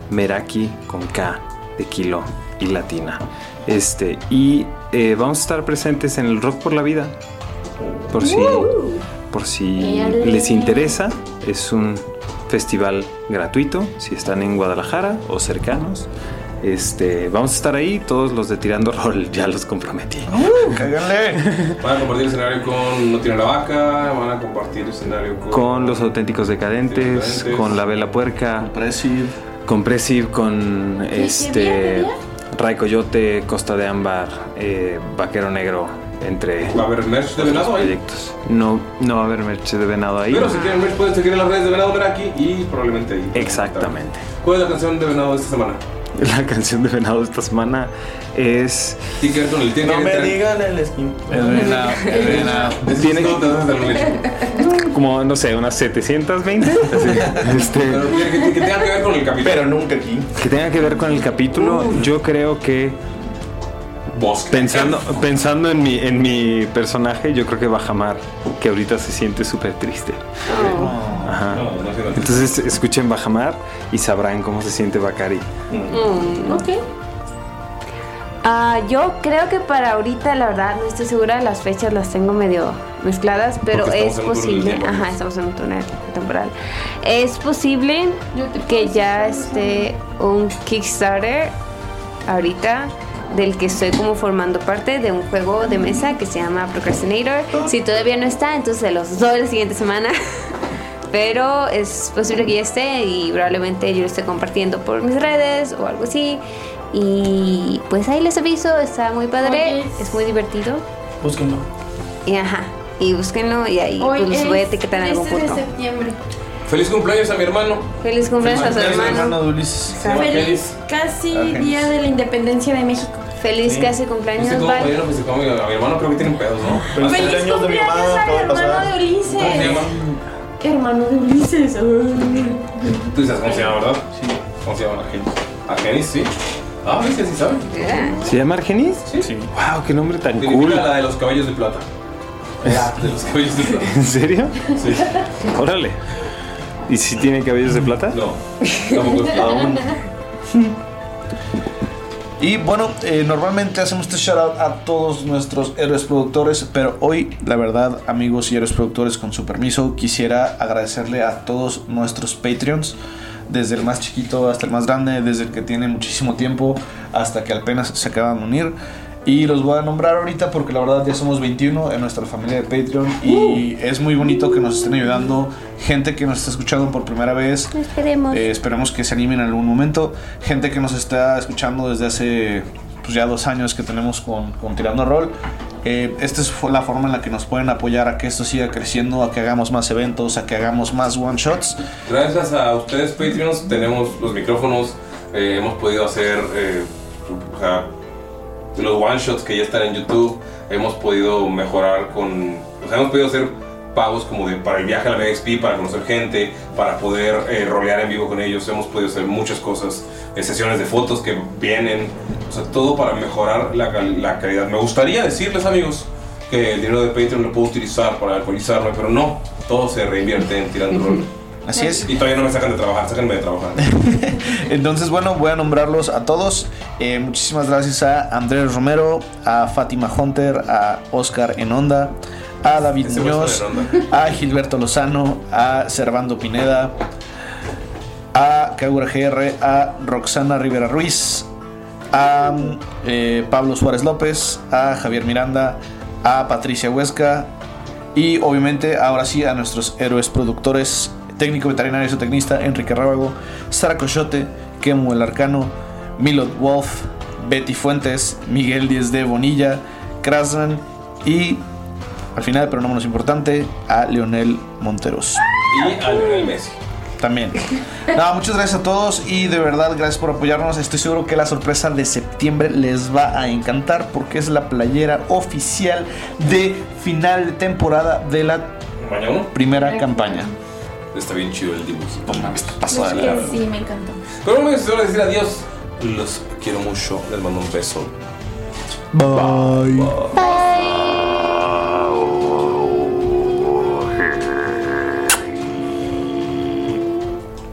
Meraki con K de kilo y latina. Este. Y eh, vamos a estar presentes en el Rock por la Vida. Por si por si Ella le- les interesa, es un festival gratuito, si están en Guadalajara o cercanos. Este, vamos a estar ahí, todos los de Tirando Rol, ya los comprometí. Van a compartir escenario con No Tiene la Vaca, van a compartir escenario con... Con los auténticos decadentes, Decadentes. con la vela puerca, con Presiv, con, este Ray Coyote, Costa de Ámbar, eh, Vaquero Negro, entre ¿Va a haber merch de venado ahí? proyectos. No, no va a haber merch de venado ahí. Pero si quieren merch pueden seguir en las redes de Venado Meraki y probablemente ahí. Exactamente. ¿Cuál es la canción de Venado de esta semana? La canción de Venado esta semana es. Tiene que ver con el tiene No me digan el skin. Tiene como, no sé, unas 720. Así, este, que, que tenga que ver con el capítulo. Pero nunca aquí. que tenga que ver con el capítulo. Yo creo que. Pensando, pensando en, mi, en mi personaje, yo creo que Bajamar, que ahorita se siente súper triste. Ajá. Entonces escuchen Bajamar y sabrán cómo se siente Bakari. Mm, ok. Ah, yo creo que para ahorita, la verdad, no estoy segura de las fechas, las tengo medio mezcladas, pero Porque es estamos en un túnel del posible. tiempo, Ajá, amigos. estamos en un túnel temporal. Es posible que ya esté un Kickstarter ahorita del que estoy como formando parte de un juego de mesa que se llama Procrastinator. Si todavía no está, entonces se los doy la siguiente semana. Pero es posible que ya esté Este, y probablemente yo lo esté compartiendo por mis redes o algo así. Y pues ahí les aviso, está muy padre, es muy divertido. Búsquenlo. Y ajá, y búsquenlo y ahí Hoy pues, los voy a Este es etiquetar en algún 13 punto. de septiembre. Feliz cumpleaños a mi hermano. Feliz cumpleaños a su hermano. de Ulises. Se llama Feliz. Casi Argenis. día de la independencia de México. Feliz Sí. casi cumpleaños, ¿Viste cómo Val. mañana pues, como a mi hermano creo que tienen pedos, ¿no? Feliz Feliz cumpleaños este de mi hermano, cumpleaños acaba de al pasar. hermano de Ulises. ¿Cómo se llama? Hermano de Ulises. Tú dices cómo se llama, ¿verdad? Sí. ¿Cómo se llama? Argenis. Argenis, sí. Ah, sí, sí, sabe. ¿Se llama Argenis? Sí. ¡Wow! ¡Qué nombre tan cool! Significa la de los caballos de plata. La de los caballos de plata. ¿En serio? Sí. Órale. ¿Y si tiene cabellos de plata? No. Tampoco es Aún. Y bueno, eh, normalmente hacemos este shout out a todos nuestros héroes productores, pero hoy, la verdad, amigos y héroes productores, con su permiso, quisiera agradecerle a todos nuestros Patreons, desde el más chiquito hasta el más grande, desde el que tiene muchísimo tiempo hasta que apenas se acaban de unir. Y los voy a nombrar ahorita porque la verdad ya somos 21 en nuestra familia de Patreon y es muy bonito que nos estén ayudando gente que nos está escuchando por primera vez. Esperemos. Eh, esperemos que se animen en algún momento. Gente que nos está escuchando desde hace pues, ya dos años que tenemos con, con Tirando Rol. Eh, esta es fo- la forma en la que nos pueden apoyar a que esto siga creciendo, a que hagamos más eventos, a que hagamos más one shots. Gracias a ustedes, Patreons, tenemos los micrófonos, eh, hemos podido hacer eh, o sea, los one shots que ya están en YouTube, hemos podido mejorar con, o sea, hemos podido hacer pagos como de para el viaje a la Mega XP, para conocer gente, para poder eh, rolear en vivo con ellos, hemos podido hacer muchas cosas, eh, sesiones de fotos que vienen, o sea, todo para mejorar la, cal- la calidad. Me gustaría decirles amigos que el dinero de Patreon lo puedo utilizar para alcoholizarme, pero no, todo se reinvierte en tirando rol. Así es. Y todavía no me sacan de trabajar, sáquenme de trabajar. Entonces, bueno, voy a nombrarlos a todos. Eh, muchísimas gracias a Andrés Romero, a Fátima Hunter, a Oscar Enonda, a David Ese güey Muñoz, está a Gilberto Lozano, a Servando Pineda, a Kagura GR, a Roxana Rivera Ruiz, a eh, Pablo Suárez López, a Javier Miranda, a Patricia Huesca y obviamente ahora sí a nuestros héroes productores, técnico veterinario y zootecnista Enrique Rábago, Sara Coyote, Kemu el Arcano, Milot Wolf, Betty Fuentes, Miguel Díez de Bonilla, Krasman y al final, pero no menos importante, a Leonel Monteros. Ah, Y a Lionel Messi. También. Nada, muchas gracias a todos y de verdad gracias por apoyarnos. Estoy seguro que la sorpresa de septiembre les va a encantar porque es la playera oficial de final de temporada de la ¿Campaña uno? primera campaña. Está bien chido el dibujito. pasada Es de que largo. sí, me encantó. Pero no me solo decir adiós. Los quiero mucho. Les mando un beso. Bye.